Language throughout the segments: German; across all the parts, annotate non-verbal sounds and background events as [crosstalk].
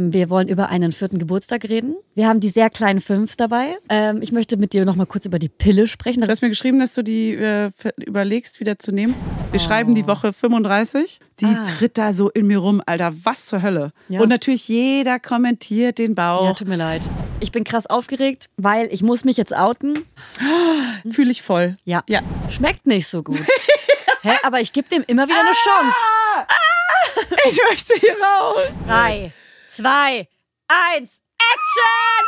Wir wollen über einen vierten Geburtstag reden. Wir haben die sehr kleinen Fünf dabei. Ähm, ich möchte mit dir nochmal kurz über die Pille sprechen. Du hast mir geschrieben, dass du die äh, ver- überlegst, wieder zu nehmen. Wir schreiben die Woche 35. Die Oh. Ah. tritt da so in mir rum, Alter. Was zur Hölle? Ja. Und natürlich jeder kommentiert den Ja, Bauch. tut mir leid. Ich bin krass aufgeregt, weil ich muss mich jetzt outen. Fühle ich voll. Ja. Ja. Schmeckt nicht so gut. [laughs] Hä, aber ich gebe dem immer wieder eine Chance. [laughs] Ich möchte hier raus. Drei, zwei, eins, Action!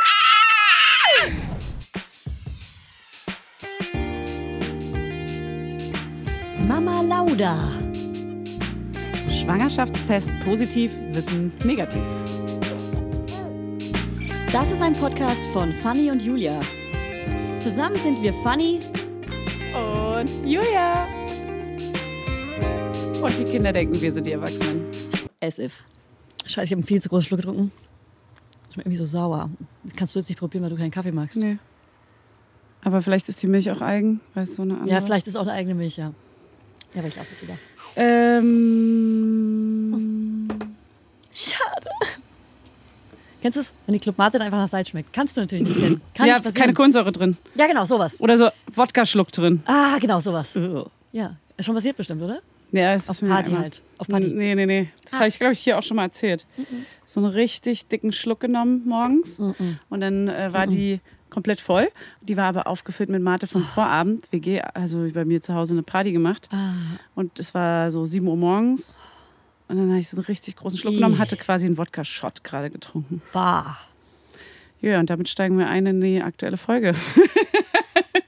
Ah! Mama Lauda. Schwangerschaftstest positiv, Wissen negativ. Das ist ein Podcast von Fanny und Julia. Zusammen sind wir Fanny. Und Julia. Und die Kinder denken, wir sind die Erwachsenen. As if. Scheiße, ich habe einen viel zu großen Schluck getrunken. Schmeckt irgendwie so sauer. Das kannst du jetzt nicht probieren, weil du keinen Kaffee magst. Nee. Aber vielleicht ist die Milch auch eigen, weil es so eine andere. Ja, vielleicht ist auch eine eigene Milch, ja. Ja, aber ich lasse es lieber. Ähm, Schade. Kennst du es? Wenn die Clubmate dann einfach nach Salz schmeckt. Kannst du natürlich nicht kennen. Kann ja, nicht keine passieren. Kohlensäure drin. ja, genau, sowas. Oder so Wodka-Schluck drin. Ah, genau, sowas. Ugh. Ja, ist schon passiert bestimmt, oder? Ja, es Auf ist mir Party Oh. einmal- halt. Auf Party. Ah. Nee, nee, nee. Das habe ich, glaube ich, hier auch schon mal erzählt. So einen richtig dicken Schluck genommen morgens. Und dann äh, war die komplett voll. Die war aber aufgefüllt mit Mate vom Ah. Vorabend. WG, also bei mir zu Hause eine Party gemacht. Und es war so 7 Uhr morgens. Und dann habe ich so einen richtig großen Schluck genommen, hatte quasi einen Wodka-Shot gerade getrunken. Bah. Ja, und damit steigen wir ein in die aktuelle Folge. [laughs]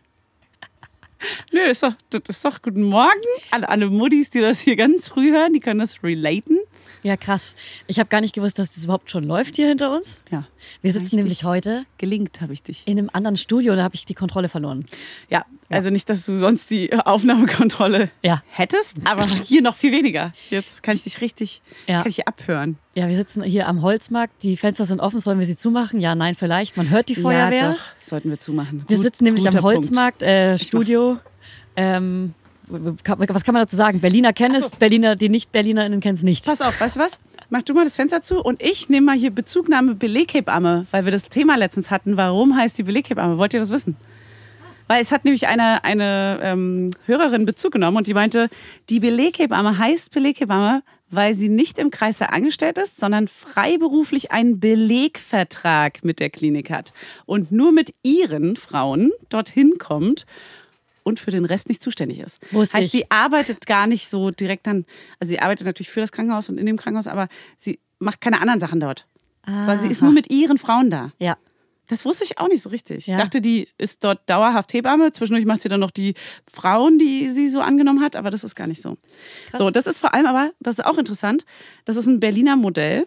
Nö, ist doch, das ist doch guten Morgen an alle Muddies, die das hier ganz früh hören. Die können das relaten. Ja, krass. Ich habe gar nicht gewusst, dass das überhaupt schon läuft hier hinter uns. Ja, Wir sitzen Richtig. nämlich heute gelingt habe ich dich. in einem anderen Studio und da habe ich die Kontrolle verloren. Ja, also nicht, dass du sonst die Aufnahmekontrolle Ja. hättest, aber hier noch viel weniger. Jetzt kann ich dich richtig, Ja. kann ich hier abhören. Ja, wir sitzen hier am Holzmarkt. Die Fenster sind offen. Sollen wir sie zumachen? Ja, nein, vielleicht. Man hört die Feuerwehr. Ja, doch. Sollten wir zumachen. Wir Gut- sitzen nämlich guter am Punkt. Holzmarkt, äh, Studio. Ähm, kann- was kann man dazu sagen? Berliner kennen es, Ach so. Berliner, die Nicht-BerlinerInnen kennen es nicht. Pass auf, weißt du was? Mach du mal das Fenster zu und ich nehme mal hier Bezugnahme Beleghebamme, weil wir das Thema letztens hatten. Warum heißt die Beleghebamme? Wollt ihr das wissen? Weil es hat nämlich eine, eine ähm, Hörerin Bezug genommen und die meinte, die Beleghebamme heißt Beleghebamme, weil sie nicht im Kreis der angestellt ist, sondern freiberuflich einen Belegvertrag mit der Klinik hat und nur mit ihren Frauen dorthin kommt und für den Rest nicht zuständig ist. Wusste heißt, ich. sie arbeitet gar nicht so direkt dann, also sie arbeitet natürlich für das Krankenhaus und in dem Krankenhaus, aber sie macht keine anderen Sachen dort, sondern sie ist Ah. nur mit ihren Frauen da. Ja. Das wusste ich auch nicht so richtig. Ja. Ich dachte, die ist dort dauerhaft Hebamme. Zwischendurch macht sie dann noch die Frauen, die sie so angenommen hat, aber das ist gar nicht so. So, das ist vor allem aber, das ist auch interessant, das ist ein Berliner Modell.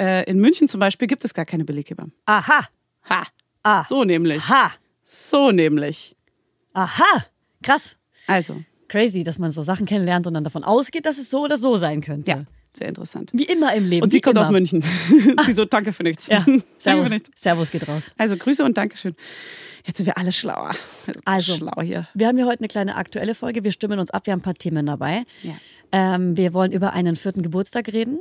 Äh, in München zum Beispiel gibt es gar keine Beleghebamme. Aha. Ha! Ah. So nämlich. Aha. So nämlich. Aha. Krass. Also, Crazy, dass man so Sachen kennenlernt und dann davon ausgeht, dass es so oder so sein könnte. ja, sehr interessant. Wie immer im Leben. Und sie wie kommt immer. Ah. aus München. [laughs] sie so, danke für nichts. [laughs] Ja. danke für Servus. nichts. Servus geht raus. Also, Grüße und Dankeschön. Jetzt sind wir alle schlauer. Jetzt sind wir Also. Schlau hier. Wir haben ja heute eine kleine aktuelle Folge. Wir stimmen uns ab. Wir haben ein paar Themen dabei. Ja. Ähm, wir wollen über einen vierten Geburtstag reden.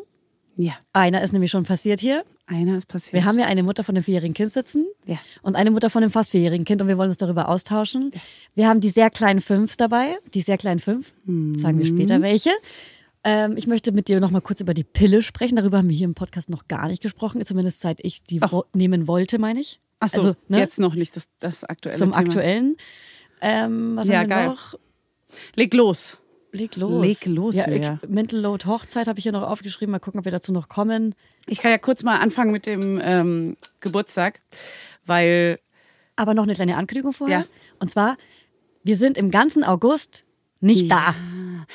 Ja, Einer ist nämlich schon passiert hier. einer ist passiert. Wir haben ja eine Mutter von einem vierjährigen Kind sitzen Ja. und eine Mutter von einem fast vierjährigen Kind und wir wollen uns darüber austauschen. Wir haben die sehr kleinen fünf dabei, die sehr kleinen fünf, Mhm. sagen wir später welche. Ähm, ich möchte mit dir nochmal kurz über die Pille sprechen. Darüber haben wir hier im Podcast noch gar nicht gesprochen, zumindest seit ich die wo nehmen wollte, meine ich. Ach so, also, ne, jetzt noch nicht das, das aktuelle zum Thema. aktuellen. Ähm, was Ja, haben wir geil. noch? Leg los. Leg los. Leg los, ja, Julia. ich, Mental Load Hochzeit habe ich hier noch aufgeschrieben. Mal gucken, ob wir dazu noch kommen. Ich kann ja kurz mal anfangen mit dem ähm, Geburtstag, weil Aber noch eine kleine Ankündigung vorher. Ja. Und zwar, wir sind im ganzen August nicht da.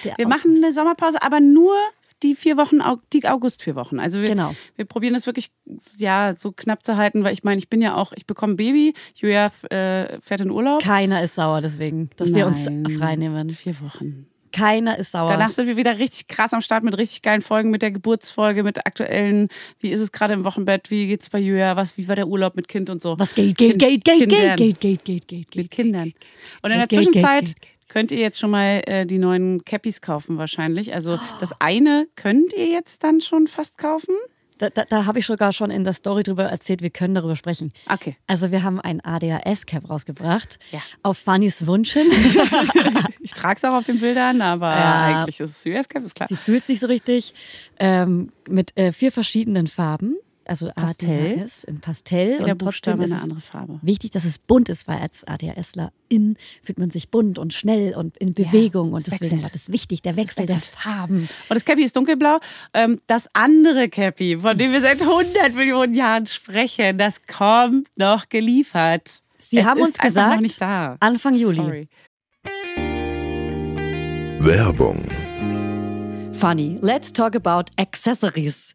Der wir machen eine Sommerpause, aber nur die vier Wochen, Au- die August vier Wochen. Also wir, Genau. wir probieren das wirklich ja so knapp zu halten, weil ich meine, ich bin ja auch, ich bekomme ein Baby, Julia f- äh, fährt in Urlaub. Keiner ist sauer deswegen, dass wir uns Nein. freinehmen. Vier Wochen. Keiner ist sauer. Danach sind wir wieder richtig krass am Start mit richtig geilen Folgen, mit der Geburtsfolge, mit der aktuellen, wie ist es gerade im Wochenbett, wie geht's bei Julia, was, wie war der Urlaub mit Kind und so. was geht, geht, Kind- geht, geht, Kindern. geht, geht, geht, geht, geht, geht. mit Kindern. Und in Geld, der Geld, Zwischenzeit Geld, Geld. könnt ihr jetzt schon mal äh, die neuen Cappies kaufen wahrscheinlich. Also das eine könnt ihr jetzt dann schon fast kaufen. da, da, da habe ich sogar schon in der Story drüber erzählt, wir können darüber sprechen. Okay. Also wir haben ein ADHS-Cap rausgebracht. Ja. Auf Fannys Wunsch [laughs] hin. Ich trage es auch auf den Bildern, aber Ja. eigentlich ist es US Cap, ist klar. Sie fühlt sich so richtig ähm, mit äh, vier verschiedenen Farben. Also Pastell. ADHS in Pastell. Jeder und trotzdem Buchstabe ist eine es andere Farbe. wichtig, dass es bunt ist, weil als ADHSlerin fühlt man sich bunt und schnell und in Bewegung. und es deswegen wechselt. war das wichtig, der Wechsel der wechselt. Farben. Und das Cappy ist dunkelblau. Ähm, das andere Cappy, von dem wir seit 100 Millionen Jahren sprechen, das kommt noch geliefert. Sie es haben ist uns einfach gesagt, noch nicht da. Anfang Juli. Sorry. Werbung. Funny, let's talk about Accessories.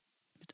mit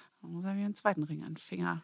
Dann muss er mir einen zweiten Ring an den Finger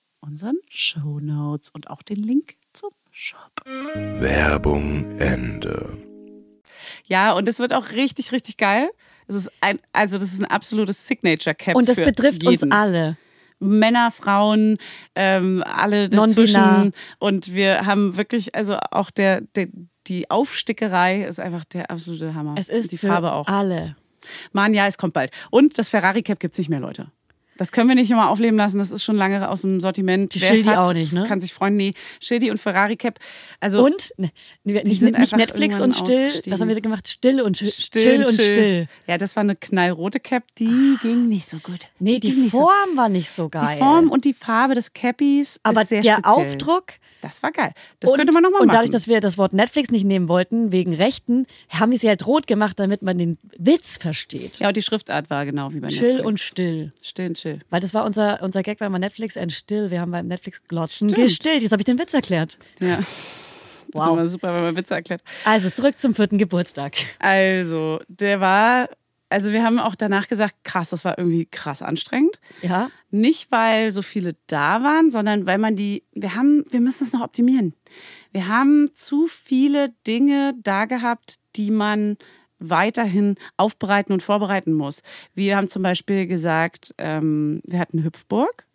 unseren Show Notes und auch den Link zum Shop. Werbung Ende. Ja, und es wird auch richtig, richtig geil. Es ist ein, also das ist ein absolutes Signature-Cap. Und das für betrifft jeden. uns alle. Männer, Frauen, ähm, alle Non-binar. dazwischen. Und wir haben wirklich, also auch der, der, die Aufstickerei ist einfach der absolute Hammer. Es ist die für Farbe auch. alle. Mann, ja, es kommt bald. Und das Ferrari Cap gibt's nicht mehr, Leute. Das können wir nicht immer aufleben lassen. Das ist schon lange aus dem Sortiment. Die Wer's Schildi hat, auch nicht, ne? Kann sich freuen. Nee, Schildi und Ferrari Cap. Also Und? Ne, ne, Nicht, sind nicht einfach Netflix und irgendwann still. ausgestiegen. Was haben wir da gemacht? Still und still, still und still. Ah, Ja, das war eine knallrote Cap. Die ging nicht so gut. Nee, die, ging nicht so- Form war nicht so geil. Die Form und die Farbe des Cappies aber ist sehr der speziell. Aufdruck Das war geil. Das könnte man nochmal Und machen. dadurch, dass wir das Wort Netflix nicht nehmen wollten, wegen Rechten, haben wir sie halt rot gemacht, damit man den Witz versteht. ja, und die Schriftart war genau wie bei Chill Netflix. und still. still und chill. Weil das war unser, unser Gag, war immer Netflix and still. Wir haben beim Netflix glotzen Stimmt. gestillt. Jetzt habe ich den Witz erklärt. Ja. Das ist Wow. immer super, wenn man Witze erklärt. Also zurück zum vierten Geburtstag. Also, der war, also wir haben auch danach gesagt, krass, das war irgendwie krass anstrengend. Ja. Nicht, weil so viele da waren, sondern weil man die, wir haben, wir müssen es noch optimieren. Wir haben zu viele Dinge da gehabt, die man weiterhin aufbereiten und vorbereiten muss. Wir haben zum Beispiel gesagt, ähm, wir hatten Hüpfburg.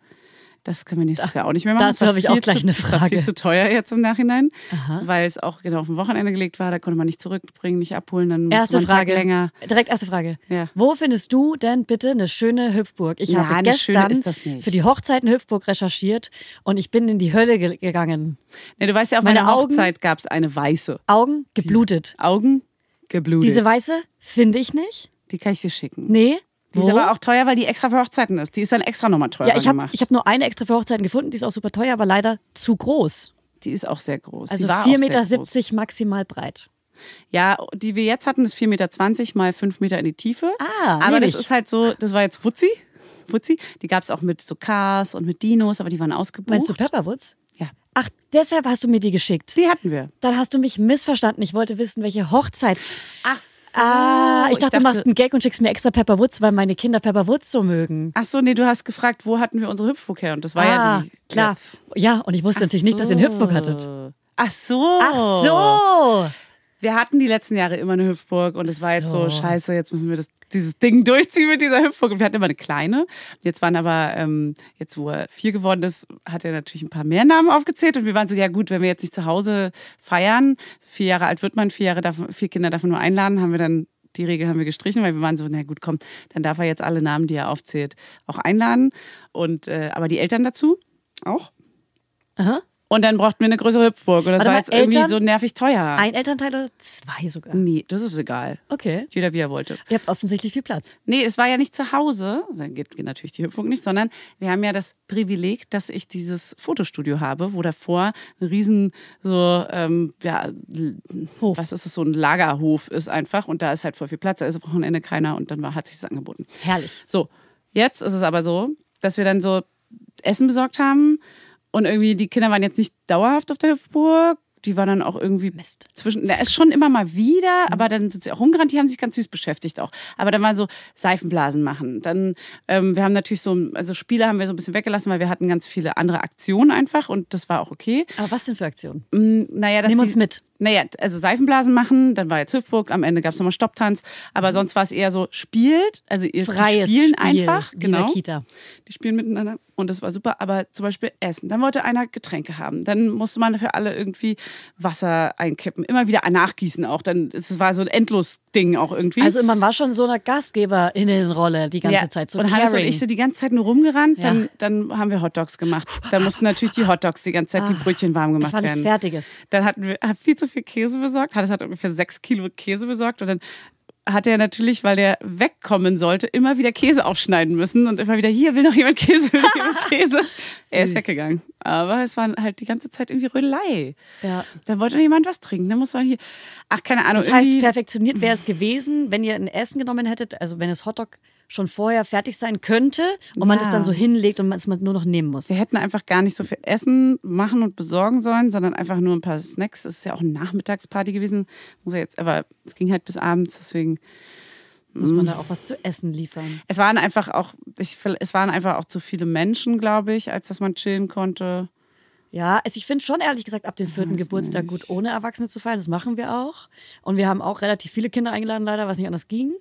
Das können wir nächstes Jahr auch nicht mehr machen. dazu Das war habe ich auch viel gleich zu, eine Das war Frage. viel zu teuer jetzt im Nachhinein, Aha. weil es auch genau auf dem Wochenende gelegt war. Da konnte man nicht zurückbringen, nicht abholen. Dann musste Erste man einen Tag Frage. länger. Direkt erste Frage. Ja. Wo findest du denn bitte eine schöne Hüpfburg? Ich Ja, habe eine schöne gestern ist das nicht. für die Hochzeiten Hüpfburg recherchiert und ich bin in die Hölle ge gegangen. Nee, du weißt ja, auf Meine meiner Augen- Hochzeit gab es eine weiße. Augen geblutet. Augen geblutet. Diese weiße finde ich nicht. die kann ich dir schicken. Nee. Die ist Wo? aber auch teuer, weil die extra für Hochzeiten ist. Die ist dann extra nochmal teurer Ja, ich habe gemacht. ich hab nur eine extra für Hochzeiten gefunden, die ist auch super teuer, aber leider zu groß. die ist auch sehr groß. Also die war auch sehr 4,70 Meter groß. maximal breit. Ja, die wir jetzt hatten, ist 4,20 Meter mal 5 Meter in die Tiefe. Ah, aber nehm das ich. ist halt so, das war jetzt Wutzi. Wutzi. Die gab es auch mit so Cars und mit Dinos, aber die waren ausgebucht. Meinst du Pepperwoods? Ja. Ach, deshalb hast du mir die geschickt. Die hatten wir. Dann hast du mich missverstanden. Ich wollte wissen, welche Hochzeit. Ach so. Ah, ich dachte, du machst einen Gag und schickst mir extra Pepper Woods, weil meine Kinder Pepper Woods so mögen. Ach so, nee, du hast gefragt, wo hatten wir unsere Hüpfburg her? Und das war ja ah, die. klar. Jetzt. Ja, und ich wusste natürlich nicht, dass ihr einen Hüpfburg hattet. Ach so. Ach so. Wir hatten die letzten Jahre immer eine Hüpfburg und es war jetzt so, scheiße, jetzt müssen wir das, dieses Ding [laughs] durchziehen mit dieser Hüpfburg. Und wir hatten immer eine kleine. Jetzt waren aber, ähm, jetzt wo er vier geworden ist, hat er natürlich ein paar mehr Namen aufgezählt und wir waren so, ja gut, wenn wir jetzt nicht zu Hause feiern, vier Jahre alt wird man, vier, Jahre darf, vier Kinder davon nur einladen, haben wir dann die Regel haben wir gestrichen, weil wir waren so, na gut, komm, dann darf er jetzt alle Namen, die er aufzählt, auch einladen. Und äh, aber die Eltern dazu auch. Aha. Und dann brauchten wir eine größere Hüpfburg. Und Warte das war mal, jetzt irgendwie Eltern? so nervig teuer. Ein Elternteil oder zwei sogar. Nee, das ist egal. Okay. Jeder wie er wollte. Ihr habt offensichtlich viel Platz. Nee, es war ja nicht zu Hause, dann gibt geht natürlich die Hüpfung nicht, sondern wir haben ja das Privileg, dass ich dieses Fotostudio habe, wo davor ein riesen so, ähm, ja, l- Hof. was ist es, so ein Lagerhof ist einfach und da ist halt voll viel Platz, da ist am Wochenende keiner und dann war, hat sich das angeboten. Herrlich. So, jetzt ist es aber so, dass wir dann so Essen besorgt haben und irgendwie die Kinder waren jetzt nicht dauerhaft auf der Hüpfburg. Die waren dann auch irgendwie Mist. zwischen. Da ist schon immer mal wieder, aber dann sind sie auch rumgerannt, die haben sich ganz süß beschäftigt auch. Aber dann waren so Seifenblasen machen. Dann, ähm, wir haben natürlich so, also Spiele haben wir so ein bisschen weggelassen, weil wir hatten ganz viele andere Aktionen einfach und das war auch okay. Aber was denn für Aktionen? Mm, Naja, dass Nimm die- uns mit. Naja, also Seifenblasen machen, dann war jetzt Hüpfburg, am Ende gab es nochmal Stopptanz, aber sonst war es eher so, spielt, also ihr die Freies spielen Spiel, einfach, wie in der genau. Kita. Die spielen miteinander und das war super, aber zum Beispiel Essen. Dann wollte einer Getränke haben. Dann musste man für alle irgendwie Wasser einkippen, immer wieder nachgießen auch. Dann es war so ein Endlos-Ding auch irgendwie. Also man war schon so einer Gastgeberinnenrolle die ganze Ja. Zeit. So und Hannes und caring. ich sind die ganze Zeit nur rumgerannt. Ja. Dann, dann haben wir Hotdogs gemacht. Dann mussten natürlich die Hotdogs die ganze Zeit die Brötchen warm Ah, das gemacht war nichts werden. Fertiges. Dann hatten wir hat viel zu viel Käse besorgt. Hannes hat ungefähr sechs Kilo Käse besorgt und dann hat er natürlich, weil der wegkommen sollte, immer wieder Käse aufschneiden müssen und immer wieder, hier will noch jemand Käse, will noch [laughs] jemand Käse. er ist Süß. weggegangen. Aber es waren halt die ganze Zeit irgendwie Rödelei. Ja. Dann wollte noch jemand was trinken, dann muss man hier, ach, keine Ahnung. Das heißt, irgendwie- perfektioniert wäre es gewesen, wenn ihr ein Essen genommen hättet, also wenn das Hotdog schon vorher fertig sein könnte und man Ja. es dann so hinlegt und man es nur noch nehmen muss. Wir hätten einfach gar nicht so viel Essen machen und besorgen sollen, sondern einfach nur ein paar Snacks. Es ist ja auch eine Nachmittagsparty gewesen. Muss ja jetzt, aber es ging halt bis abends, deswegen. Muss Mhm. man da auch was zu essen liefern. Es waren einfach auch, ich, es waren einfach auch zu viele Menschen, glaube ich, als dass man chillen konnte. Ja, also ich finde schon ehrlich gesagt ab dem vierten Geburtstag gut, ohne Erwachsene zu feiern. Das machen wir auch. Und wir haben auch relativ viele Kinder eingeladen, leider, was nicht anders ging.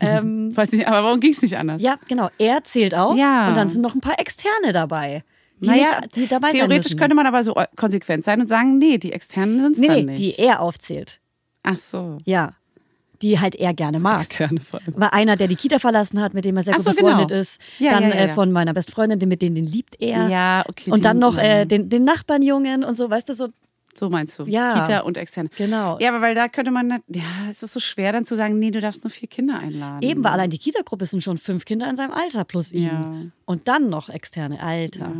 ähm, Weiß nicht, aber warum ging es nicht anders? ja, genau. Er zählt auf. Ja. Und dann sind noch ein paar Externe dabei. Die, nicht, die dabei theoretisch sein müssen. könnte man aber so konsequent sein und sagen, nee, die externen sind es Nee, dann nee, nicht. die E- er aufzählt. Ach so. Ja. Die halt er gerne mag. Externe vor allem. war einer, der die Kita verlassen hat, mit dem er sehr Ach gut so, genau. befreundet ist. Ja, dann ja, ja, äh, ja. von meiner Bestfreundin, den- mit denen den liebt er. Ja, okay, Und dann den- noch ja. äh, den, den Nachbarnjungen und so, weißt du, so. So meinst du. Ja. Kita und externe. Genau. Ja, aber weil da könnte man, nat- ja, es ist so schwer dann zu sagen, nee, du darfst nur vier Kinder einladen. Eben, weil allein die Kita-Gruppe sind schon fünf Kinder in seinem Alter plus ihn. Ja. Und dann noch externe, Alter.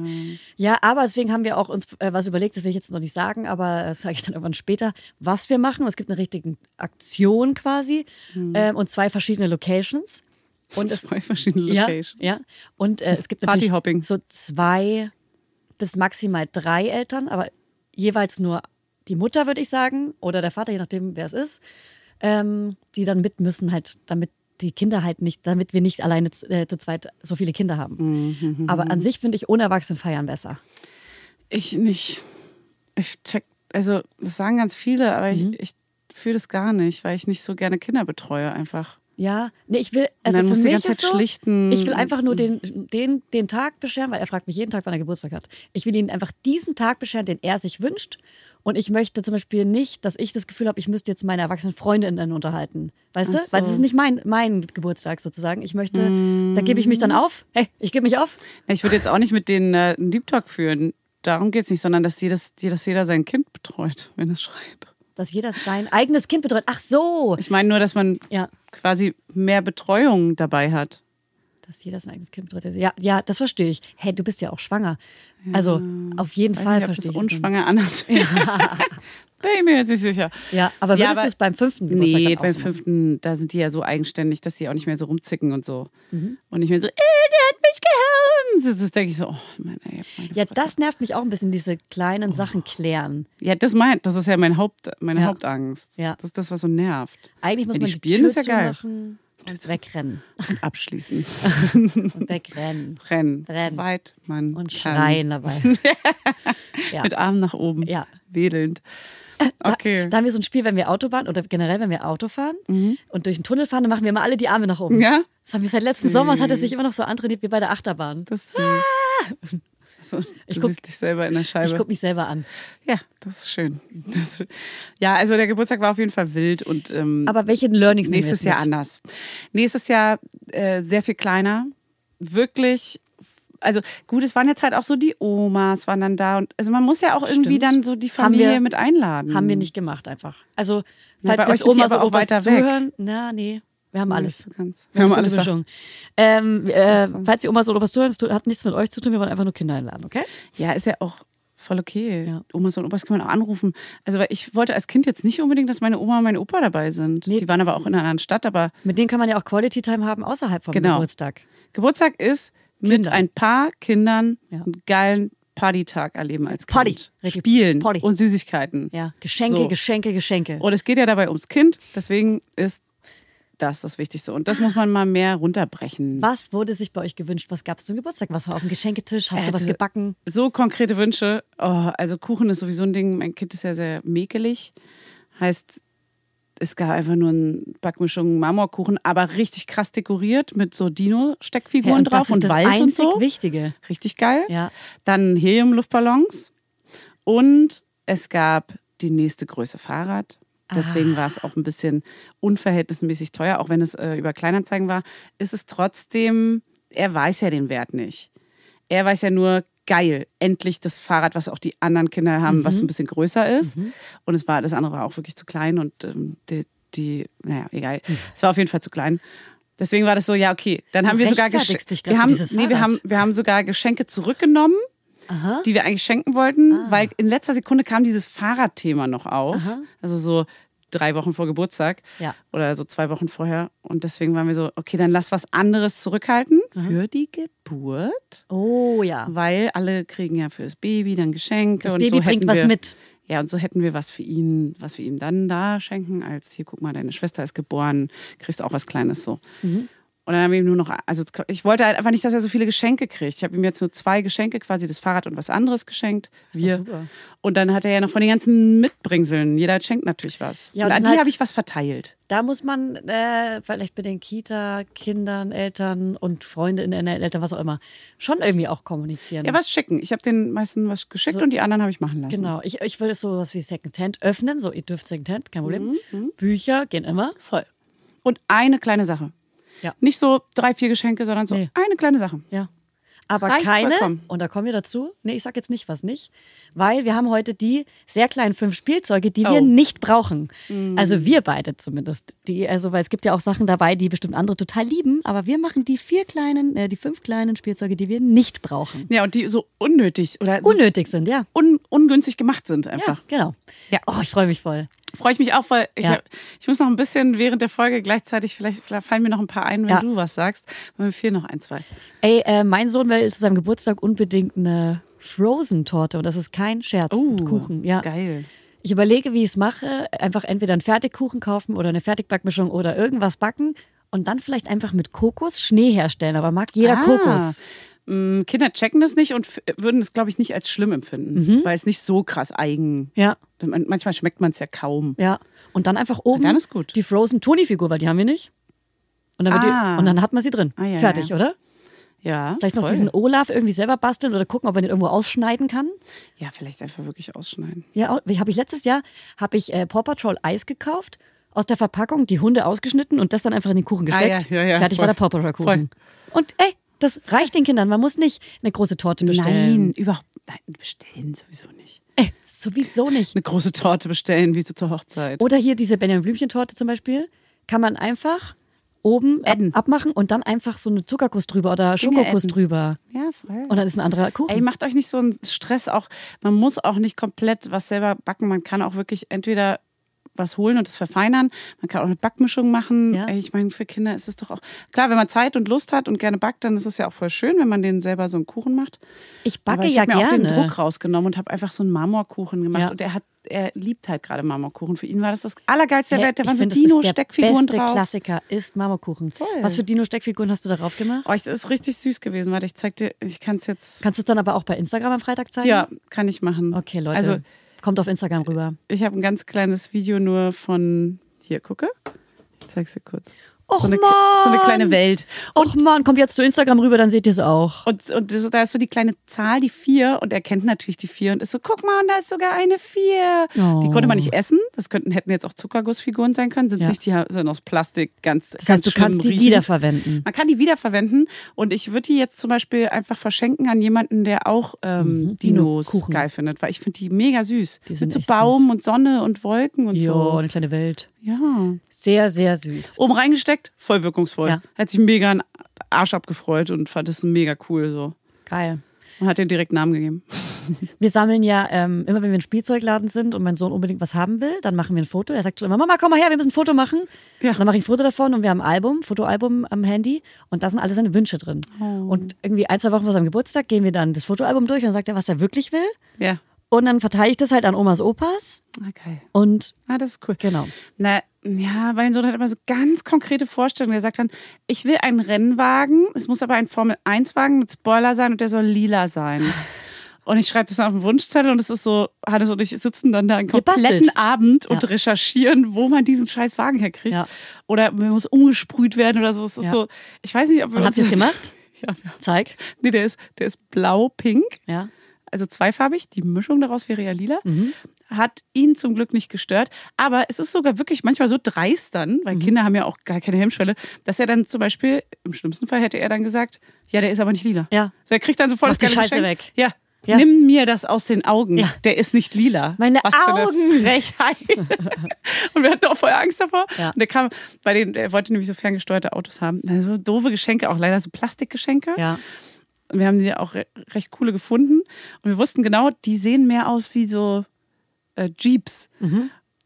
Ja, aber deswegen haben wir auch uns äh, was überlegt, das will ich jetzt noch nicht sagen, aber äh, das sage ich dann irgendwann später, was wir machen. Es gibt eine richtige Aktion quasi ähm, und zwei verschiedene Locations. Und es- zwei verschiedene Ja, Locations. ja. Und äh, es gibt Party natürlich hopping. so zwei bis maximal drei Eltern, aber jeweils nur die Mutter, würde ich sagen, oder der Vater, je nachdem, wer es ist, ähm, die dann mit müssen, halt, damit die Kinder halt nicht, damit wir nicht alleine zu, äh, zu zweit so viele Kinder haben. Mhm, Aber an sich finde ich ohne Erwachsenen feiern besser. Ich nicht. Ich check, also das sagen ganz viele, aber Mhm. ich, ich fühle das gar nicht, weil ich nicht so gerne Kinder betreue einfach. Ja, nee, ich will, also dann für musst du mich die ganze ist Zeit so, schlichten. ich will einfach nur den, den, den Tag bescheren, weil er fragt mich jeden Tag, wann er Geburtstag hat. Ich will ihn einfach diesen Tag bescheren, den er sich wünscht. Und ich möchte zum Beispiel nicht, dass ich das Gefühl habe, ich müsste jetzt meine erwachsenen Freundinnen unterhalten. Weißt du? Ach so. Weil es ist nicht mein, mein Geburtstag sozusagen. Ich möchte, da gebe ich mich Hm. dann auf. Hey, ich gebe mich auf. Ich würde jetzt auch nicht mit denen äh, einen Deep Talk führen. Darum geht's nicht, sondern dass, jedes, die- dass jeder sein Kind betreut, [laughs] wenn es schreit. Dass jeder sein eigenes Kind betreut. Ach so. Ich meine nur, dass man Ja. quasi mehr Betreuung dabei hat. Dass jeder sein eigenes Kind betreut. Ja, ja, das verstehe ich. Hey, du bist ja auch schwanger. Also, auf jeden Weiß Fall nicht, verstehe ob das ich. das dann. unschwanger anders. [laughs] Bin ich mir jetzt nicht sicher. Ja, aber Ja, würdest aber- du es beim fünften Geburtstag Nee, dann auch beim so machen? fünften, da sind die ja so eigenständig, dass sie auch nicht mehr so rumzicken und so. Mhm. Und nicht mehr so, äh, der hat mich gehauen. Das, das denke ich so, oh Mann, ey, meine Ja, Fresse. das nervt mich auch ein bisschen, diese kleinen Oh. Sachen klären. Ja, das meint, das ist ja mein Haupt, meine Ja. Hauptangst. Ja. Das ist das, was so nervt. Eigentlich muss Wenn man die die spielen, Tür ist ja geil. zumachen und wegrennen. [laughs] Und abschließen. Und [laughs] wegrennen. Rennen. Rennen. So weit man Und kann. schreien dabei. [laughs] ja. Mit Armen nach oben. Ja. Äh, Wedelnd. Okay. Mhm. Da haben wir so ein Spiel, wenn wir Autobahn oder generell, wenn wir Auto fahren und durch den Tunnel fahren, dann machen wir immer alle die Arme nach oben. ja, Das haben wir seit letzten Süß. Sommer, das hat es sich immer noch so antrainiert wie bei der Achterbahn. das ist süß. So, du Ah! guck- siehst dich selber in der Scheibe. Ich gucke mich selber an. Ja, das ist schön. Das ist schön. Ja, also der Geburtstag war auf jeden Fall wild und ähm, Aber welche Learnings nehmen wir nächstes jetzt Jahr mit? anders. Nächstes Jahr äh, sehr viel kleiner. Wirklich. Also gut, es waren jetzt halt auch so die Omas waren dann da und also man muss ja auch irgendwie Stimmt. dann so die Haben Familie wir- mit einladen. Haben wir nicht gemacht einfach. Also, Na, falls bei euch jetzt sind die Omas aber und auch Opas weiter weg. Hm. zuhören, na nee, wir haben alles. So ganz. Wir haben alles alles. Mischung. Ähm, äh, so. Falls die Omas und Opas zuhören, es tu- hat nichts mit euch zu tun, wir wollen einfach nur Kinder einladen, okay? Ja, ist ja auch voll okay. Ja. Omas und Opas kann man auch anrufen. Also weil ich wollte als Kind jetzt nicht unbedingt, dass meine Oma und mein Opa dabei sind. Nee. Die waren aber auch in einer anderen Stadt, aber Mit denen kann man ja auch Quality Time haben außerhalb vom Genau. Geburtstag. Geburtstag ist mit Kinder. ein paar Kindern Ja. einen geilen Partytag erleben als Kind. Party. Richtig. Spielen Party. und Süßigkeiten. Ja, Geschenke, So. Geschenke, Geschenke. Und es geht ja dabei ums Kind, deswegen ist das das Wichtigste. Und das muss man mal mehr runterbrechen. was wurde sich bei euch gewünscht? Was gab es zum Geburtstag? Was war auf dem Geschenketisch? Hast Äh, du was diese- gebacken? So konkrete Wünsche. Oh, also Kuchen ist sowieso ein Ding. Mein Kind ist ja sehr mäkelig. Heißt, es gab einfach nur eine Backmischung Marmorkuchen, aber richtig krass dekoriert mit so Ja, Dino-Steckfiguren und drauf das ist und das Wald und einzig so. Wichtige. Richtig geil. Ja. Dann Helium-Luftballons. Und es gab die nächste Größe Fahrrad. Deswegen war es auch ein bisschen unverhältnismäßig teuer, auch wenn es äh, über Kleinanzeigen war. Ist es trotzdem, er weiß ja den Wert nicht. Er weiß ja nur, geil, endlich das Fahrrad, was auch die anderen Kinder haben, was Mhm. ein bisschen größer ist. Und es war, das andere war auch wirklich zu klein und ähm, die, die, naja, egal. Mhm. Es war auf jeden Fall zu klein. Deswegen war das so, ja, okay. Dann Du haben wir sogar rechtfertigst dich Geschen- grad wir für haben, dieses nee, wir Fahrrad. haben wir haben sogar Geschenke zurückgenommen, die wir eigentlich schenken wollten, Ah. weil in letzter Sekunde kam dieses Fahrradthema noch auf. Also so drei Wochen vor Geburtstag Ja. oder so zwei Wochen vorher. Und deswegen waren wir so, okay, dann lass was anderes zurückhalten für die Geburt, Oh ja. weil alle kriegen ja für das Baby dann Geschenke. Das und Baby so bringt hätten was wir, mit. Ja, und so hätten wir was für ihn, was wir ihm dann da schenken, als hier, guck mal, deine Schwester ist geboren, kriegst auch was Kleines so. Mhm. Und dann haben wir ihm nur noch, also ich wollte halt einfach nicht, dass er so viele Geschenke kriegt. Ich habe ihm jetzt nur zwei Geschenke, quasi das Fahrrad und was anderes geschenkt. doch super. Und dann hat er ja noch von den ganzen Mitbringseln, jeder schenkt natürlich was. Ja, und das an ist die halt- habe ich was verteilt. Da muss man äh, vielleicht mit den Kita, Kindern, Eltern und Freunde in der Eltern, was auch immer, schon irgendwie auch kommunizieren. Ja, was schicken. Ich habe den meisten was geschickt Also und die anderen habe ich machen lassen. Genau, ich, ich würde sowas wie Secondhand öffnen, so ihr dürft Secondhand, kein Problem. Mhm, Bücher gehen immer. Voll. Und eine kleine Sache. Ja. Nicht so drei, vier Geschenke, sondern so Nee. eine kleine Sache. Ja. Aber Reicht keine, vollkommen. und da kommen wir dazu, nee, ich sag jetzt nicht, was nicht, weil wir haben heute die sehr kleinen fünf Spielzeuge, die Oh. Mhm. wir nicht brauchen. Also wir beide zumindest. Die, also, weil es gibt ja auch Sachen dabei, die bestimmt andere total lieben, aber wir machen die vier kleinen, äh, die fünf kleinen Spielzeuge, die wir nicht brauchen. Ja, und die so unnötig oder so Unnötig sind, ja. un ungünstig gemacht sind Ja, einfach. genau. Ja. Oh, ich freue mich voll. Freue ich mich auch, weil ich, Ja. hab, ich muss noch ein bisschen während der Folge gleichzeitig, vielleicht, vielleicht fallen mir noch ein paar ein, wenn Ja. du was sagst. Aber mir fehlen noch ein, zwei. Ey, äh, mein Sohn will zu seinem Geburtstag unbedingt eine Frozen-Torte und das ist kein Scherz. mit Kuchen, Oh, ja. Oh, Geil. Ich überlege, wie ich es mache. Einfach entweder einen Fertigkuchen kaufen oder eine Fertigbackmischung oder irgendwas backen und dann vielleicht einfach mit Kokos Schnee herstellen. Aber mag jeder Ah. Kokos. Mm, Kinder checken das nicht und f- würden es, glaube ich, nicht als schlimm empfinden, Mhm. weil es nicht so krass eigen. Ja, Man- Manchmal schmeckt man es ja kaum. ja. Und dann einfach oben dann ist gut. die Frozen Toni-Figur, weil die haben wir nicht. Und dann, wird Ah. die, und dann hat man sie drin. Ah, ja, Fertig, ja. oder? Ja. Vielleicht noch voll. diesen Olaf irgendwie selber basteln oder gucken, ob man den irgendwo ausschneiden kann. Ja, vielleicht einfach wirklich ausschneiden. Ja, habe ich letztes Jahr habe ich äh, Paw Patrol Eis gekauft aus der Verpackung, die Hunde ausgeschnitten und das dann einfach in den Kuchen Ah, gesteckt. ja, ja, ja, Fertig voll. war der Paw Patrol Kuchen. Und ey, das reicht den Kindern. Man muss nicht eine große Torte bestellen. Nein, überhaupt. Nein, bestellen sowieso nicht. Ey, sowieso nicht. Eine große Torte bestellen, wie so zur Hochzeit. Oder hier diese Benjamin Blümchen Torte zum Beispiel kann man einfach oben ab, Edden. abmachen und dann einfach so eine Zuckerkuss drüber oder Schokokuss Edden. drüber. Ja, voll. Und dann ist ein anderer Ey, Kuchen. macht euch nicht so einen Stress auch. Man muss auch nicht komplett was selber backen. Man kann auch wirklich entweder was holen und es verfeinern. Man kann auch eine Backmischung machen. Ja. Ey, ich meine, für Kinder ist es doch auch. Klar, wenn man Zeit und Lust hat und gerne backt, dann ist es ja auch voll schön, wenn man den selber so einen Kuchen macht. ich backe Aber ich ja hab mir auch den gerne. Druck rausgenommen und habe einfach so einen Marmorkuchen gemacht. Ja. Und er hat, er liebt halt gerade Marmorkuchen. Für ihn war das das Allergeilste der Ja, Welt. Da ich waren so finde, das ist Dino-Steckfiguren Der drauf. beste Klassiker ist Marmorkuchen. Was für Dino-Steckfiguren hast du darauf gemacht? Oh, ich- das ist richtig süß gewesen. Warte, ich zeig dir, ich kann es jetzt. Kannst du es dann aber auch bei Instagram am Freitag zeigen? Ja, kann ich machen. Okay, Leute. Also, kommt auf Instagram rüber. ich habe ein ganz kleines Video nur von. Hier, gucke. Ich zeig's dir kurz. Och so, eine, Mann. so eine kleine Welt. Oh, Och man, kommt jetzt zu Instagram rüber, dann seht ihr es auch. Und, und das, da ist so die kleine Zahl, die vier, und er kennt natürlich die vier und ist so, guck mal, und da ist sogar eine vier. Oh. Die konnte man nicht essen. Das könnten, hätten jetzt auch Zuckergussfiguren sein können. Sind Ja. nicht, die ha- sind aus Plastik ganz. Das heißt, ganz du schlimm kannst die riechend. wiederverwenden. Man kann die wiederverwenden und ich würde die jetzt zum Beispiel einfach verschenken an jemanden, der auch ähm, Dinos Mhm. Dino-Kuchen. geil findet, weil ich finde die mega süß. Die sind Mit so echt Baum und Sonne und Wolken und Jo, Oh. so. eine kleine Welt. Ja. Sehr, sehr süß. Oben reingesteckt, voll wirkungsvoll. Ja. Hat sich mega einen Arsch abgefreut und fand es mega cool so. Geil. Und hat ihr direkt Namen gegeben. Wir sammeln ja ähm, immer, wenn wir in Spielzeugladen sind und mein Sohn unbedingt was haben will, dann machen wir ein Foto. Er sagt schon immer, Mama, komm mal her, wir müssen ein Foto machen. Ja. Dann mache ich ein Foto davon und wir haben ein Album, Fotoalbum am Handy und da sind alle seine Wünsche drin. Oh. Und irgendwie ein, zwei Wochen vor seinem Geburtstag gehen wir dann das Fotoalbum durch und dann sagt er, was er wirklich will. Ja. Und dann verteile ich das halt an Omas, Opas Okay. und Ah, das ist cool. genau. Na, ja, weil mein Sohn hat immer so ganz konkrete Vorstellungen. Er sagt dann, ich will einen Rennwagen, es muss aber ein Formel-1-Wagen mit Spoiler sein und der soll lila [laughs] sein. Und ich schreibe das dann auf den Wunschzettel und es ist so, Hannes und ich sitzen dann da einen Ihr bastelt. kompletten Abend und Ja. recherchieren, wo man diesen scheiß Wagen herkriegt. Ja. Oder mir muss umgesprüht werden oder so. Es ist Ja. so, ich weiß nicht, ob wir Und habt uns ihr es das- gemacht? [laughs] Ja, wir haben's. Zeig. Nee, der ist, der ist blau-pink Ja. also zweifarbig, die Mischung daraus wäre ja lila, Mhm. hat ihn zum Glück nicht gestört. Aber es ist sogar wirklich manchmal so dreist dann, Mhm. weil Kinder haben ja auch gar keine Hemmschwelle, dass er dann zum Beispiel, im schlimmsten Fall hätte er dann gesagt, ja, der ist aber nicht lila. Ja. So, er kriegt dann sofort Mach das die ganze Scheiße Geschenk. weg. Ja. Ja. Nimm mir das aus den Augen. Ja. Der ist nicht lila. Meine Was Für Augen. eine Frechheit. [laughs] und wir hatten auch voll Angst davor. Ja. Und der kam, bei den, er wollte nämlich so ferngesteuerte Autos haben. So doofe Geschenke, auch leider so Plastikgeschenke. Ja. Und wir haben die auch re recht coole gefunden. Und wir wussten genau, die sehen mehr aus wie so äh, Jeeps.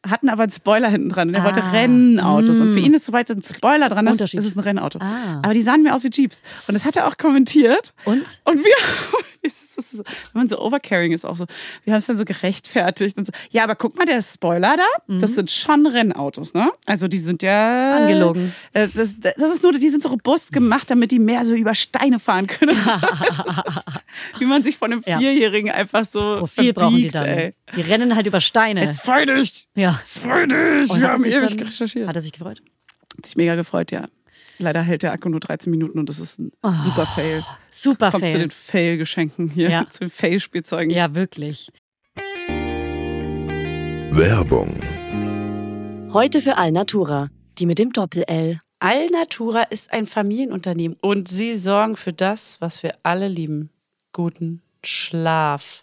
Hatten aber einen Spoiler hinten dran. Und er Mhm. Ah. Mhm. wollte Rennautos. Und für ihn ist, sobald ein Spoiler dran ist, ist Unterschied. es ein Rennauto. Ah. Aber die sahen mehr aus wie Jeeps. Und das hat er auch kommentiert. Und? Und wir, [laughs] es ist- es ist so, wenn man so overcaring ist, auch so, wir haben es dann so gerechtfertigt. Und so, ja, aber guck mal, der Spoiler da, Mhm. das sind schon Rennautos, ne? Also die sind ja. Angelogen. Äh, Das, das ist nur, die sind so robust gemacht, damit die mehr so über Steine [laughs] fahren können. Wie man sich von einem Ja. Vierjährigen einfach so. Profil verbiegt, brauchen die dann. Ey. Die rennen halt über Steine. Jetzt freu dich! [laughs] ja. Freu dich! Und hat, wir er haben sich ewig dann, recherchiert. hat er sich gefreut? Hat sich mega gefreut, ja. Leider hält der Akku nur 13 Minuten und das ist ein Ah. super Fail. Super Kommt zu Fail. den Fail-Geschenken hier, Ja. [laughs] zu den Fail-Spielzeugen. Ja, wirklich. Werbung, Heute für Alnatura, die mit dem Doppel-L. Alnatura ist ein Familienunternehmen und sie sorgen für das, was wir alle lieben. Guten Schlaf.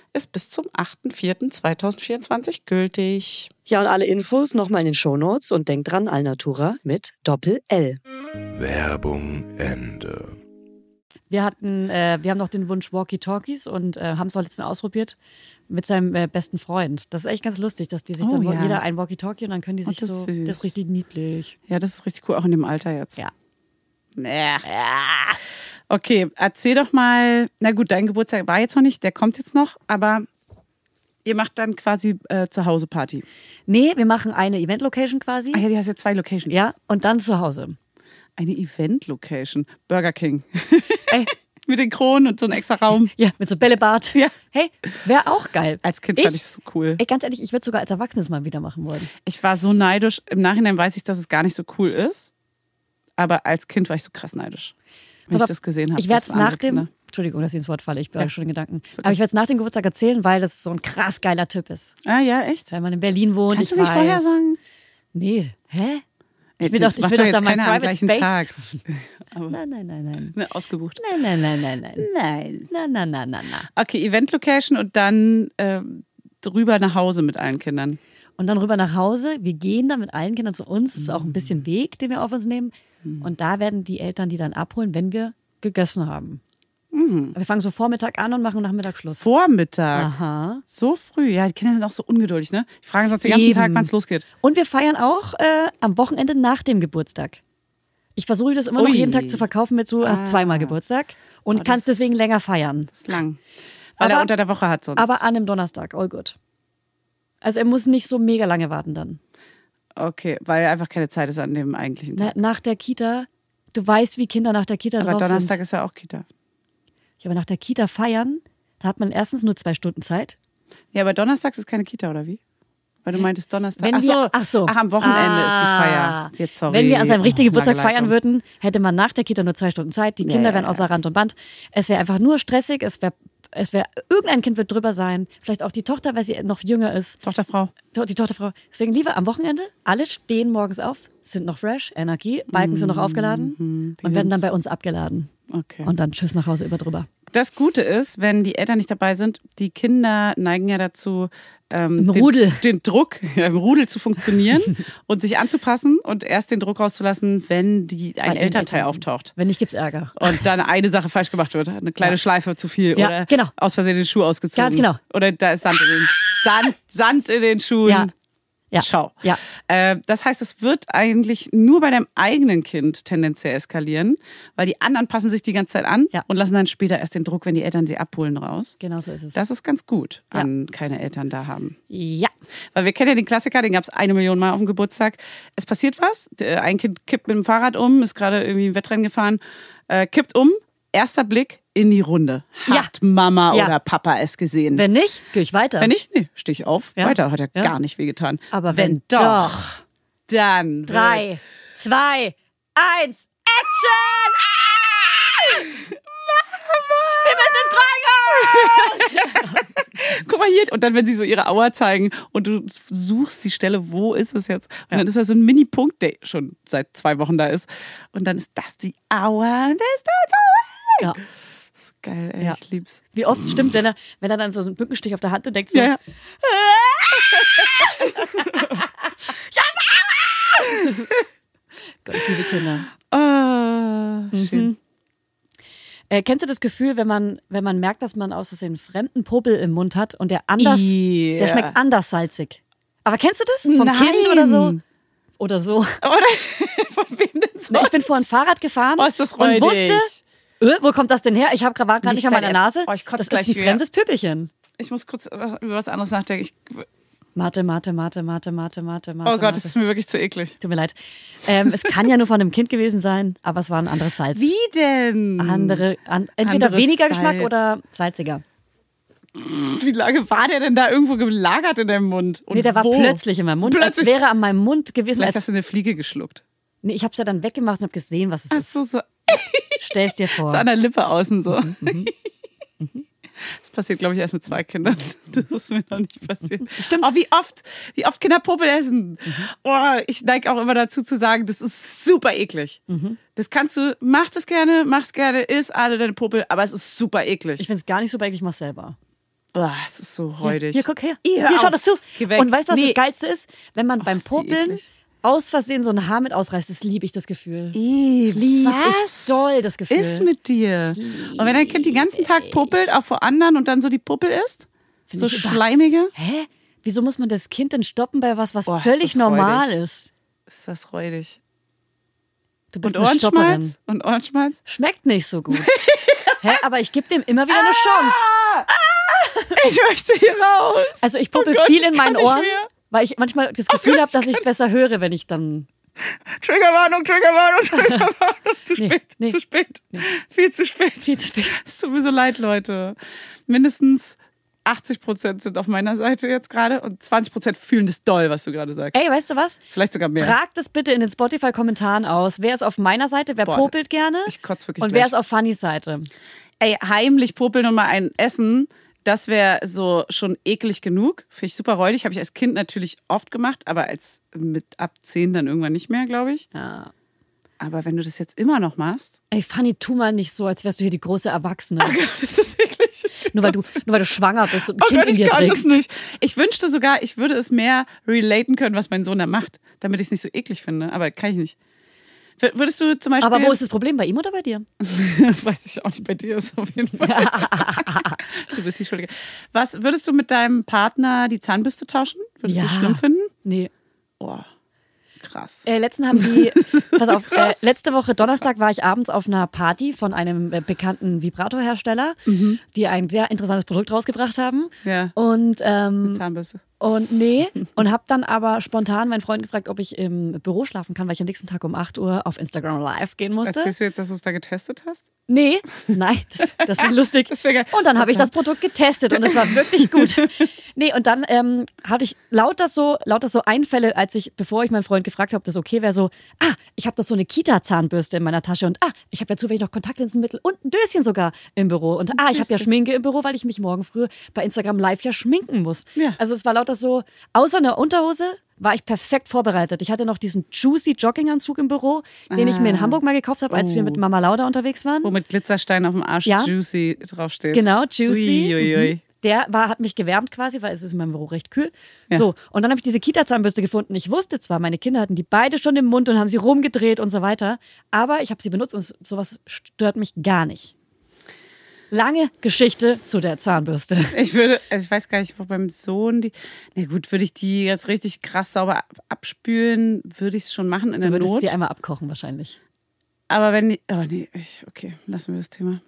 ist bis zum 8.4.2024 gültig. Ja, und alle Infos nochmal in den Shownotes und denkt dran, Alnatura mit Doppel-L. Werbung Ende. Wir hatten, äh, wir haben noch den Wunsch Walkie-Talkies und äh, haben es auch letztens ausprobiert mit seinem äh, besten Freund. Das ist echt ganz lustig, dass die sich Oh, dann ja. jeder ein Walkie-Talkie und dann können die sich das ist so. süß. Das ist richtig niedlich. Ja, das ist richtig cool, auch in dem Alter jetzt. Ja. Ja. [laughs] Okay, erzähl doch mal. Na gut, dein Geburtstag war jetzt noch nicht, der kommt jetzt noch, aber ihr macht dann quasi äh, zu Hause Party. Nee, wir machen eine Event-Location quasi. Ah ja, du hast ja zwei Locations. Ja, und dann zu Hause. Eine Event-Location. Burger King. [laughs] Ey. [laughs] Mit den Kronen und so einem extra Raum. Ja, mit so Bällebart. Ja. Hey, wäre auch geil. Als Kind fand ich es so cool. Ey, ganz ehrlich, ich würde sogar als Erwachsenes mal wieder machen wollen. Ich war so neidisch. Im Nachhinein weiß ich, dass es gar nicht so cool ist. Aber als Kind war ich so krass neidisch, wenn Pass ich auf, das gesehen habe. Ich werde dass es nach andere dem. Kinder- Entschuldigung, dass ich ins Wort falle. Ich bin Ja. schon in Gedanken. okay. Aber ich werde es nach dem Geburtstag erzählen, weil das so ein krass geiler Tipp ist. Ah ja, echt? Wenn man in Berlin wohnt, Kannst ich du nicht weiß. vorher sagen? Nee. Hä? Ich Ey, will das doch, ich macht will doch jetzt da mein keiner am Private gleichen Space. Tag. [laughs] Nein, nein, nein, nein. Ne, ausgebucht. Nein, nein, nein, nein, nein. Nein. Na, na, na, na, na. Okay, Event-Location und dann ähm, drüber nach Hause mit allen Kindern. Und dann rüber nach Hause. Wir gehen dann mit allen Kindern zu uns. Das ist auch ein Mhm. bisschen Weg, den wir auf uns nehmen. Und da werden die Eltern die dann abholen, wenn wir gegessen haben. Mhm. Wir fangen so Vormittag an und machen Nachmittag Schluss. Vormittag. Ah. Aha. So früh. Ja, die Kinder sind auch so ungeduldig, ne? Die fragen sonst den ganzen Eben. Tag, wann es losgeht. Und wir feiern auch äh, am Wochenende nach dem Geburtstag. Ich versuche das immer noch Ui. Ah. Oh, jeden Tag zu verkaufen mit so, hast zweimal Geburtstag und kannst deswegen länger feiern. Ist lang. Weil er Aber- unter der Woche hat sonst. Aber an einem Donnerstag, all good. Also er muss nicht so mega lange warten dann. okay, weil einfach keine Zeit ist an dem eigentlichen Tag. Na, nach der Kita, du weißt, wie Kinder nach der Kita Aber drauf Donnerstag sind. ist ja auch Kita. Ja, aber nach der Kita feiern, da hat man erstens nur zwei Stunden Zeit. Ja, aber Donnerstags ist keine Kita, oder wie? Weil du meintest Donnerstag. Wenn ach, so. wir, ach so. Ach, am Wochenende ist die Ah. Feier. Jetzt, sorry. Wenn wir an seinem richtigen Lange Geburtstag feiern Leitung. würden, hätte man nach der Kita nur zwei Stunden Zeit. Die Kinder ja, wären ja. außer Rand und Band. Es wäre einfach nur stressig. Es wäre, es wäre, irgendein Kind wird drüber sein. Vielleicht auch die Tochter, weil sie noch jünger ist. Tochter, Frau. To- Die Tochterfrau. Deswegen lieber am Wochenende. Alle stehen morgens auf, sind noch fresh, Energie, Balken sind noch aufgeladen und werden dann bei uns abgeladen. Mhm. Okay. Und dann tschüss nach Hause über drüber. Das Gute ist, wenn die Eltern nicht dabei sind, die Kinder neigen ja dazu, ähm, Im den- Rudel. Den, Druck, [laughs] ja, im Rudel [laughs] zu funktionieren und sich anzupassen und erst den Druck rauszulassen, wenn die, ein Weil die Elternteil Eltern sind. auftaucht. Wenn nicht, gibt's Ärger. Und dann eine Sache falsch gemacht wird, eine kleine Ja. Schleife zu viel Ja, oder genau. aus Versehen den Schuh ausgezogen. Ganz genau. Oder da ist Sand in den, Sand, Sand in den Schuhen. Ja. Ja. Schau. Ja. Äh, das heißt, es wird eigentlich nur bei deinem eigenen Kind tendenziell eskalieren, weil die anderen passen sich die ganze Zeit an Ja. und lassen dann später erst den Druck, wenn die Eltern sie abholen, raus. Genau so ist es. Das ist ganz gut, Ja. an keine Eltern da haben. ja. Weil wir kennen ja den Klassiker, den gab es eine Million Mal auf dem Geburtstag. Es passiert was, der- ein Kind kippt mit dem Fahrrad um, ist gerade irgendwie ein Wettrennen gefahren, äh, kippt um, erster Blick in die Runde. Ja. Hat Mama Ja. oder Papa es gesehen? Wenn nicht, gehe ich weiter. Wenn nicht, nee, steh ich auf, Ja. weiter, hat ja, Ja. gar nicht wehgetan. Aber wenn doch, dann wird Drei, zwei, eins, Action! Ah! Mama! Wir müssen ins Krankenhaus! guck mal hier. Und dann, wenn sie so ihre Auer zeigen und du suchst die Stelle, wo ist es jetzt? Und dann ist da so ein Mini-Punkt, der schon seit zwei Wochen da ist. Und dann ist das die Auer. Und das ist die Auer. Ja. So geil, ey, Ja. ich lieb's. Wie oft stimmt, wenn er, wenn er dann so einen Mückenstich auf der Hand entdeckt, so, Ja, ja. Gott, liebe Kinder. Ah, Mhm. schön. Äh, kennst du das Gefühl, wenn man, wenn man merkt, dass man aus Versehen einen fremden Popel im Mund hat und der anders, Ja. der schmeckt anders salzig? Aber kennst du das? Vom Nein. Kind oder so? Oder so. Oder [laughs] von wem denn so? Na, Ich bin vorhin Fahrrad gefahren [laughs] Oh, ist das und räudig. wusste, äh, wo kommt das denn her? Ich habe gerade nicht, nicht Nicht an meiner dein Ernst. Nase. Oh, ich kotze das gleich ist ein wieder. fremdes Püppelchen. Ich muss kurz über was anderes nachdenken. Ich, oh Mate, Mate, Mate, Mate, Mate, Mate, Mate. Gott, das Mate. ist mir wirklich zu eklig. tut mir leid. Ähm, es kann ja nur von einem Kind gewesen sein, aber es war ein anderes Salz. Wie denn? Andere, an, entweder Anderes weniger Geschmack Salz. oder salziger. [laughs] Wie lange war der denn da irgendwo gelagert in deinem Mund? Und Nee, der war wo? plötzlich in meinem Mund, Plötzlich. als wäre er an meinem Mund gewesen. Vielleicht Als, hast du eine Fliege geschluckt. nee, ich habe es ja dann weggemacht und habe gesehen, was es Ach ist. so, so, Stell's dir vor. [laughs] so an der Lippe außen so. Mhm, Das passiert, glaube ich, erst mit zwei Kindern. [laughs] Das ist mir noch nicht passiert. Stimmt. Mhm. Oh, wie oft, wie oft Kinder Popel essen. Oh, ich neige auch immer dazu zu sagen, das ist super eklig. Mhm. Das kannst du, mach das gerne, mach's gerne, isst alle deine Popel, aber es ist super Ich eklig. find's gar nicht so eklig, ich mach's selber. Oh, es ist so räudig. Hier, guck her. Ih, hör hier, schau auf. das zu. Geh weg. Und weißt du, was Nee. das Geilste ist? Wenn man beim ist die Popeln eklig. aus Versehen so ein Haar mit ausreißt, das liebe ich, das Gefühl. Ih, Das lieb was ich doll, das Gefühl. Ist mit dir. Und wenn dein Kind den ganzen Tag popelt, auch vor anderen und dann so die Puppel isst, so ich über- schleimige, Hä? Wieso muss man das Kind denn stoppen bei was, was Boah, ist völlig das normal räudig. ist? ist das räudig. Du bist Und eine Stopperin. Ohrenschmalz? Und Ohrenschmalz? Schmeckt nicht so gut. Hä? Aber ich gebe dem immer wieder eine Chance. [laughs] Ich möchte hier raus. Also ich puppe Oh Gott, viel ich in kann meinen nicht Ohren, mehr. Oh weil ich manchmal das Gefühl habe, dass ich es besser höre, wenn ich dann. [laughs] Triggerwarnung, Triggerwarnung, Triggerwarnung. Zu Nee, spät, nee. zu spät. Viel zu spät. Viel zu spät. Es tut mir so leid, Leute. Mindestens 80 Prozent sind auf meiner Seite jetzt gerade und 20 Prozent fühlen das doll, was du gerade sagst. Ey, weißt du was? Vielleicht sogar mehr. Tragt es bitte in den Spotify-Kommentaren aus. Wer ist auf meiner Seite? Wer Boah, popelt gerne? ich kotz wirklich Und wer gleich. ist auf Fannys Seite? Ey, heimlich popeln und mal ein Essen, das wäre so schon eklig genug. Finde ich super räudig. Habe ich als Kind natürlich oft gemacht, aber als mit ab 10 dann irgendwann nicht mehr, glaube ich. Ja. Aber wenn du das jetzt immer noch machst, [laughs] Ey, Fanny, tu mal nicht so, als wärst du hier die große Erwachsene. das ist eklig. [laughs] Nur weil du, nur weil du schwanger bist und ein Oh Kind Gott, in ich dir kann das trägst. nicht. Ich wünschte sogar, ich würde es mehr relaten können, was mein Sohn da macht, damit ich es nicht so eklig finde. Aber kann ich nicht. W- Würdest du zum Beispiel. Aber wo ist das Problem? Bei ihm oder bei dir? [laughs] Weiß ich auch nicht, bei dir ist es auf jeden Fall. [laughs] du bist die Schuldige. Was würdest du mit deinem Partner die Zahnbürste tauschen? Würdest du Ja. es schlimm finden? Nee. Oh, krass. Äh, letzten haben [laughs] sie, pass auf, äh, letzte Woche Donnerstag war ich abends auf einer Party von einem äh, bekannten Vibratorhersteller, die ein sehr interessantes Produkt rausgebracht haben. Mhm. Ja. Und, ähm, Zahnbürste. und nee, und hab dann aber spontan meinen Freund gefragt, ob ich im Büro schlafen kann, weil ich am nächsten Tag um 8 Uhr auf Instagram live gehen musste. Erzählst du jetzt, dass du es da getestet hast? Nee, nein, das, das [laughs] wäre lustig. Das wär geil. Und dann habe ich das Produkt getestet und es war wirklich [laughs] gut. Nee, und dann ähm, hatte ich lauter so, lauter so Einfälle, als ich, bevor ich meinen Freund gefragt habe, ob das okay wäre, so, ah, ich habe doch so eine Kita-Zahnbürste in meiner Tasche und ah, ich habe ja zufällig noch Kontaktlinsenmittel und ein Döschen sogar im Büro. Und ah, ich habe ja Schminke im Büro, weil ich mich morgen früh bei Instagram live ja schminken muss. Ja. Also es war lauter so, außer einer Unterhose war ich perfekt vorbereitet. Ich hatte noch diesen juicy Jogginganzug im Büro, den ich mir in Hamburg mal gekauft habe, als wir Ah. Oh. mit Mama Lauda unterwegs waren. Wo mit Glitzerstein auf dem Arsch Ja. Juicy draufsteht. Genau, juicy. Uiuiui. Mhm. Der war, hat mich gewärmt quasi, weil es ist in meinem Büro recht kühl. Ja. So, und dann habe ich diese Kita-Zahnbürste gefunden. Ich wusste zwar, meine Kinder hatten die beide schon im Mund und haben sie rumgedreht und so weiter, aber ich habe sie benutzt und sowas stört mich gar nicht. Lange Geschichte zu der Zahnbürste. Ich würde, also ich weiß gar nicht, ob beim Sohn die. Na gut, würde ich die jetzt richtig krass sauber ab- abspülen, würde ich es schon machen in Du der würdest Not. sie einmal abkochen wahrscheinlich. Aber wenn die. Oh nee, ich, okay, lassen wir das Thema.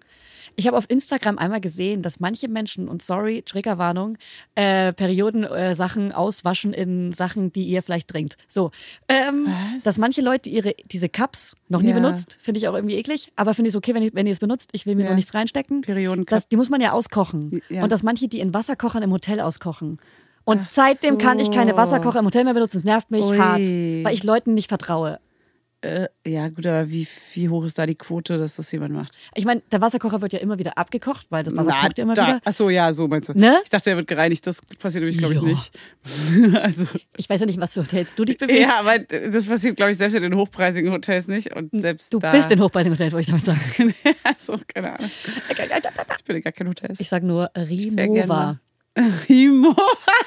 Ich habe auf Instagram einmal gesehen, dass manche Menschen, und sorry, Triggerwarnung, äh, Perioden äh, Sachen auswaschen in Sachen, die ihr vielleicht trinkt. So. Ähm, dass manche Leute ihre diese Cups noch nie Ja. benutzt, finde ich auch irgendwie eklig. Aber finde ich es okay, wenn, ich, wenn ihr es benutzt. Ich will mir Ja. noch nichts reinstecken. Periodencup. Das, die muss man ja auskochen. Ja. Und dass manche die in Wasserkochern im Hotel auskochen. Und Ach seitdem kann ich keine so. Wasserkocher im Hotel mehr benutzen. Das nervt mich Ui. hart, weil ich Leuten nicht vertraue. Äh, ja, gut, aber wie, wie hoch ist da die Quote, dass das jemand macht? Ich meine, der Wasserkocher wird ja immer wieder abgekocht, weil das Wasser kocht ja immer wieder. Achso, ja, so meinst du. Ne? Ich dachte, er wird gereinigt, das passiert nämlich, glaube ich, Ja. nicht. [laughs] also, Ich weiß ja nicht, in was für Hotels du dich bewegst. ja, aber das passiert, glaube ich, selbst in den hochpreisigen Hotels nicht. Und selbst Du da, bist [laughs] in hochpreisigen Hotels, wollte ich damit sagen. also, keine Ahnung. Ich bin in gar kein Hotels. Ich sag nur wär [laughs] Remova. Rimo.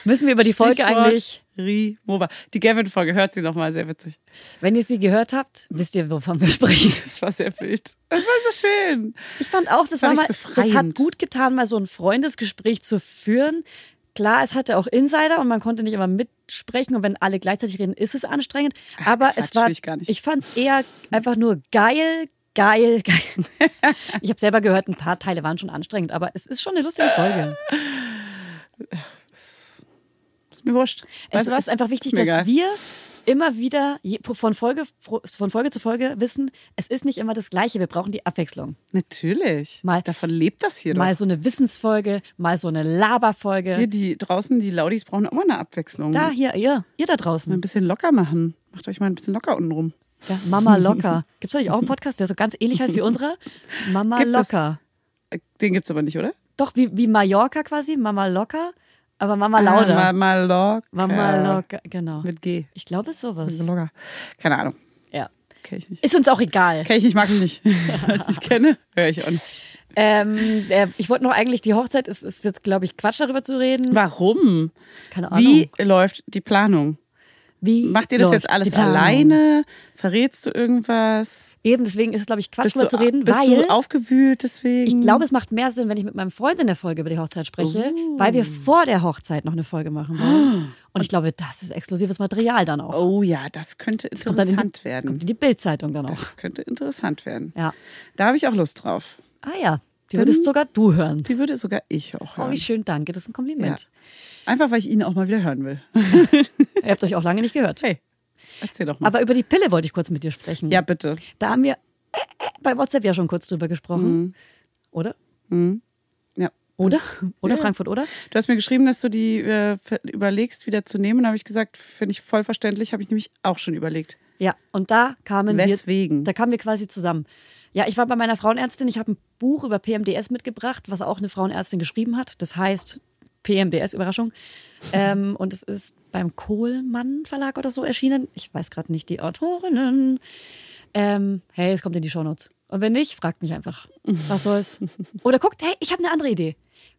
Müssen wir über die Folge eigentlich, Rimowa. Die Gavin-Folge, hört sie nochmal, sehr witzig. wenn ihr sie gehört habt, wisst ihr, wovon wir sprechen. Das war sehr wild. Das war so schön. Ich fand auch, das war Fand mal, ich das hat befreiend. gut getan, mal so ein Freundesgespräch zu führen. Klar, es hatte auch Insider und man konnte nicht immer mitsprechen und wenn alle gleichzeitig reden, ist es anstrengend. Aber Quatsch, es war, will ich gar nicht. fand es eher einfach nur geil, geil, [laughs] geil. ich habe selber gehört, ein paar Teile waren schon anstrengend, aber es ist schon eine lustige Äh, Folge. Ist mir wurscht. Es Weißt du was? ist einfach wichtig, mir dass egal. wir immer wieder je- von Folge, von Folge zu Folge wissen, es ist nicht immer das Gleiche. Wir brauchen die Abwechslung. Natürlich. Mal- Davon lebt das hier Mal doch. so eine Wissensfolge, mal so eine Laberfolge. Genau. Hier die draußen, die Laudis brauchen immer eine Abwechslung. da, Mal hier, ihr, ihr da ein drausen. bisschen locker machen. Macht euch mal ein bisschen locker untenrum. Ja, [laughs] Mama Locker. Gibt es da nicht auch einen Podcast, der so ganz ähnlich heißt wie unserer? Mama Gibt es. Locker. Äh, Den gibt's aber nicht, oder? Doch, wie, wie Mallorca quasi, Mama Locker, aber Mama Lauder. Ah, mal, mal locker. Mama Locker, genau. Mit G. Ich glaube, es ist sowas. Locker. Keine Ahnung. Ja. Kenn ich nicht. Ist uns auch egal. Kenn ich nicht, mag ich [laughs] nicht. [laughs] Was ich kenne, höre ich auch nicht. Ähm, äh, ich wollte noch eigentlich, die Hochzeit ist, ist jetzt, glaube ich, Quatsch darüber zu reden. Warum? Keine Ahnung. Wie läuft die Planung? Wie Macht ihr das läuft jetzt alles die Planung? alleine? Verrätst du irgendwas? Eben, deswegen ist es, glaube ich, Quatsch Bist darüber du, zu reden, bist weil du aufgewühlt deswegen? ich glaube, es macht mehr Sinn, wenn ich mit meinem Freund in der Folge über die Hochzeit spreche, Oh. weil wir vor der Hochzeit noch eine Folge machen Ah. wollen. Und ich glaube, das ist exklusives Material dann auch. Oh ja, das könnte kommt dann in die- interessant werden. Kommt in die Bildzeitung dann auch. Das könnte interessant werden. Ja. Da habe ich auch Lust drauf. Ah ja, die Dann- würdest sogar du hören. Die würde sogar ich auch Oh, hören. wie schön, danke, das ist ein Kompliment. Einfach, weil ich ihn auch mal wieder [laughs] hören will. Ihr habt euch auch lange nicht gehört. Hey, erzähl doch mal. Aber über die Pille wollte ich kurz mit dir sprechen. ja, bitte. Da haben wir äh, äh, bei WhatsApp ja schon kurz drüber gesprochen. Mhm. Oder? Ja. [laughs] Oder? Oder Ja. Frankfurt, oder? Du hast mir geschrieben, dass du die äh, ver- überlegst, wieder zu nehmen. Da habe ich gesagt, finde ich voll verständlich, habe ich nämlich auch schon überlegt. Ja, und da kamen Weswegen? wir. Da kamen wir quasi zusammen. Ja, ich war bei meiner Frauenärztin, ich habe ein Buch über PMDS mitgebracht, was auch eine Frauenärztin geschrieben hat. Das heißt PMDS, Überraschung. ähm, [laughs] und es ist beim Kohlmann Verlag oder so erschienen. Ich weiß gerade nicht die Autorinnen. Ähm, hey, es kommt in die Shownotes. Und wenn nicht, fragt mich einfach. Was [laughs] soll's? Oder guckt, hey, ich habe eine andere Idee.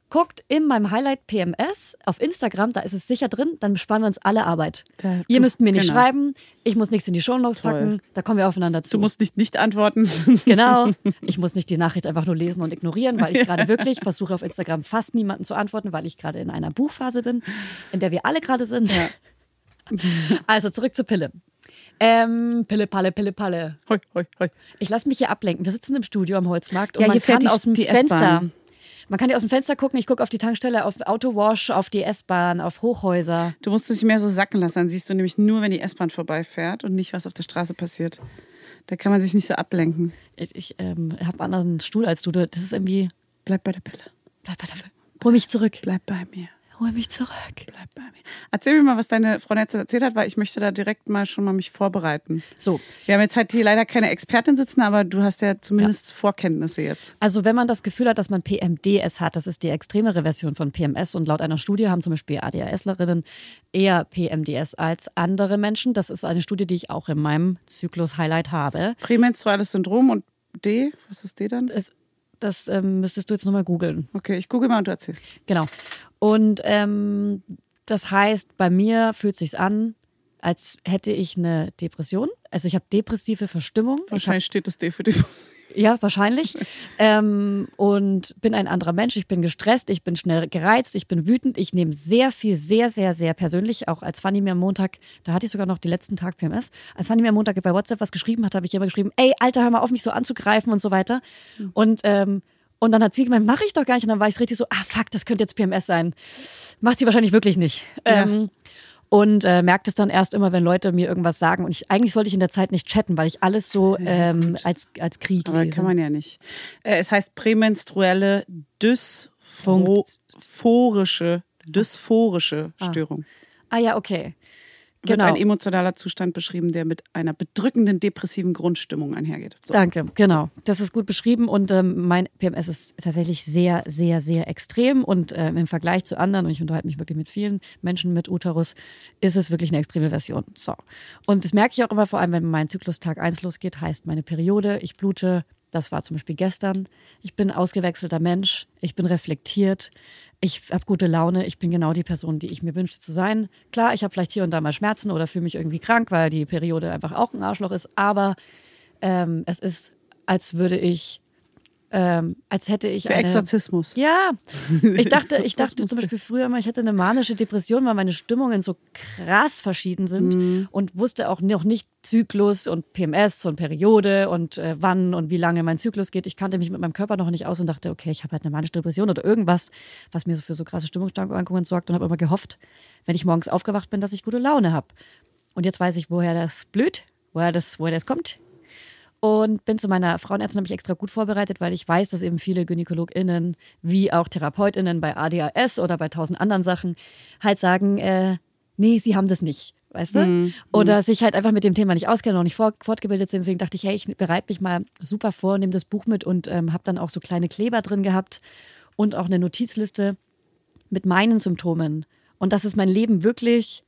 Guckt in meinem Highlight PMS auf Instagram, da ist es sicher drin, dann sparen wir uns alle Arbeit. Da- Ihr müsst mir nicht genau. schreiben, ich muss nichts in die Shownotes Toll. packen, da kommen wir aufeinander zu. Du musst nicht nicht antworten. Oh. [laughs] genau, ich muss nicht die Nachricht einfach nur lesen und ignorieren, weil ich gerade wirklich versuche auf Instagram fast niemanden zu antworten, weil ich gerade in einer Buchphase bin, in der wir alle gerade sind. [laughs] also zurück zur Pille. Ähm, Pille, Palle, Pille, Palle. [laughs] Hoi, hoi, hoi. Ich lasse mich hier ablenken. Wir sitzen im Studio am Holzmarkt und Ja, man hier kann fährt die- aus dem die Fenster. S-Bahn. Man kann hier aus dem Fenster gucken. Ich gucke auf die Tankstelle, auf Autowash, auf die S-Bahn, auf Hochhäuser. Du musst dich mehr so sacken lassen, dann siehst du nämlich nur, wenn die S-Bahn vorbeifährt und nicht, was auf der Straße passiert. Da kann man sich nicht so ablenken. Ich, ich ähm, habe einen anderen Stuhl als du. Das ist irgendwie. Bleib bei der Pille. Bleib bei der Hol mich zurück. Bleib bei mir. Hol mich zurück. Bleib bei mir. Erzähl mir mal, was deine Freundin jetzt erzählt hat, weil ich möchte da direkt mal schon mal mich vorbereiten. So. Wir haben jetzt halt hier leider keine Expertin sitzen, aber du hast ja zumindest Vorkenntnisse jetzt. Also wenn man das Gefühl hat, dass man PMDS hat, das ist die extremere Version von PMS und laut einer Studie haben zum Beispiel ADHSlerinnen eher PMDS als andere Menschen. Das ist eine Studie, die ich auch in meinem Zyklus-Highlight habe. Prämenstruales Syndrom und D, was ist D dann? Das, das ähm, müsstest du jetzt nochmal googeln. Okay, ich google mal und du erzählst. Genau. Und ähm, das heißt, bei mir fühlt sich's an, als hätte ich eine Depression. Also ich habe depressive Verstimmung. Ich Wahrscheinlich steht das D für die ja, wahrscheinlich. ähm, und bin ein anderer Mensch. Ich bin gestresst, ich bin schnell gereizt, ich bin wütend. Ich nehme sehr viel, sehr, sehr, sehr persönlich. Auch als Fanny mir am Montag, da hatte ich sogar noch die letzten Tag PMS, als Fanny mir am Montag bei WhatsApp was geschrieben hat, habe ich ihr immer geschrieben, ey, Alter, hör mal auf, mich so anzugreifen und so weiter. Und, ähm, und dann hat sie gemeint, mache ich doch gar nicht. Und dann war ich richtig so, ah fuck, das könnte jetzt PMS sein. Macht sie wahrscheinlich wirklich nicht. Ähm, und äh, merkt es dann erst immer, wenn Leute mir irgendwas sagen. Und ich, eigentlich sollte ich in der Zeit nicht chatten, weil ich alles so ähm, als, als Krieg Aber lese. kann man ja nicht. Äh, es heißt prämenstruelle dysphorische, dysphorische Störung. Ah ja, okay. Wird Genau. ein emotionaler Zustand beschrieben, der mit einer bedrückenden depressiven Grundstimmung einhergeht. So. Danke, genau. Das ist gut beschrieben und ähm, mein PMS ist tatsächlich sehr, sehr, sehr extrem und ähm, im Vergleich zu anderen, und ich unterhalte mich wirklich mit vielen Menschen mit Uterus, ist es wirklich eine extreme Version. So. Und das merke ich auch immer, vor allem wenn mein Zyklus Tag 1 losgeht, heißt meine Periode, ich blute, das war zum Beispiel gestern, ich bin ausgewechselter Mensch, ich bin reflektiert, ich habe gute Laune, ich bin genau die Person, die ich mir wünsche zu sein. Klar, ich habe vielleicht hier und da mal Schmerzen oder fühle mich irgendwie krank, weil die Periode einfach auch ein Arschloch ist, aber ähm, es ist, als würde ich, ähm, als hätte ich Der eine. Exorzismus. Ja, ich dachte, ich dachte zum Beispiel früher immer, ich hätte eine manische Depression, weil meine Stimmungen so krass verschieden sind Mhm. und wusste auch noch nicht Zyklus und PMS und Periode und äh, wann und wie lange mein Zyklus geht. Ich kannte mich mit meinem Körper noch nicht aus und dachte, okay, ich habe halt eine manische Depression oder irgendwas, was mir so für so krasse Stimmungsschwankungen sorgt und habe immer gehofft, wenn ich morgens aufgewacht bin, dass ich gute Laune habe. Und jetzt weiß ich, woher das blüht, woher das, woher das kommt. Und bin zu meiner Frauenärztin, habe mich extra gut vorbereitet, weil ich weiß, dass eben viele GynäkologInnen, wie auch TherapeutInnen bei ADHS oder bei tausend anderen Sachen, halt sagen, äh, nee, sie haben das nicht. Weißt du? Oder sich halt einfach mit dem Thema nicht auskennen, noch nicht fort, fortgebildet sind. Deswegen dachte ich, hey, ich bereite mich mal super vor, nehme das Buch mit und ähm, habe dann auch so kleine Kleber drin gehabt und auch eine Notizliste mit meinen Symptomen. Und dass es mein Leben wirklich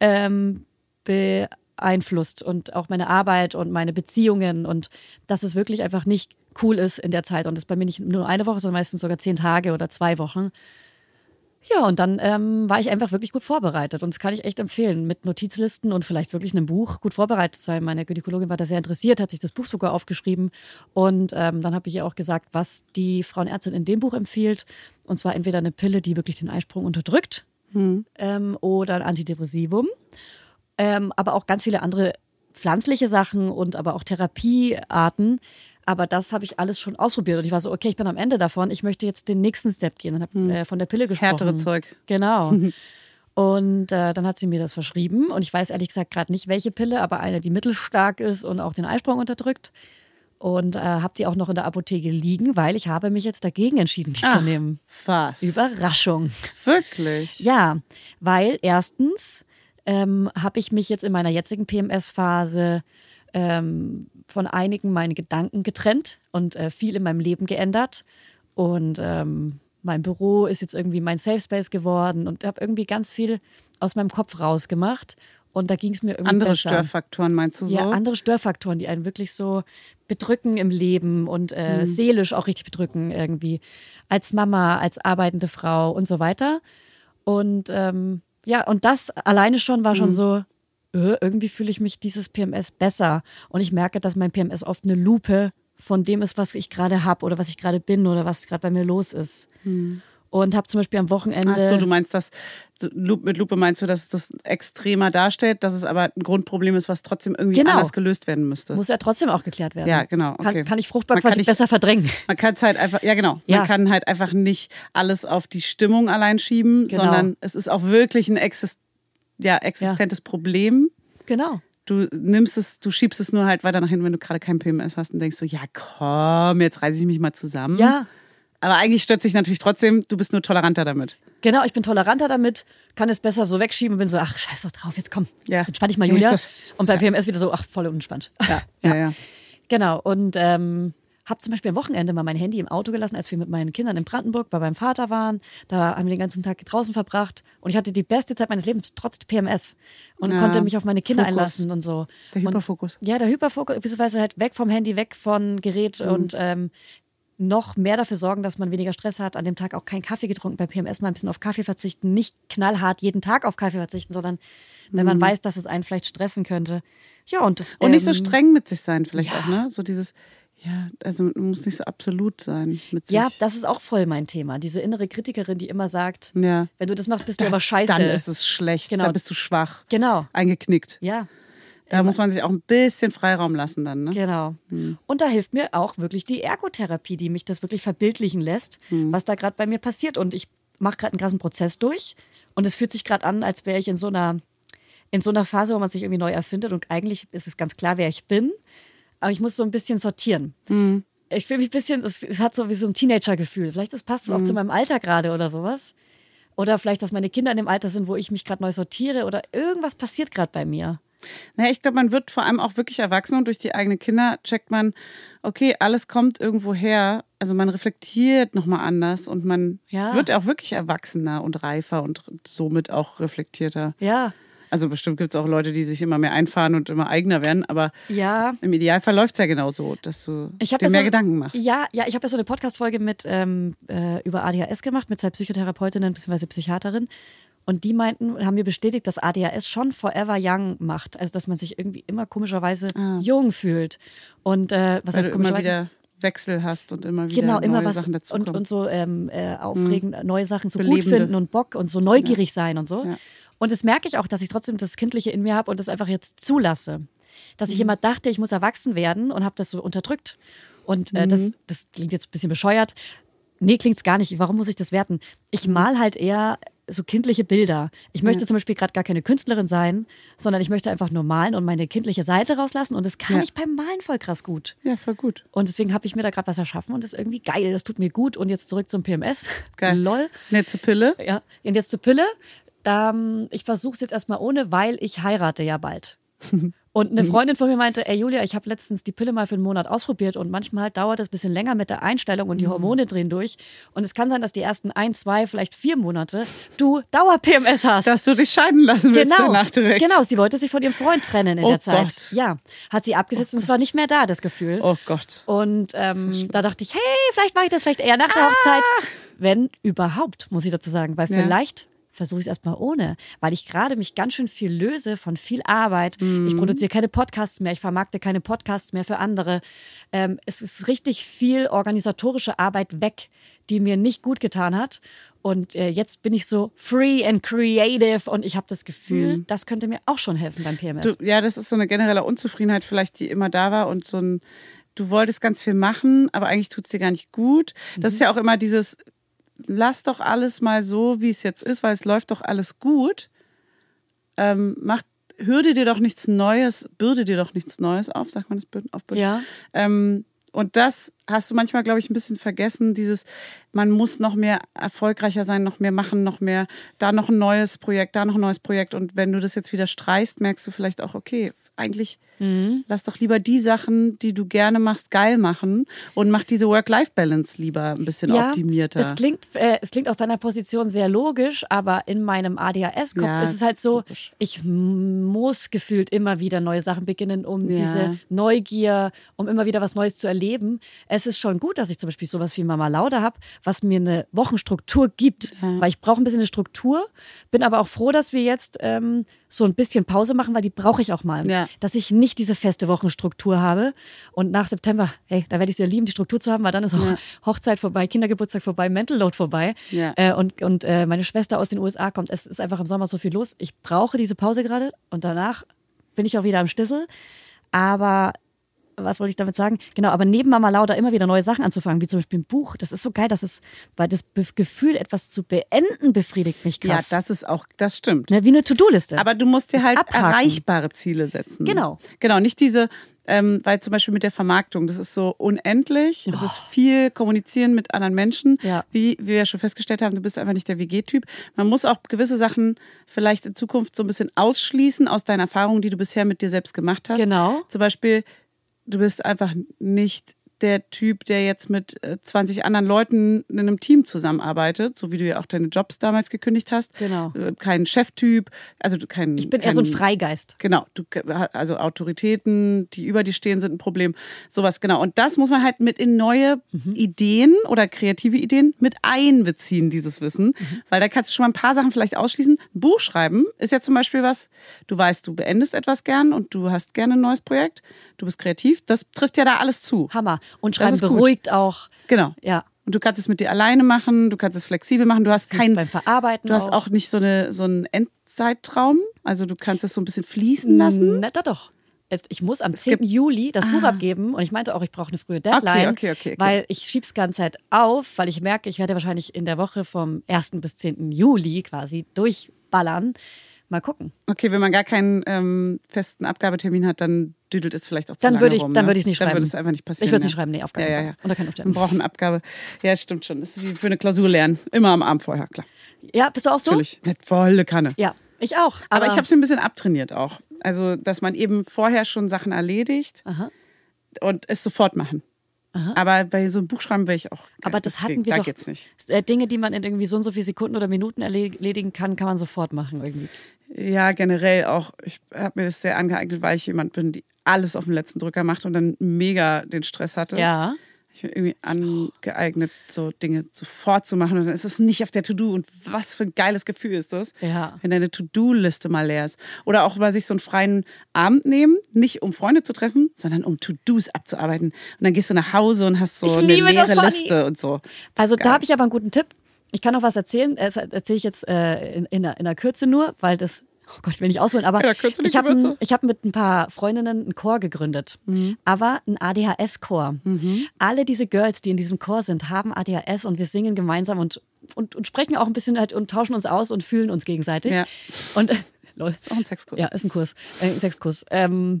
ähm, beeinflusst und auch meine Arbeit und meine Beziehungen und dass es wirklich einfach nicht cool ist in der Zeit. Und das bei mir nicht nur eine Woche, sondern meistens sogar zehn Tage oder zwei Wochen. Ja, und dann ähm, war ich einfach wirklich gut vorbereitet. Und das kann ich echt empfehlen, mit Notizlisten und vielleicht wirklich einem Buch gut vorbereitet zu sein. Meine Gynäkologin war da sehr interessiert, hat sich das Buch sogar aufgeschrieben. Und ähm, dann habe ich ihr auch gesagt, was die Frauenärztin in dem Buch empfiehlt. Und zwar entweder eine Pille, die wirklich den Eisprung unterdrückt, Mhm. ähm, oder ein Antidepressivum. Ähm, aber auch ganz viele andere pflanzliche Sachen und aber auch Therapiearten. Aber das habe ich alles schon ausprobiert und ich war so, okay, ich bin am Ende davon, ich möchte jetzt den nächsten Step gehen. Dann habe äh, von der Pille gesprochen. Mhm. Härtere Zeug. [laughs] Genau. Und äh, dann hat sie mir das verschrieben und ich weiß ehrlich gesagt gerade nicht, welche Pille, aber eine, die mittelstark ist und auch den Eisprung unterdrückt. Und äh, habe die auch noch in der Apotheke liegen, weil ich habe mich jetzt dagegen entschieden, die zu nehmen. Was? Überraschung. Wirklich? Ja, weil erstens ähm, habe ich mich jetzt in meiner jetzigen PMS-Phase ähm, von einigen meinen Gedanken getrennt und äh, viel in meinem Leben geändert. Und ähm, mein Büro ist jetzt irgendwie mein Safe Space geworden und habe irgendwie ganz viel aus meinem Kopf rausgemacht. Und da ging es mir irgendwie Andere besser. Störfaktoren meinst du so? Ja, andere Störfaktoren, die einen wirklich so bedrücken im Leben und Mhm. äh, seelisch auch richtig bedrücken irgendwie. Als Mama, als arbeitende Frau und so weiter. Und ähm, ja, und das alleine schon war Mhm. schon so, äh, irgendwie fühle ich mich dieses PMS besser. Und ich merke, dass mein PMS oft eine Lupe von dem ist, was ich gerade habe oder was ich gerade bin oder was gerade bei mir los ist. Und habe zum Beispiel am Wochenende. Mhm. Ach so, du meinst das, du- Lu- mit Lupe meinst du, dass das extremer darstellt, dass es aber ein Grundproblem ist, was trotzdem irgendwie Genau. anders gelöst werden müsste. muss ja trotzdem auch geklärt werden. Ja, genau, okay. Kann, kann ich fruchtbar Man kann quasi nicht- besser verdrängen. Man kann es halt einfach, ja genau, Ja. man kann halt einfach nicht alles auf die Stimmung allein schieben, Genau. sondern es ist auch wirklich ein exist ja, existentes Problem. Genau. Du nimmst es, du schiebst es nur halt weiter nach hinten, wenn du gerade kein PMS hast und denkst so, ja komm, jetzt reiße ich mich mal zusammen. Ja. Aber eigentlich stört sich natürlich trotzdem, du bist nur toleranter damit. Genau, ich bin toleranter damit, kann es besser so wegschieben und bin so, ach, scheiß doch drauf, jetzt komm, Ja. entspann dich mal, Ja, Julia. jetzt Und bei PMS wieder so, ach, voll unentspannt. Ja, ja, ja. Genau, und ähm, habe zum Beispiel am Wochenende mal mein Handy im Auto gelassen, als wir mit meinen Kindern in Brandenburg bei meinem Vater waren. Da haben wir den ganzen Tag draußen verbracht und ich hatte die beste Zeit meines Lebens, trotz PMS. Und Ja, konnte mich auf meine Kinder Fokus. einlassen und so. Der Hyperfokus. Und, ja, der Hyperfokus, beziehungsweise halt weg vom Handy, weg von Gerät Mhm. und ähm, noch mehr dafür sorgen, dass man weniger Stress hat, an dem Tag auch keinen Kaffee getrunken, bei PMS mal ein bisschen auf Kaffee verzichten, nicht knallhart jeden Tag auf Kaffee verzichten, sondern wenn man weiß, dass es einen vielleicht stressen könnte. Ja, und das, Mhm. Und nicht so ähm, streng mit sich sein, vielleicht ja. auch, ne? So dieses, ja, also man muss nicht so absolut sein mit sich. Ja, das ist auch voll mein Thema. Diese innere Kritikerin, die immer sagt, Ja. wenn du das machst, bist du aber scheiße. Dann ist es schlecht, Genau. da bist du schwach. Genau. Eingeknickt. Ja, Da muss man sich auch ein bisschen Freiraum lassen dann, ne? genau. Und da hilft mir auch wirklich die Ergotherapie, die mich das wirklich verbildlichen lässt, was da gerade bei mir passiert. Und ich mache gerade einen krassen Prozess durch. Und es fühlt sich gerade an, als wäre ich in so einer in so einer Phase, wo man sich irgendwie neu erfindet. Und eigentlich ist es ganz klar, wer ich bin. Aber ich muss so ein bisschen sortieren. Ich fühle mich ein bisschen, es, es hat so wie so ein Teenager-Gefühl. Vielleicht das passt es auch zu meinem Alter gerade oder sowas. Oder vielleicht, dass meine Kinder in dem Alter sind, wo ich mich gerade neu sortiere oder irgendwas passiert gerade bei mir. Naja, ich glaube, man wird vor allem auch wirklich erwachsen und durch die eigenen Kinder checkt man, okay, alles kommt irgendwo her. Also man reflektiert nochmal anders und man Ja. wird auch wirklich erwachsener und reifer und somit auch reflektierter. Ja, Also bestimmt gibt es auch Leute, die sich immer mehr einfahren und immer eigener werden, aber ja. im Idealfall läuft es ja genau so, dass du Ich dir hab ja mehr so, Gedanken machst. Ja, ja, ich habe ja so eine Podcast-Folge mit ähm, äh, über ADHS gemacht mit zwei Psychotherapeutinnen bzw. Psychiaterinnen. Und die meinten, haben mir bestätigt, dass ADHS schon forever young macht. Also dass man sich irgendwie immer komischerweise jung fühlt. Und äh, was heißt Ah. Weil du immer komischerweise? wieder Wechsel hast und immer wieder Genau, neue immer was Sachen dazu und, und so ähm, äh, aufregend, neue Sachen so gut Belebende. finden und Bock und so neugierig sein und so. Ja. Und das merke ich auch, dass ich trotzdem das Kindliche in mir habe und das einfach jetzt zulasse. Dass Mhm. ich immer dachte, ich muss erwachsen werden und habe das so unterdrückt. Und äh, Mhm. das, Mhm. das klingt jetzt ein bisschen bescheuert. Nee, klingt's gar nicht. Warum muss ich das werten? Ich mal halt eher so kindliche Bilder. Ich möchte zum Beispiel gerade gar keine Künstlerin sein, sondern ich möchte einfach nur malen und meine kindliche Seite rauslassen. Und das kann Ja. ich beim Malen voll krass gut. Ja, voll gut. Und deswegen habe ich mir da gerade was erschaffen und das ist irgendwie geil. Das tut mir gut. Und jetzt zurück zum PMS. Geil. Lol. Netze Pille. Ja. Und jetzt zur Pille. Da, ähm, ich versuche es jetzt erstmal ohne, weil ich heirate ja [laughs] bald. Und eine Freundin von mir meinte, ey Julia, ich habe letztens die Pille mal für einen Monat ausprobiert und manchmal dauert es ein bisschen länger mit der Einstellung Mhm. und die Hormone drehen durch. Und es kann sein, dass die ersten ein, zwei, vielleicht vier Monate du Dauer-PMS hast. Dass du dich scheiden lassen willst danach direkt. Genau, sie wollte sich von ihrem Freund trennen in Oh der Zeit. Gott. Ja, hat sie abgesetzt und es war nicht mehr da, das Gefühl. Oh Gott. Und ähm, da dachte ich, hey, vielleicht mache ich das vielleicht eher nach der Hochzeit. Wenn überhaupt, muss ich dazu sagen. Weil Ja. vielleicht versuche ich es erstmal ohne. Weil ich gerade mich ganz schön viel löse von viel Arbeit. Ich produziere keine Podcasts mehr, ich vermarkte keine Podcasts mehr für andere. Ähm, es ist richtig viel organisatorische Arbeit weg, die mir nicht gut getan hat. Und äh, jetzt bin ich so free and creative und ich habe das Gefühl, das könnte mir auch schon helfen beim PMS. Du, ja, das ist so eine generelle Unzufriedenheit vielleicht, die immer da war und so ein, du wolltest ganz viel machen, aber eigentlich tut's dir gar nicht gut. Das ist ja auch immer dieses, lass doch alles mal so, wie es jetzt ist, weil es läuft doch alles gut. Ähm, mach, hürde dir doch nichts Neues, bürde dir doch nichts Neues auf, sagt man das Bürden- auf Bürden? Ja. Ähm, und das hast du manchmal, glaube ich, ein bisschen vergessen, dieses, man muss noch mehr erfolgreicher sein, noch mehr machen, noch mehr, da noch ein neues Projekt, da noch ein neues Projekt. Und wenn du das jetzt wieder streichst, merkst du vielleicht auch, okay, eigentlich Mhm. lass doch lieber die Sachen, die du gerne machst, geil machen und mach diese Work-Life-Balance lieber ein bisschen optimierter. Es klingt, äh, es klingt aus deiner Position sehr logisch, aber in meinem ADHS-Kopf Ja, ist es halt so, logisch. ich muss gefühlt immer wieder neue Sachen beginnen, um Ja. diese Mhm. Neugier, um immer wieder was Neues zu erleben. Es ist schon gut, dass ich zum Beispiel sowas wie Mama Lauda habe, was mir eine Wochenstruktur gibt, weil ich brauche ein bisschen eine Struktur, bin aber auch froh, dass wir jetzt ähm, so ein bisschen Pause machen, weil die brauche ich auch mal. Ja. Dass ich nicht diese feste Wochenstruktur habe und nach September, hey, da werde ich es ja lieben, die Struktur zu haben, weil dann ist auch Ja. Hochzeit vorbei, Kindergeburtstag vorbei, Mental Load vorbei Ja. äh, und, und äh, meine Schwester aus den USA kommt. Es ist einfach im Sommer so viel los. Ich brauche diese Pause gerade und danach bin ich auch wieder am Stissel. Aber was wollte ich damit sagen? Genau, aber neben Mama Lauda immer wieder neue Sachen anzufangen, wie zum Beispiel ein Buch. Das ist so geil, dass es, weil das Be Gefühl, etwas zu beenden, befriedigt mich ja, krass. das ist auch, das stimmt. ne, wie eine To-Do-Liste. Aber du musst dir Das halt Abhaken. erreichbare Ziele setzen. Genau. Genau, nicht diese, ähm, weil zum Beispiel mit der Vermarktung, das ist so unendlich. Es ist viel Kommunizieren mit anderen Menschen. Oh. Ja. Wie, wie wir schon festgestellt haben, du bist einfach nicht der WG-Typ. Man muss auch gewisse Sachen vielleicht in Zukunft so ein bisschen ausschließen aus deinen Erfahrungen, die du bisher mit dir selbst gemacht hast. Genau. Zum Beispiel, du bist einfach nicht der Typ, der jetzt mit äh, 20 anderen Leuten in einem Team zusammenarbeitet, so wie du ja auch deine Jobs damals gekündigt hast. Genau. Äh, Kein Cheftyp, also du- kein. ich bin eher so ein kein- Freigeist. Genau, du, also Autoritäten, die über dir stehen, sind ein Problem. Sowas, genau. Und das muss man halt mit in neue Mhm. Ideen oder kreative Ideen mit einbeziehen, dieses Wissen. Mhm. Weil da kannst du schon mal ein paar Sachen vielleicht ausschließen. Ein Buch schreiben ist ja zum Beispiel was, du weißt, du beendest etwas gern und du hast gerne ein neues Projekt, du bist kreativ. Das trifft ja da alles zu. Hammer. Und Schreiben ist gut. beruhigt auch. Genau. Ja. Und du kannst es mit dir alleine machen, du kannst es flexibel machen, du hast kein. beim Verarbeiten Du hast auch. auch nicht so, eine, so einen Endzeittraum. Also du kannst es so ein bisschen fließen lassen. Ah. Na, Ne, doch, doch. Jetzt, ich muss am 10. Juli das Buch abgeben und ich meinte auch, ich brauche eine frühe Deadline, okay, okay, okay. weil ich schieb's ganze Zeit auf, weil ich merke, ich werde wahrscheinlich in der Woche vom 1. bis 10. Juli quasi durchballern. Mal gucken. Okay, wenn man gar keinen ähm, festen Abgabetermin hat, dann düdelt es vielleicht auch zu Dann lange würde ich- rum, dann ne? würde ich es nicht Dann würde schreiben. es einfach nicht passieren. Ich würde es ja. nicht schreiben, nee, auf keinen ja, ja, Fall. ja. Unter keinen Umständen. Man braucht eine Abgabe. Ja, stimmt schon. Das ist wie für eine Klausur lernen. Immer am Abend vorher, klar. Ja, bist du auch so? Natürlich. Nicht volle Kanne. Ja, ich auch. Aber, ich habe es mir ein bisschen abtrainiert auch. Also, dass man eben vorher schon Sachen erledigt Aha. und es sofort machen. Aber bei so einem Buchschreiben will ich auch. aber das deswegen, hatten wir da doch. geht's nicht. Äh, Dinge, die man in irgendwie so und so viele Sekunden oder Minuten erledigen kann, kann man sofort machen irgendwie. Ja, generell auch. Ich habe mir das sehr angeeignet, weil ich jemand bin, die alles auf den letzten Drücker macht und dann mega den Stress hatte. Ja. Ich bin irgendwie angeeignet, so Dinge sofort zu machen. Und dann ist es nicht auf der To-Do. Und was für ein geiles Gefühl ist das, Ja. wenn deine To-Do-Liste mal leer ist. Oder auch mal sich so einen freien Abend nehmen, nicht um Freunde zu treffen, sondern um To-Dos abzuarbeiten. Und dann gehst du nach Hause und hast so Ich eine liebe das, leere Fanny. Liste und so. Das Also ist da geil. habe ich aber einen guten Tipp. Ich kann noch was erzählen. Das erzähle ich jetzt äh, in, in, der, in der Kürze nur, weil das. Oh Gott, ich will nicht ausholen, aber In der Kürze Mhm. nicht ich habe die Würze. ein- ich habe mit ein paar Freundinnen einen Chor gegründet, aber einen Mhm. ADHS-Chor. Alle diese Girls, die in diesem Chor sind, haben ADHS und wir singen gemeinsam und und, und sprechen auch ein bisschen halt und tauschen uns aus und fühlen uns gegenseitig. Ja. Und äh, lol. Ist auch ein Sexkurs. Ja, ist ein Kurs, äh, ein Sexkurs. Ähm,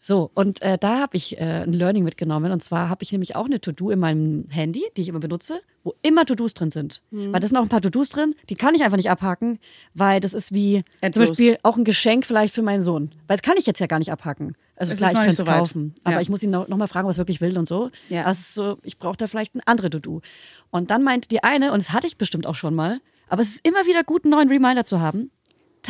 so, und äh, da habe ich äh, ein Learning mitgenommen. Und zwar habe ich nämlich auch eine To-Do in meinem Handy, die ich immer benutze, wo immer To-Dos drin sind. Mhm. Weil da sind auch ein paar To-Dos drin, die kann ich einfach nicht abhaken, weil das ist wie Endlos. zum Beispiel auch ein Geschenk vielleicht für meinen Sohn. Weil das kann ich jetzt ja gar nicht abhaken. Also Es klar, ich ist noch könnte nicht es so weit. kaufen, aber Ja. ich muss ihn noch, noch mal fragen, was er wirklich will und so. Ja. Also es ist so, ich brauche da vielleicht eine andere To-Do. Und dann meint die eine, und das hatte ich bestimmt auch schon mal, aber es ist immer wieder gut, einen neuen Reminder zu haben,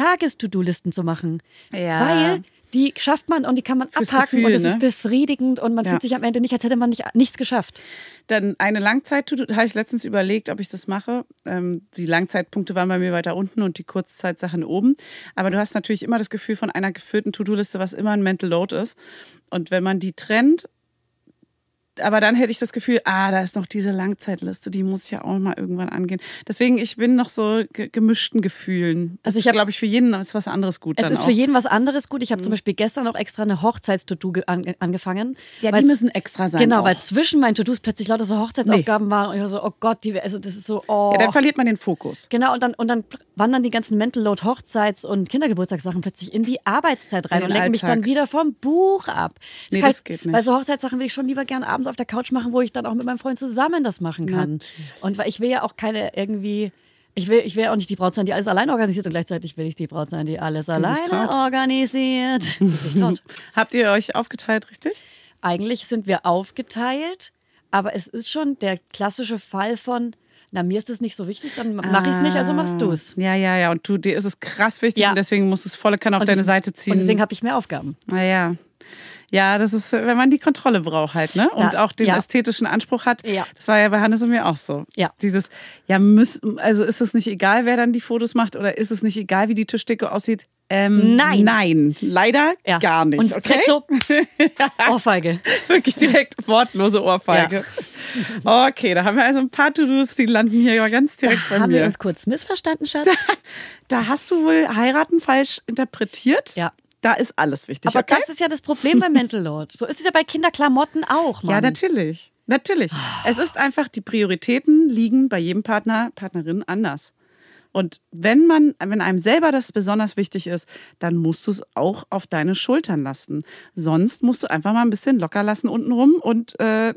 Tages-To-Do-Listen zu machen. Ja. Weil die schafft man und die kann man Fürs abhaken Gefühl, und es ist ne? befriedigend und man Ja. fühlt sich am Ende nicht, als hätte man nicht, nichts geschafft. Dann eine Langzeit, habe ich letztens überlegt, ob ich das mache. Ähm, die Langzeitpunkte waren bei mir weiter unten und die Kurzzeitsachen oben. Aber du hast natürlich immer das Gefühl von einer geführten To-Do-Liste, was immer ein Mental Load ist. Und wenn man die trennt, aber dann hätte ich das Gefühl, ah, da ist noch diese Langzeitliste, die muss ich ja auch mal irgendwann angehen. Deswegen, ich bin noch so ge gemischten Gefühlen. Das Also also ich ich hab- glaube ich, für jeden ist was anderes gut. Es dann ist auch. Mhm. für jeden was anderes gut. Ich habe zum Beispiel gestern auch extra eine Hochzeits-To-Do ge- ange angefangen. Ja, die weil's- müssen extra sein Genau, auch. weil zwischen meinen To-Dos plötzlich lauter so Hochzeitsaufgaben waren. Und ich war so, oh Gott, die, also das ist so, oh. Ja, dann verliert man den Fokus. Genau, und dann, und dann wandern die ganzen Mental Load Hochzeits- und Kindergeburtstagssachen plötzlich in die Arbeitszeit rein In und den lenken mich Alltag. dann wieder vom Buch ab. Nee, kann das ich- geht nicht. Weil so Hochzeitssachen will ich schon lieber gerne abends auf der Couch machen, wo ich dann auch mit meinem Freund zusammen das machen kann. Und weil ich will ja auch keine irgendwie, ich will, ich will auch nicht die Braut sein, die alles allein organisiert und gleichzeitig will ich die Braut sein, die alles alleine traut. organisiert. [laughs] Die sich traut. Habt ihr euch aufgeteilt, richtig? Eigentlich sind wir aufgeteilt, aber es ist schon der klassische Fall von, na, mir ist das nicht so wichtig, dann mach ich's nicht, also Ah. machst du's. Ja, ja, ja. Und du, dir ist es krass wichtig Ja. und deswegen musst du es volle Kanne auf Und deine des- Seite ziehen. Und deswegen habe ich mehr Aufgaben. naja. Ja, das ist, wenn man die Kontrolle braucht halt, ne? Und Da- auch den ja. ästhetischen Anspruch hat. Ja. Das war ja bei Hannes und mir auch so. Ja. Dieses, ja, müssen, also ist es nicht egal, wer dann die Fotos macht oder ist es nicht egal, wie die Tischdecke aussieht? Ähm, Nein. Nein, leider Ja. gar nicht. Und okay? direkt so [laughs] Ohrfeige. Wirklich direkt wortlose Ohrfeige. Okay, da haben wir also ein paar To-Dos, die landen hier aber ganz direkt bei Haben mir. wir uns kurz missverstanden, [laughs] Schatz? Da hast du wohl heiraten falsch interpretiert. Ja. Da ist alles wichtig. Aber okay? das ist ja das Problem bei Mental Load. So ist es ja bei Kinderklamotten auch, Mann. ja, natürlich. Natürlich. [sighs] Es ist einfach, die Prioritäten liegen bei jedem Partner, Partnerin anders. Und wenn man, wenn einem selber das besonders wichtig ist, dann musst du es auch auf deine Schultern lassen. Sonst musst du einfach mal ein bisschen locker lassen untenrum und äh,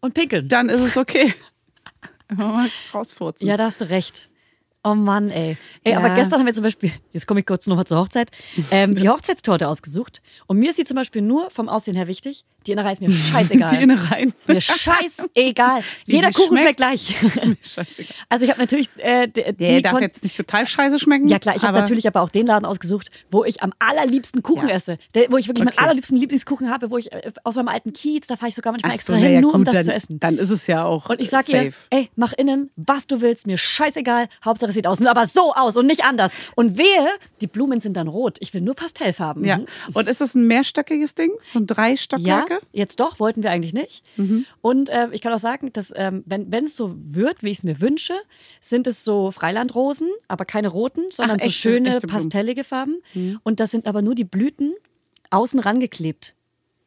Und pinkeln. dann ist [laughs] es okay. Einfach mal rausfurzen. Ja, da hast du recht. Oh Mann, ey. Ey, Ja. aber gestern haben wir zum Beispiel, jetzt komme ich kurz nochmal zur Hochzeit, ähm, [laughs] die Hochzeitstorte ausgesucht. Und mir ist sie zum Beispiel nur vom Aussehen her wichtig. Die Innere ist mir scheißegal. [laughs] Die Innereien. ist mir scheißegal. Wie Jeder [laughs] die Kuchen schmeckt, Ist [laughs] gleich. mir scheißegal. Also ich habe natürlich äh, d- die Der darf Kon- jetzt nicht total scheiße schmecken. Ja klar, ich habe aber- natürlich aber auch den Laden ausgesucht, wo ich am allerliebsten Kuchen Ja. esse. Der, wo ich wirklich meinen Okay. allerliebsten Lieblingskuchen habe, wo ich äh, aus meinem alten Kiez, da fahre ich sogar manchmal Ach extra so, hin, na ja, nur um gut, das dann, zu essen. Dann ist es ja auch Und ich sage safe. ihr, ey, mach innen, was du willst, mir scheißegal, Hauptsache es sieht aus, aber so aus und nicht anders. Und wehe, die Blumen sind dann rot, ich will nur Pastellfarben. ja. Mhm. Und ist es ein mehrstöckiges Ding? So ein Ja, Dreistockwerke? jetzt doch, wollten wir eigentlich nicht. Mhm. Und äh, ich kann auch sagen, dass ähm, wenn wenn es so wird, wie ich es mir wünsche, sind es so Freilandrosen, aber keine roten, sondern so echte- schöne echte Blumen. Mhm. pastellige Farben. Und das sind aber nur die Blüten außen rangeklebt.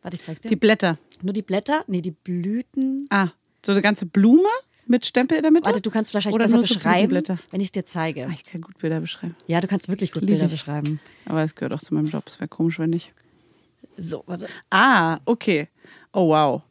Warte, ich zeig's dir. Die Blätter. nur die Blätter, nee, die Blüten. Ah, so eine ganze Blume mit Stempel in der Mitte? Warte, du kannst wahrscheinlich Oder besser nur so beschreiben, Blütenblätter? wenn ich es dir zeige. Ah, Ich kann gut Bilder beschreiben. Ja, du kannst wirklich gut Lieb Bilder ich. beschreiben. Aber es gehört auch zu meinem Job. Es wäre komisch, wenn nicht. So, warte. Ah, okay. Oh, wow.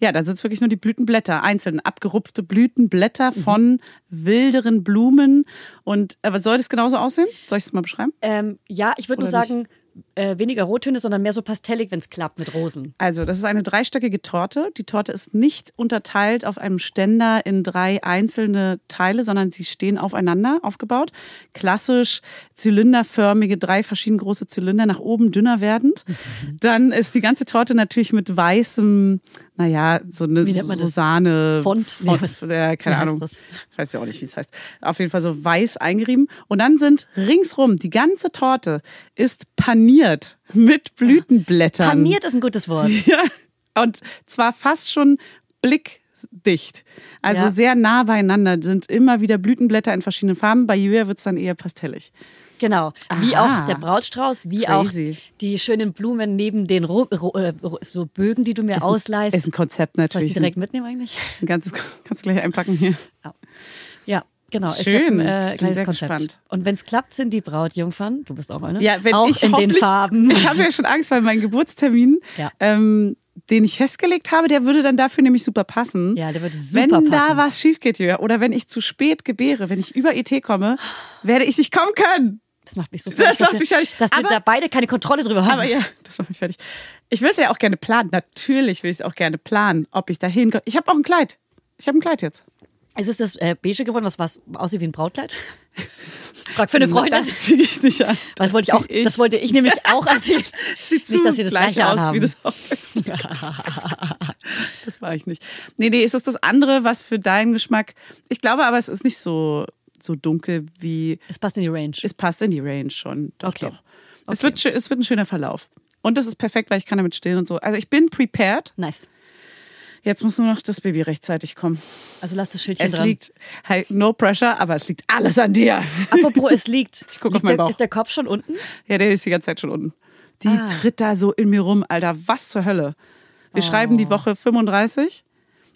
Ja, da sind wirklich nur die Blütenblätter, einzeln abgerupfte Blütenblätter von wilderen Blumen. Und aber soll das genauso aussehen? Soll ich es mal beschreiben? Ähm, ja, ich würde nur Oder nicht? sagen, äh, weniger Rottöne, sondern mehr so pastellig, wenn es klappt, mit Rosen. Also, das ist eine dreistöckige Torte. Die Torte ist nicht unterteilt auf einem Ständer in drei einzelne Teile, sondern sie stehen aufeinander aufgebaut. Klassisch zylinderförmige, drei verschieden große Zylinder, nach oben dünner werdend. Mhm. Dann ist die ganze Torte natürlich mit weißem, naja, so eine Wie nennt man so das? Sahne. Font? Nee, was- Font äh, keine wie heißt Ahnung. das? Ich weiß ja auch nicht, wie es heißt. Auf jeden Fall so weiß eingerieben. Und dann sind ringsrum, die ganze Torte ist paniert mit Blütenblättern. Paniert ist ein gutes Wort. [laughs] Ja, und zwar fast schon blickdicht. Also Ja. sehr nah beieinander sind immer wieder Blütenblätter in verschiedenen Farben. Bei Julia wird es dann eher pastellig. Genau, wie Aha. auch der Brautstrauß, wie Crazy. auch die schönen Blumen neben den Ro Ro äh, Ro- so Bögen, die du mir ausleihst. Ist ein Konzept Soll ich natürlich. [laughs] die direkt mitnehmen eigentlich? Ein ganzes, kannst du gleich einpacken hier. Ja, Genau, ich hab Schön. ein äh, Ich bin kleines sehr Konzept. gespannt. Und wenn es klappt, sind die Brautjungfern, du bist auch eine, Ja, wenn auch ich in den hoffentlich- Farben. [laughs] Ich habe ja schon Angst, weil mein Geburtstermin, Ja. ähm, den ich festgelegt habe, der würde dann dafür nämlich super passen. Ja, der würde super wenn passen. da was schief geht, Jörg, oder wenn ich zu spät gebäre, wenn ich über IT komme, werde ich nicht kommen können. das macht mich so fertig, Das dass macht wir- mich fertig. Dass Aber- wir da beide keine Kontrolle drüber haben. Aber ja, [laughs] das macht mich fertig. Ich will es ja auch gerne planen. Natürlich will ich es auch gerne planen, ob ich da hinkomme. Ich habe auch ein Kleid. Ich habe ein Kleid jetzt. [laughs] Es ist das äh, Beige geworden, was, was aussieht wie ein Brautkleid. Frag für eine Freundin. Hm, Das ziehe ich nicht an. Das wollte ich auch, zieh ich. das wollte ich nämlich [laughs] auch erzählen. Sieht zu nicht, dass wir das gleich gleiche aus anhaben. wie das Hochzeitsfoto. [laughs] das war ich nicht. Nee, nee, ist das das andere, was für deinen Geschmack. Ich glaube aber, es ist nicht so, so dunkel wie. Es passt in die Range. Es passt in die Range schon. Doch, Okay. doch. Es, wird, schön- es wird ein schöner Verlauf. Und das ist perfekt, weil ich kann damit stillen und so. Also ich bin prepared. nice. Jetzt muss nur noch das Baby rechtzeitig kommen. Also lass das Schildchen Es dran. liegt, hey, no pressure, aber es liegt alles an dir. [laughs] Apropos, es liegt. Ich guck auf liegt meinen der, Bauch. Ist der Kopf schon unten? [laughs] Ja, der ist die ganze Zeit schon unten. Die Ah. tritt da so in mir rum, Alter. Was zur Hölle? Wir schreiben die Woche 35.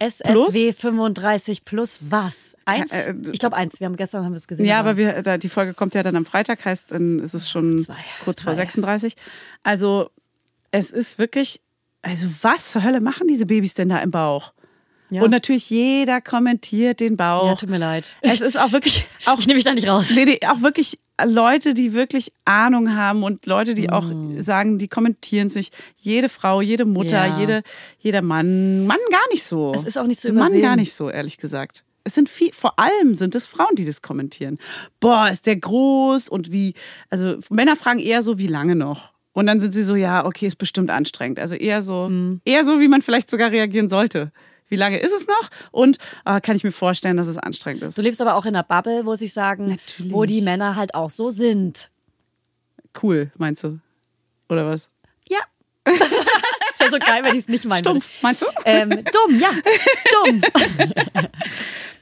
SSW 35 plus was? Eins? Äh, äh, Ich glaube eins. Wir haben gestern haben wir es gesehen. Ja, aber wir, da, die Folge kommt ja dann am Freitag, heißt, dann ist es schon Zwei, kurz vor drei. 36. Also, es ist wirklich, also was zur Hölle machen diese Babys denn da im Bauch? Ja. Und natürlich jeder kommentiert den Bauch. ja, tut mir leid. es ist auch wirklich, auch ich nehme mich da nicht raus. Nee, nee, auch wirklich äh, Leute, die wirklich Ahnung haben und Leute, die auch sagen, die kommentieren sich. Jede Frau, jede Mutter, Mm. Ja. jede, jeder Mann. Mann gar nicht so. Es ist auch nicht zu Mann übersehen. gar nicht so, ehrlich gesagt. Es sind viel, vor allem sind es Frauen, die das kommentieren. Boah, ist der groß und wie, also Männer fragen eher so, wie lange noch? Und dann sind sie so, ja, okay, ist bestimmt anstrengend. Also eher so, Mm. eher so, wie man vielleicht sogar reagieren sollte. Wie lange ist es noch? Und ah, kann ich mir vorstellen, dass es anstrengend ist. Du lebst aber auch in einer Bubble, muss ich sagen, Natürlich. wo die Männer halt auch so sind. cool, meinst du? Oder was? Ja. [laughs] ist ja so geil, wenn ich es nicht meine. Stumpf, meinst du? Ähm, dumm, ja. Dumm. [laughs]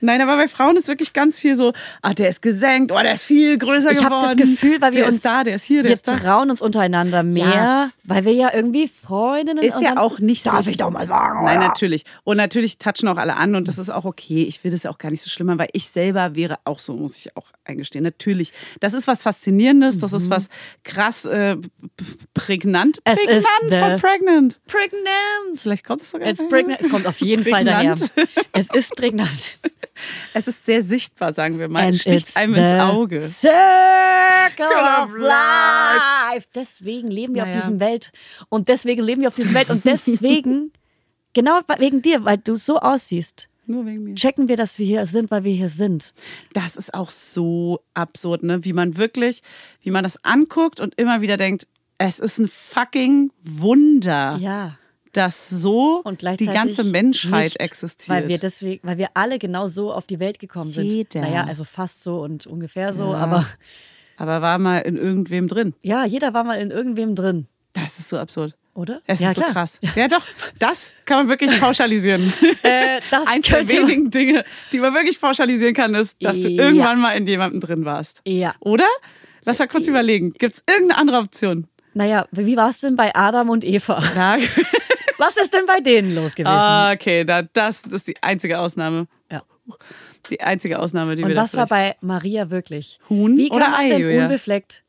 Nein, aber bei Frauen ist wirklich ganz viel so, ah, der ist gesenkt, oh, der ist viel größer Ich habe geworden. das Gefühl, weil wir der uns. ist da, der ist hier, der wir ist da. trauen uns untereinander mehr, weil wir ja irgendwie Freundinnen Ist und ja dann- auch nicht Darf so. ich doch mal sagen. Nein, oder? natürlich. Und natürlich touchen auch alle an und das ist auch okay. Ich will das ja auch gar nicht so schlimm machen, weil ich selber wäre auch so, muss ich auch eingestehen. Natürlich. Das ist was Faszinierendes, das ist was krass äh, p- p- prägnant. Mhm. Es prägnant ist von the- pregnant. Pregnant. Vielleicht kommt es sogar. It's pregnant. Es kommt auf jeden Fall daher. Prägnant. Es ist [laughs] prägnant. Es ist sehr sichtbar, sagen wir mal. And Es sticht it's einem the ins Auge. Circle of of life. Deswegen leben wir Naja. auf diesem Welt. Und deswegen leben wir auf diesem Welt. Und deswegen, [laughs] genau wegen dir, weil du so aussiehst, Nur wegen mir. checken wir, dass wir hier sind, weil wir hier sind. Das ist auch so absurd, ne? Wie man wirklich, wie man das anguckt und immer wieder denkt, es ist ein fucking Wunder, Ja. dass so Und die gleichzeitig ganze Menschheit nicht, existiert. Weil wir deswegen, weil wir alle genau so auf die Welt gekommen sind. Jeder. Naja, also fast so und ungefähr so, Ja. aber Aber war mal in irgendwem drin. ja, jeder war mal in irgendwem drin, Das ist so absurd. oder? Es ja, ist so klar. krass. Ja, doch, das kann [laughs] man wirklich pauschalisieren. Äh, das Eins der könnte man- wenigen Dinge, die man wirklich pauschalisieren kann, ist, dass du Ja. irgendwann mal in jemandem drin warst. Ja. Oder? Lass mal kurz überlegen. Gibt es irgendeine andere Option? Naja, wie war es denn bei Adam und Eva? [laughs] Ja. Was ist denn bei denen los gewesen? Ah, okay, da, das ist die einzige Ausnahme. Ja. Die einzige Ausnahme, die und wir was da war vielleicht- bei Maria wirklich? Huhn wie kann oder man Ei, denn Julia? unbefleckt?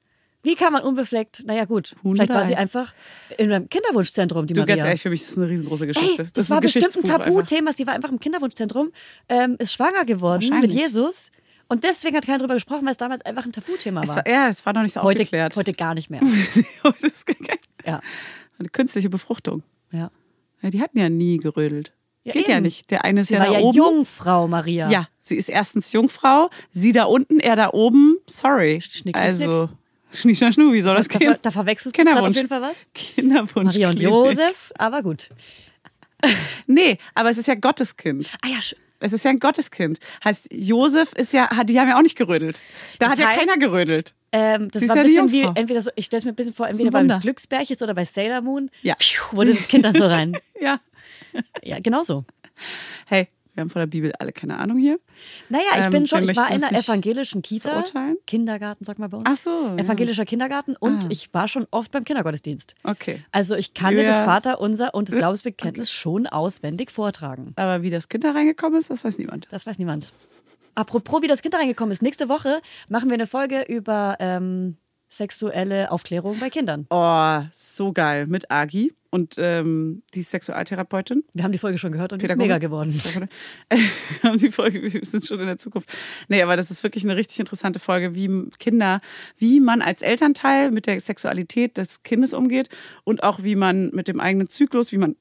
Wie kann man unbefleckt? Naja gut, Huhn vielleicht oder war sie Ei? einfach in einem Kinderwunschzentrum, die Du, Maria. ganz ehrlich, für mich ist das eine riesengroße Ey, Geschichte. das, ist war ein bestimmt ein Geschichtsbuch einfach. Tabuthema. Sie war einfach im Kinderwunschzentrum, ähm, ist schwanger geworden mit Wahrscheinlich. Jesus und deswegen hat keiner drüber gesprochen, weil es damals einfach ein Tabuthema Es war. war, ja, es war noch nicht so heute, aufgeklärt. Hm. heute gar nicht mehr. [laughs] Heute ist gar kein- Ja, eine künstliche Befruchtung. ja. Ja, die hatten ja nie gerödelt. Ja, Geht ja eben. nicht. Der eine ist Sie ja war da ja oben. Jungfrau Maria. Ja, sie ist erstens Jungfrau, sie da unten, er da oben. Sorry. Schnick, schnack, also, schnick, schnack, schnu, wie soll das Da, gehen? ver [laughs] da verwechselst du gerade auf jeden Fall was. Kinderwunsch. Maria und Klinik. Josef, aber gut. Nee, aber es ist ja Gotteskind. Ah ja, sch- Es ist ja ein Gotteskind. Heißt, Josef ist ja, hat, die haben ja auch nicht gerödelt. Da Das hat ja heißt- keiner gerödelt. ähm, das Sie ist war ein ja die bisschen wie, Jungfrau. entweder so, ich stelle mir ein bisschen vor, ein entweder beim Wunder. Glücksbärchis oder bei Sailor Moon, Ja. pfiuh, wurde das Kind dann so [laughs] rein. Ja. Ja, genau so. Hey, wir haben von der Bibel alle keine Ahnung hier. Naja, ich Ähm, bin schon, wir ich war möchten in es einer nicht evangelischen Kita, verurteilen. Kindergarten, sag mal bei uns. Ach so, ja. Ah. Evangelischer Kindergarten und ich war schon oft beim Kindergottesdienst. Okay. Also ich kannte Ja. das Vaterunser und das Glaubensbekenntnis schon auswendig vortragen. Aber wie das Kind da reingekommen ist, das weiß niemand. Das weiß niemand. Apropos, wie das Kind da reingekommen ist. Nächste Woche machen wir eine Folge über ähm, sexuelle Aufklärung bei Kindern. Oh, so geil. Mit Agi und ähm, die Sexualtherapeutin. Wir haben die Folge schon gehört und die ist Pädagogin. mega geworden. Wir [laughs] haben die Folge, wir sind schon in der Zukunft. Nee, aber das ist wirklich eine richtig interessante Folge, wie Kinder, wie man als Elternteil mit der Sexualität des Kindes umgeht und auch wie man mit dem eigenen Zyklus, wie man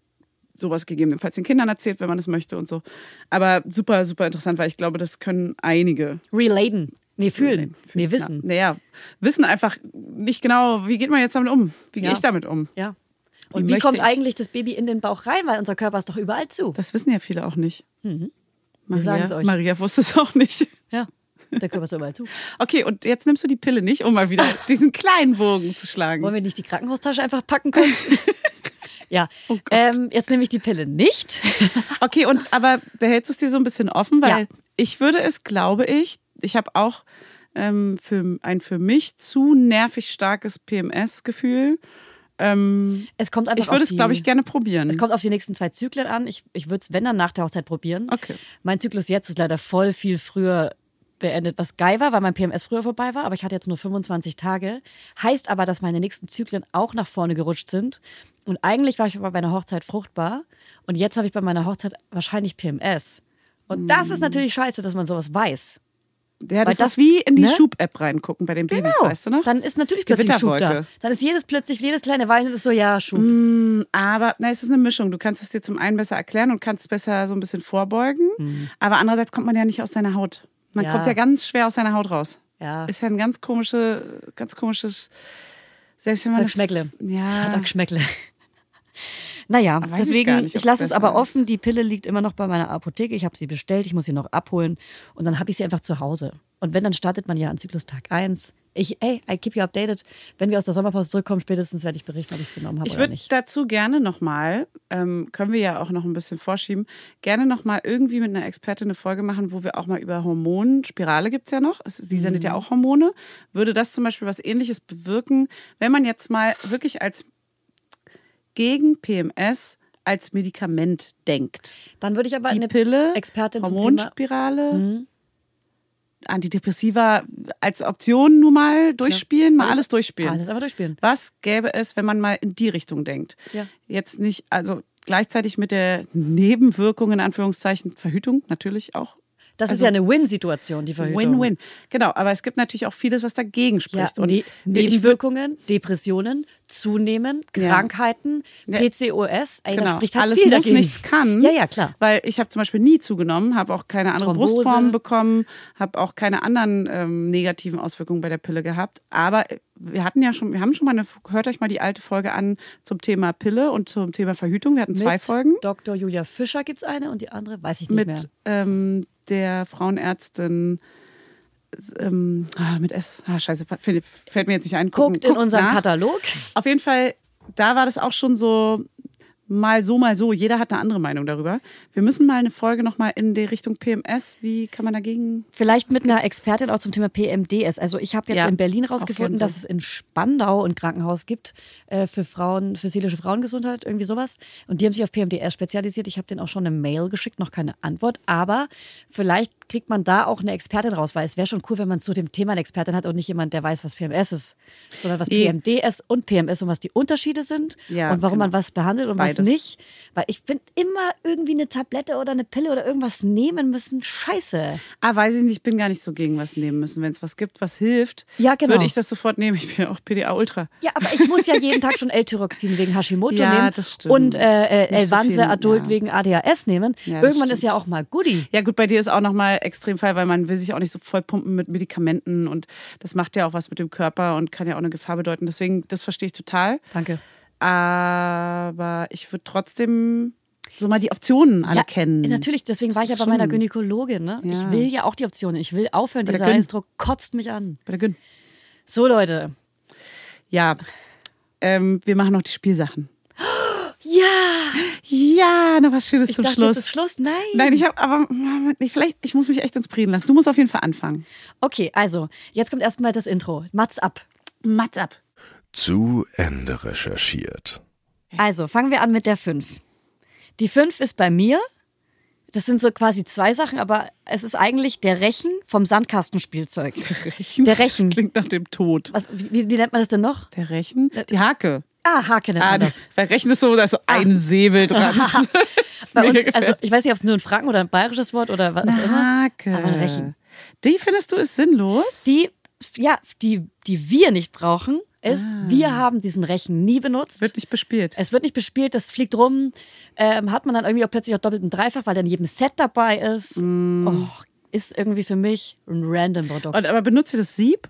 sowas gegebenenfalls den Kindern erzählt, wenn man das möchte und so. Aber super, super interessant, weil ich glaube, das können einige. Relaten. Nee, fühlen. Nee, Ja, wissen. naja, wissen einfach nicht genau, wie geht man jetzt damit um? Wie gehe Ja. ich damit um? Ja. Wie Und wie, möchte kommt ich- eigentlich das Baby in den Bauch rein? Weil unser Körper ist doch überall zu. Das wissen ja viele auch nicht. Mhm. Maria, sagen's euch. Maria wusste es auch nicht. Ja. Der Körper ist überall zu. Okay, und jetzt nimmst du die Pille nicht, um mal [laughs] wieder diesen kleinen Bogen zu schlagen. Wollen wir nicht die Krankenhaustasche einfach packen [laughs] können? ja. Oh ähm, jetzt nehme ich die Pille [laughs] nicht. Okay, und aber behältst du es dir so ein bisschen offen, weil Ja. ich würde es, glaube ich, ich habe auch ähm, für ein für mich zu nervig starkes PMS-Gefühl. Ähm, Es kommt einfach ich würde auf es, die- glaube ich, gerne probieren. Es kommt auf die nächsten zwei Zyklen an. Ich, ich würde es, wenn dann, nach der Hochzeit probieren. Okay. Mein Zyklus jetzt ist leider voll viel früher beendet, was geil war, weil mein PMS früher vorbei war, aber ich hatte jetzt nur 25 Tage. Heißt aber, dass meine nächsten Zyklen auch nach vorne gerutscht sind. Und eigentlich war ich aber bei meiner Hochzeit fruchtbar und jetzt habe ich bei meiner Hochzeit wahrscheinlich PMS. Und das Mhm. ist natürlich scheiße, dass man sowas weiß. ja, das, weil das- ist wie in die ne? Genau. Schub-App reingucken bei den Babys, weißt du noch? Dann ist natürlich plötzlich Schub da. Gewitterwolke. Dann ist jedes plötzlich, jedes kleine Weinen ist so, ja, Schub. Aber na, es ist eine Mischung. Du kannst es dir zum einen besser erklären und kannst besser so ein bisschen vorbeugen. Aber andererseits kommt man ja nicht aus seiner Haut. Man Mhm. Ja. kommt ja ganz schwer aus seiner Haut raus. Ja. Ist ja ein ganz komische, ganz komisches, selbst wenn man Sag das, Geschmäckle. Ja. Das hat auch Geschmäckle. Naja, Aber weiß ich gar deswegen, nicht, ich, ob's lasse es besser aber ist. offen. Die Pille liegt immer noch bei meiner Apotheke. Ich habe sie bestellt, ich muss sie noch abholen. Und dann habe ich sie einfach zu Hause. Und wenn, dann startet man ja an Zyklustag 1. Ich, ey, I keep you updated. Wenn wir aus der Sommerpause zurückkommen, spätestens werde ich berichten, ob ich es genommen habe Ich oder würde nicht. dazu gerne nochmal, ähm, können wir ja auch noch ein bisschen vorschieben, gerne nochmal irgendwie mit einer Expertin eine Folge machen, wo wir auch mal über Hormonen, Spirale gibt's ja noch, es, die sendet Mhm. ja auch Hormone. Würde das zum Beispiel was ähnliches bewirken, wenn man jetzt mal wirklich als gegen PMS als Medikament denkt? Dann würde ich aber Die eine Pille, Expertin zum Thema. Mhm. Hormonspirale, Antidepressiva als Option nur mal durchspielen, mal Alles- alles, durchspielen. alles einfach durchspielen. Was gäbe es, wenn man mal in die Richtung denkt? Ja. Jetzt nicht, also gleichzeitig mit der Nebenwirkung in Anführungszeichen Verhütung natürlich auch. Das ist also- ja eine Win-Situation, die Verhütung. Win-win. Genau, aber es gibt natürlich auch vieles, was dagegen Ja, spricht. ne ich Nebenwirkungen, Depressionen, Zunehmen, Ja. Krankheiten, Ja. PCOS. Ey, da Genau. spricht halt Alles viel muss, dagegen. nichts kann. Ja, ja, klar. Weil ich habe zum Beispiel nie zugenommen, habe auch keine andere Thrombose. Brustform bekommen, habe auch keine anderen ähm, negativen Auswirkungen bei der Pille gehabt. Aber äh, wir hatten ja schon, wir haben schon mal eine, hört euch mal die alte Folge an zum Thema Pille und zum Thema Verhütung. Wir hatten zwei Mit Folgen Dr. Julia Fischer gibt es eine und die andere weiß ich nicht mehr. mit ähm, der Frauenärztin. Ähm, ah, mit S. Ah, scheiße, fällt fällt mir jetzt nicht ein. Gucken- Guckt in guckt unserem nach. Katalog. Auf jeden Fall, da war das auch schon so mal so, mal so. Jeder hat eine andere Meinung darüber. Wir müssen mal eine Folge nochmal in die Richtung PMS. Wie kann man dagegen? Vielleicht mit einer Expertin auch zum Thema PMDS. Also ich habe jetzt Ja, in Berlin auf jeden rausgefunden, Fall. dass es in Spandau ein Krankenhaus gibt äh, für Frauen, für seelische Frauengesundheit, irgendwie sowas. Und die haben sich auf PMDS spezialisiert. Ich habe denen auch schon eine Mail geschickt, noch keine Antwort. Aber vielleicht kriegt man da auch eine Expertin raus, weil es wäre schon cool, wenn man zu dem Thema eine Expertin hat und nicht jemand, der weiß, was PMS ist, sondern was Nee. PMDS und PMS und was die Unterschiede sind Ja, und warum genau. man was behandelt und was Beides. nicht. Weil ich finde immer irgendwie eine Tablette oder eine Pille oder irgendwas nehmen müssen, scheiße. Ah, weiß ich nicht, ich bin gar nicht so gegen was nehmen müssen. Wenn es was gibt, was hilft, Ja, genau. würde ich das sofort nehmen. Ich bin ja auch PDA Ultra. Ja, aber ich muss ja jeden Tag schon L-Tyroxin wegen Hashimoto [laughs] Ja, nehmen das stimmt. und äh, äh, Nicht so Elvanse viel, Adult ja. wegen ADHS nehmen. Ja, das Irgendwann ist stimmt. ja auch mal Goodie. Ja, gut, bei dir ist auch nochmal Extremfall, weil man will sich auch nicht so vollpumpen mit Medikamenten und das macht ja auch was mit dem Körper und kann ja auch eine Gefahr bedeuten. Deswegen, das verstehe ich total. Danke. Aber ich würde trotzdem so mal die Optionen Ja, anerkennen. natürlich, deswegen war Das ich ja ist bei meiner schon- Gynäkologin. Ne? Ja. Ich will ja auch die Optionen. Ich will aufhören. Bei der Dieser Gyn. Eindruck kotzt mich an. Bei der Gün. So, Leute. Ja. Ähm, wir machen noch die Spielsachen. Ja! Ja, noch was Schönes Ich zum dachte, Schluss. jetzt ist Schluss. Nein. Nein, ich habe aber ich, vielleicht ich muss mich echt inspirieren lassen. Du musst auf jeden Fall anfangen. Okay, also, jetzt kommt erstmal das Intro. Mats ab. Mats ab. Zu Ende recherchiert. Also, fangen wir an mit der 5. Die 5 ist bei mir Das sind so quasi zwei Sachen, aber es ist eigentlich der Rechen vom Sandkastenspielzeug. [laughs] Rechen. Der Rechen. Das klingt nach dem Tod. Was, wie, wie nennt man das denn noch? Der Rechen? Äh, Die Hake. Ah, Hake nennt Ah, man das. Ah. das, weil Rechen ist so, da ist so ein [laughs] Säbel dran. Bei [laughs] uns, Mir gefällt's. also ich weiß nicht, ob es nur ein Franken oder ein bayerisches Wort oder was auch Eine immer. Hake. Aber ein Rechen. Die findest du ist sinnlos? Die, ja, die, die wir nicht brauchen, ist, wir haben diesen Rechen nie benutzt. Ah. Wird nicht bespielt. es wird nicht bespielt, das fliegt rum. Ähm, hat man dann irgendwie auch plötzlich auch doppelt und dreifach, weil dann jedem Set dabei ist. Oh, ist irgendwie für mich ein random Produkt. Mm. Und, äh, aber benutzt ihr das Sieb?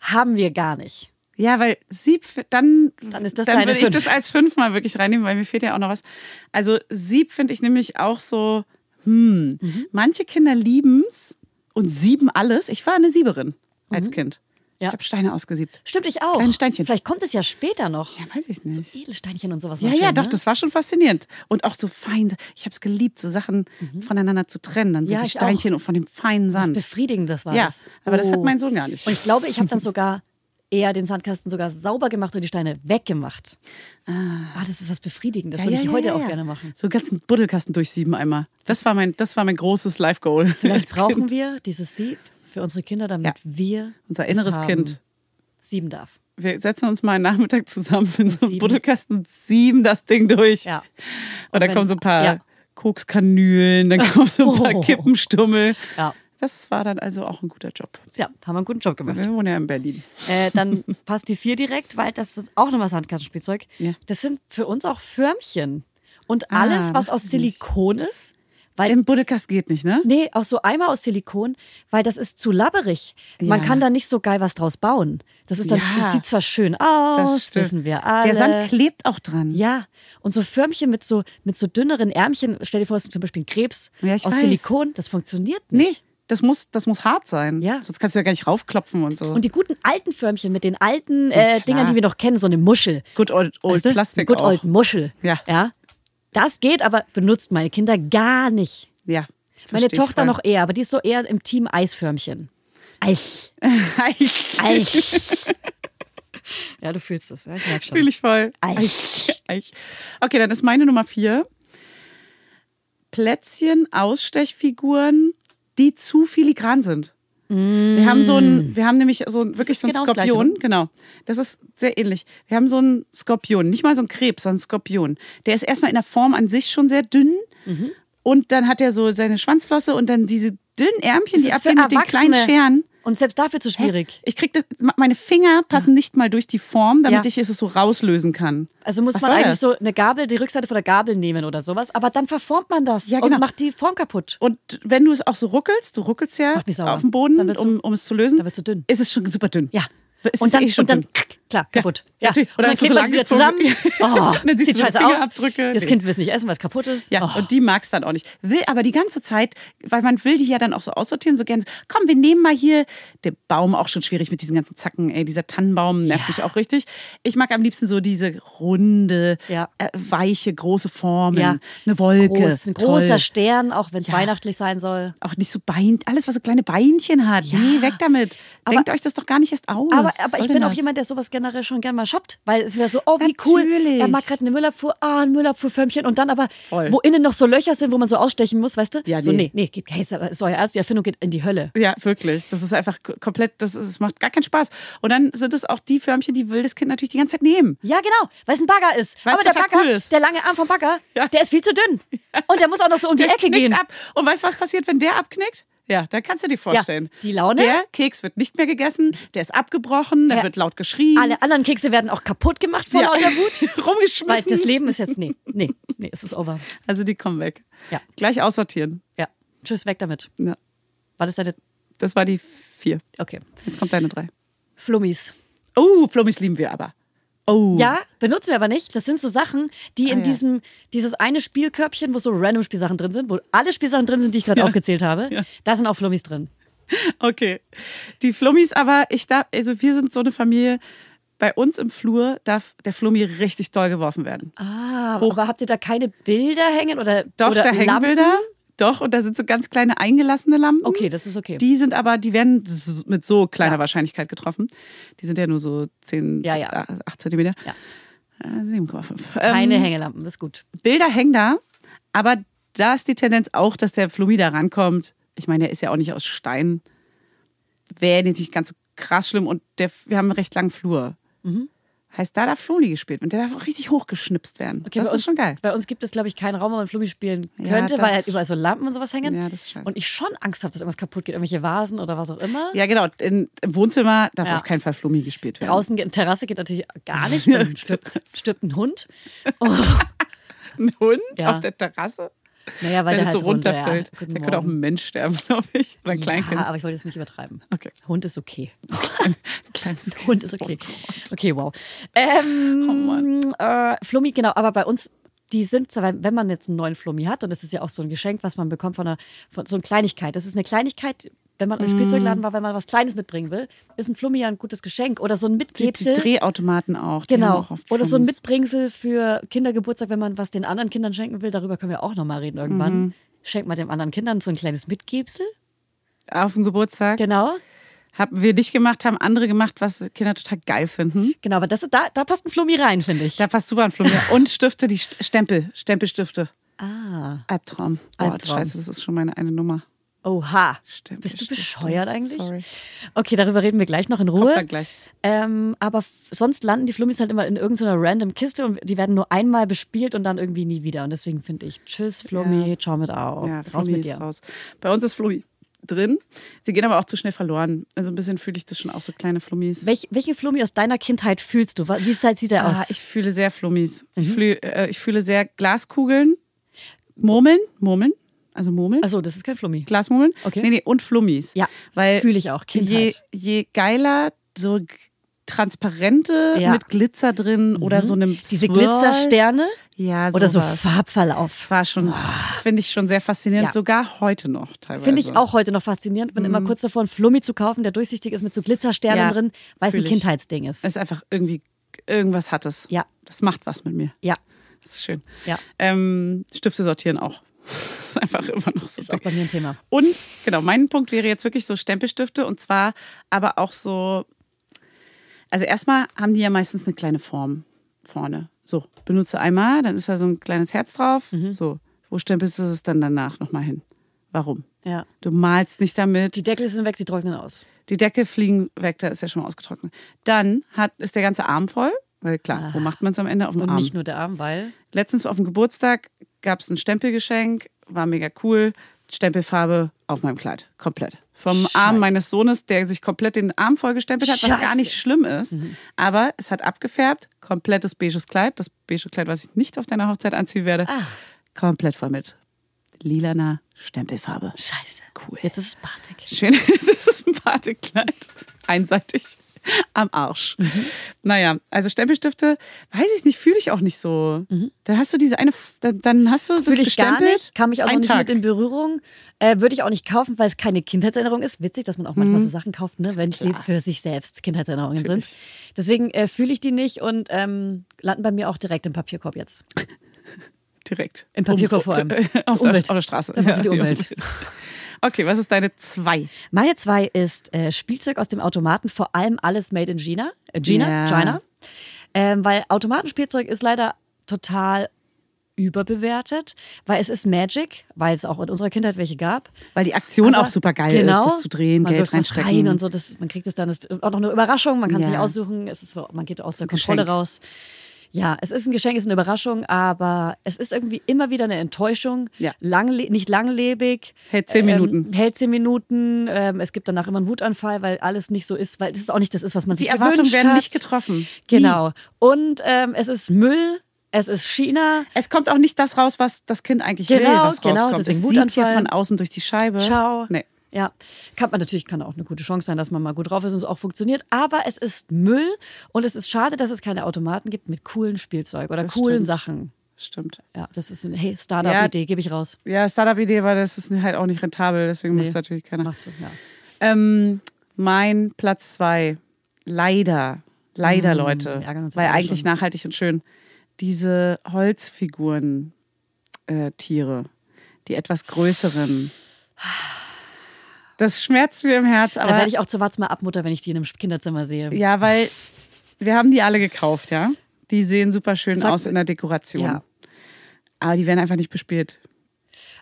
haben wir gar nicht. Ja, weil Sieb, fi- dann, Dann ist das dann deine würde ich fünf. das als fünfmal wirklich reinnehmen, weil mir fehlt ja auch noch was. Also Sieb finde ich nämlich auch so, hm, Mhm. manche Kinder lieben's und sieben alles. Ich war eine Sieberin als Kind. Mhm. Ja. Ich habe Steine ausgesiebt. Stimmt, ich auch. Kleine Steinchen. Vielleicht kommt es ja später noch. Ja, weiß ich nicht. Edelsteinchen und sowas. Ja, war ja, schön, doch, ne? das war schon faszinierend. Und auch so fein, ich habe es geliebt, so Sachen voneinander zu trennen. Dann so Mhm. Ja, die ich auch. Steinchen und von dem feinen Was Sand. Befriedigendes war Ja, das. Oh. aber das hat mein Sohn gar nicht. Und ich glaube, ich habe dann sogar eher den Sandkasten sogar sauber gemacht und die Steine weggemacht. Ah, das ist was Befriedigendes. Das würde ich heute auch gerne [laughs] machen. So einen ganzen Buddelkasten durchsieben einmal. Das war mein, das war mein großes Life-Goal. [laughs] Vielleicht als brauchen Kind. wir dieses Sieb für unsere Kinder, damit Ja. wir unser es inneres haben. Kind. sieben darf. Wir setzen uns mal einen Nachmittag zusammen in so Sieben. einen Buddelkasten und sieben das Ding durch. Ja. Und dann wenn- kommen so ein paar ja. Kokskanülen, [laughs] dann kommen so ein paar Oh. Kippenstummel. Ja. Das war dann also auch ein guter Job. Ja, haben wir einen guten Job gemacht. Wir wohnen ja in Berlin. äh, [laughs] dann passt die vier direkt, weil das ist auch nochmal Sandkastenspielzeug. Ja. Das sind für uns auch Förmchen. Und Ah, alles, was wusste aus ich Silikon ist, weil Im Buddelkasten geht nicht, ne? Nee, auch so Eimer aus Silikon, weil das ist zu labberig. Man Ja. kann da nicht so geil was draus bauen. Das ist dann, Ja. es sieht zwar schön aus, Oh, wissen wir alle. Der Sand klebt auch dran. ja, und so Förmchen mit so, mit so dünneren Ärmchen, stell dir vor, es ist zum Beispiel ein Krebs Ja, ich aus weiß. Silikon, das funktioniert Nee, nicht. das muss, das muss hart sein. Ja. Sonst kannst du ja gar nicht raufklopfen und so. Und die guten alten Förmchen mit den alten äh, Dingern, die wir noch kennen, so eine Muschel. Good old, old Weißt du? Plastik Good auch. old Muschel. Ja. ja. Das geht, aber benutzt meine Kinder gar nicht. ja. Meine versteh ich Tochter voll. noch eher, aber die ist so eher im Team Eisförmchen. Eich. [laughs] [laughs] Eich. [laughs] Eich. ja, du fühlst es, ja, ich merke schon. Fühl ich voll. Eich. Eich. Okay, dann ist meine Nummer vier. Plätzchen, Ausstechfiguren, die zu filigran sind. Wir haben so ein, wir haben nämlich so ein, wirklich ist so einen genau Mm. das Gleiche, Skorpion, genau. Das ist sehr ähnlich. Wir haben so einen Skorpion, nicht mal so einen Krebs, sondern einen Skorpion. Der ist erstmal in der Form an sich schon sehr dünn Mhm. und dann hat er so seine Schwanzflosse und dann diese dünnen Ärmchen, Das die ist für abgehen mit den kleinen Erwachsene. Scheren. Und selbst dafür zu schwierig. Ich krieg das, meine Finger passen nicht mal durch die Form, damit Ja. ich es so rauslösen kann. Also muss Was man soll eigentlich das? so eine Gabel, die Rückseite von der Gabel nehmen oder sowas, aber dann verformt man das Ja, genau. und macht die Form kaputt. Und wenn du es auch so ruckelst, du ruckelst ja Macht mich sauer. auf dem Boden, Dann wird's so- um, um es zu lösen, dann wird's so dünn. ist es schon super dünn. Ja. Es Ist und dann, eh schon und dann dünn. krack, klar, kaputt. Ja, Ja. natürlich. Und Oder dann hast du klebt so man sie wieder zusammen. langgezogen? Oh, [laughs] Und dann siehst sieht du so scheiße aus. Fingerabdrücke. Das Nee. Kind will es nicht essen, weil es kaputt ist. Ja, oh. und die mag es dann auch nicht. Will aber die ganze Zeit, weil man will die ja dann auch so aussortieren, so gerne. Komm, wir nehmen mal hier der Baum auch schon schwierig mit diesen ganzen Zacken. Ey, dieser Tannenbaum nervt mich auch richtig. Ich mag am liebsten so diese runde, Ja. äh, weiche, große Formen. Ja. Eine Wolke. Groß, ein Toll. großer Stern, auch wenn es weihnachtlich sein soll. Auch nicht so Bein, alles, was so kleine Beinchen hat. Nee, weg damit. Denkt euch das doch gar nicht erst aus. Aber, Was aber soll ich denn bin auch das? jemand, der sowas generell schon gern mal shoppt, weil es wäre so, oh, wie cool. Natürlich. Er mag gerade eine Müllabfuhr, ah, ein Müllabfuhrförmchen und dann aber, Voll. wo innen noch so Löcher sind, wo man so ausstechen muss, weißt du? Ja, So, nee. nee, nee, geht, hey, ist euer Ernst, die Erfindung geht in die Hölle. Ja, wirklich. Das ist einfach k- komplett, das, ist, das macht gar keinen Spaß. Und dann sind es auch die Förmchen, die will das Kind natürlich die ganze Zeit nehmen. Ja, genau, weil es ein Bagger ist. Weil's aber der total Bagger, cool ist. der lange Arm vom Bagger, Ja. der ist viel zu dünn. Und der muss auch noch so um die Der Ecke knickt gehen. Ab. Und weißt du, was passiert, wenn der abknickt? Ja, da kannst du dir vorstellen. die Laune? Der Keks wird nicht mehr gegessen, der ist abgebrochen, da Ja. wird laut geschrien. Alle anderen Kekse werden auch kaputt gemacht vor Ja. lauter [laughs] Wut. Weil das rumgeschmissen. Leben ist jetzt, nee, nee, nee, es ist over. Also die kommen weg. Ja. Gleich aussortieren. Ja, tschüss, weg damit. Ja. War das deine, Das war die vier. okay. Jetzt kommt deine drei. Flummis. Oh, Flummis lieben wir aber. Oh. Ja, benutzen wir aber nicht. Das sind so Sachen, die in ja. diesem, dieses eine Spielkörbchen, wo so random Spielsachen drin sind, wo alle Spielsachen drin sind, die ich gerade aufgezählt habe, da sind auch Flummis drin. Okay. Die Flummis, aber ich darf, also wir sind so eine Familie, bei uns im Flur darf der Flummi richtig doll geworfen werden. Ah, aber habt ihr da keine Bilder hängen oder Doch, oder da hängen Lampen? Bilder. Doch, und da sind so ganz kleine eingelassene Lampen. Okay, das ist okay. Die sind aber, die werden s- mit so kleiner Wahrscheinlichkeit getroffen. Die sind ja nur so 10, Ja, ja. 8 Zentimeter. Ja. Äh, 7,5. keine Ähm, Hängelampen, das ist gut. Bilder hängen da, aber da ist die Tendenz auch, dass der Flummi da rankommt. Ich meine, der ist ja auch nicht aus Stein. Wäre jetzt nicht ganz so krass schlimm und der, wir haben einen recht langen Flur. Mhm. Heißt, da darf Flummi gespielt und der darf auch richtig hochgeschnipst werden. Okay, bei das ist uns, schon geil. Bei uns gibt es, glaube ich, keinen Raum, wo man Flummi spielen Ja, könnte, weil das- halt überall so Lampen und sowas hängen. Ja, das ist scheiße. Und ich schon Angst habe, dass irgendwas kaputt geht, irgendwelche Vasen oder was auch immer. Ja, genau. In, Im Wohnzimmer darf Ja. auf keinen Fall Flummi gespielt werden. Draußen geht, Terrasse geht natürlich [laughs] gar nicht, dann stirbt, stirbt ein Hund. Ein [laughs] Hund Ja. auf der Terrasse, Naja, weil wenn der es halt so runterfällt. Runter, ja. Guten da könnte auch Morgen. ein Mensch sterben, [laughs] glaube ich. Oder ein Kleinkind. Ja, aber ich wollte jetzt nicht übertreiben. Okay. [laughs] Hund ist okay. Kleines Kind. Hund ist okay. Okay, wow. Ähm, Oh Mann. Äh, Flummi, genau, aber bei uns, die sind, zwar, wenn man jetzt einen neuen Flummi hat, und das ist ja auch so ein Geschenk, was man bekommt von einer, von so einer Kleinigkeit. Das ist eine Kleinigkeit, wenn Mm. man im Spielzeugladen war, wenn man was Kleines mitbringen will, ist ein Flummi ja ein gutes Geschenk oder so ein Die, die Mitbringsel. Drehautomaten auch. Die haben genau. Auch oft Oder so ein Flummis. Mitbringsel für Kindergeburtstag, wenn man was den anderen Kindern schenken will. Darüber können wir auch nochmal reden irgendwann. Mhm. Schenkt man dem anderen Kindern so ein kleines Mitgebsel. Auf dem Geburtstag Genau. haben wir nicht gemacht, haben andere gemacht, was Kinder total geil finden. Genau, aber das, da, da passt ein Flummi rein, finde ich. Da passt super [laughs] ein Flummi. Und Stifte, die St- Stempel, Stempelstifte. Ah. Albtraum. Boah, Albtraum. scheiße, das ist schon meine eine Nummer. Oha. Stimmt, Bist du stimmt, bescheuert stimmt. eigentlich? Sorry. Okay, darüber reden wir gleich noch in Ruhe. Kommt dann gleich. Ähm, aber f- sonst landen die Flummis halt immer in irgendeiner random Kiste und die werden nur einmal bespielt und dann irgendwie nie wieder. Und deswegen finde ich, tschüss Flummi, Ja. ciao mit au. Ja, raus Flummi mit ist dir. raus. Bei uns ist Flummi drin. Sie gehen aber auch zu schnell verloren. Also ein bisschen fühle ich das schon auch so kleine Flummis. Welch, welchen Flummi aus deiner Kindheit fühlst du? Wa- Wie sieht sieht er Ah, aus? Mhm. ich fühle sehr Flummis. Ich, fühle, äh, ich fühle sehr Glaskugeln, Murmeln, Murmeln, also Murmeln, Achso, das ist kein Flummi. Glasmurmeln. Okay. Nee, nee, und Flummis. Ja, Weil fühle ich auch. Je, Kindheit. je geiler, so g- transparente Ja. Mhm. mit Glitzer drin oder so einem Diese Swirl. Glitzersterne Ja, oder so sowas. Farbverlauf. War schon, finde ich schon sehr faszinierend, Ja. sogar heute noch teilweise. Finde ich auch heute noch faszinierend. Bin immer kurz davor, einen Flummi zu kaufen, der durchsichtig ist mit so Glitzersternen Mhm. Ja, drin, weil es ein fühl ich. Kindheitsding ist. Es ist einfach irgendwie, irgendwas hat es. Ja. Das macht was mit mir. ja, Das ist schön. Ja. Ähm, Stifte sortieren auch. [laughs] Das ist einfach immer noch so. ist Ding. auch bei mir ein Thema. Und genau, mein Punkt wäre jetzt wirklich so Stempelstifte und zwar aber auch so. Also erstmal haben die ja meistens eine kleine Form vorne. So, benutze einmal, dann ist da so ein kleines Herz drauf. Mhm. So, wo stempelst du es dann danach nochmal hin? Warum? Ja. Du malst nicht damit. Die Deckel sind weg, die trocknen aus. Die Decke fliegen weg, da ist ja schon mal ausgetrocknet. Dann hat, ist der ganze Arm voll, weil klar, wo macht man es am Ende? Auf dem Ah. Und Arm. nicht nur der Arm, weil. Letztens auf dem Geburtstag gab es ein Stempelgeschenk, war mega cool. Stempelfarbe auf meinem Kleid, komplett. Vom Scheiße. Arm meines Sohnes, der sich komplett den Arm vollgestempelt hat, was Scheiße. Mhm. gar nicht schlimm ist. Aber es hat abgefärbt, komplettes beiges Kleid. Das beige Kleid, was ich nicht auf deiner Hochzeit anziehen werde, Ah. komplett voll mit lilaner Stempelfarbe. Scheiße. Cool. Jetzt ist es Batik. Schön, [laughs] es ist ein Badekleid. Einseitig. Am Arsch. Mhm. Naja, also Stempelstifte, weiß ich nicht, fühle ich auch nicht so. Da hast du diese eine, F- dann, dann hast du das Fühle Mhm. ich gar gestempelt. nicht, kam ich auch noch einen nicht Tag. mit in Berührung. Äh, Würde ich auch nicht kaufen, weil es keine Kindheitserinnerung ist. Witzig, dass man auch Mhm. manchmal so Sachen kauft, ne, wenn sie für sich selbst Kindheitserinnerungen sind. Deswegen äh, fühle ich die nicht und ähm, landen bei mir auch direkt im Papierkorb jetzt. Direkt. Im Papierkorb vor allem. Auf, der- auf, Zur Umwelt. der Straße. Einfach für die Ja, Umwelt. Okay, was ist deine zwei? Meine zwei ist äh, Spielzeug aus dem Automaten, vor allem alles made in China. Äh, China, Ja. China. Ähm, weil Automatenspielzeug ist leider total überbewertet, weil es ist Magic, weil es auch in unserer Kindheit welche gab. Weil die Aktion Aber auch super geil genau, ist, das zu drehen, man Geld wirft was reinstecken. Rein und so, das, man kriegt es dann, das ist auch noch eine Überraschung, man kann es Ja. nicht aussuchen, es ist, man geht aus der Geschenk. Kontrolle raus. Ja, es ist ein Geschenk, es ist eine Überraschung, aber es ist irgendwie immer wieder eine Enttäuschung. Ja. Langle nicht langlebig. Hält zehn Minuten. Ähm, hält zehn Minuten. Ähm, es gibt danach immer einen Wutanfall, weil alles nicht so ist, weil es ist auch nicht das ist, was man Die sich Erwartungen gewünscht werden hat. nicht getroffen. Nie. Genau. Und ähm, es ist Müll, es ist China. Es kommt auch nicht das raus, was das Kind eigentlich will, Genau, was genau, rauskommt. deswegen es sieht ja Wutanfall. von außen durch die Scheibe. Ciao. Ne? Nee. Ja, kann man natürlich kann auch eine gute Chance sein, dass man mal gut drauf ist und es auch funktioniert. Aber es ist Müll und es ist schade, dass es keine Automaten gibt mit coolen Spielzeug oder Das coolen stimmt. Sachen. Stimmt. Ja, das ist eine hey, Startup-Idee, gebe ich raus. Ja, Startup-Idee war, das ist halt auch nicht rentabel, deswegen macht Nee. es natürlich keiner. Macht so, ja. Ähm, mein Platz zwei. Leider, leider, Leute. Mm, wir ärgern uns Weil jetzt alle eigentlich schon. nachhaltig und schön. Diese Holzfiguren, äh, Tiere, die etwas größeren. Das schmerzt mir im Herz, Da aber werde ich auch zur Watzma-Abmutter, wenn ich die in einem Kinderzimmer sehe. ja, weil wir haben die alle gekauft, ja. Die sehen super schön Sag- aus in der Dekoration. Ja. Aber die werden einfach nicht bespielt.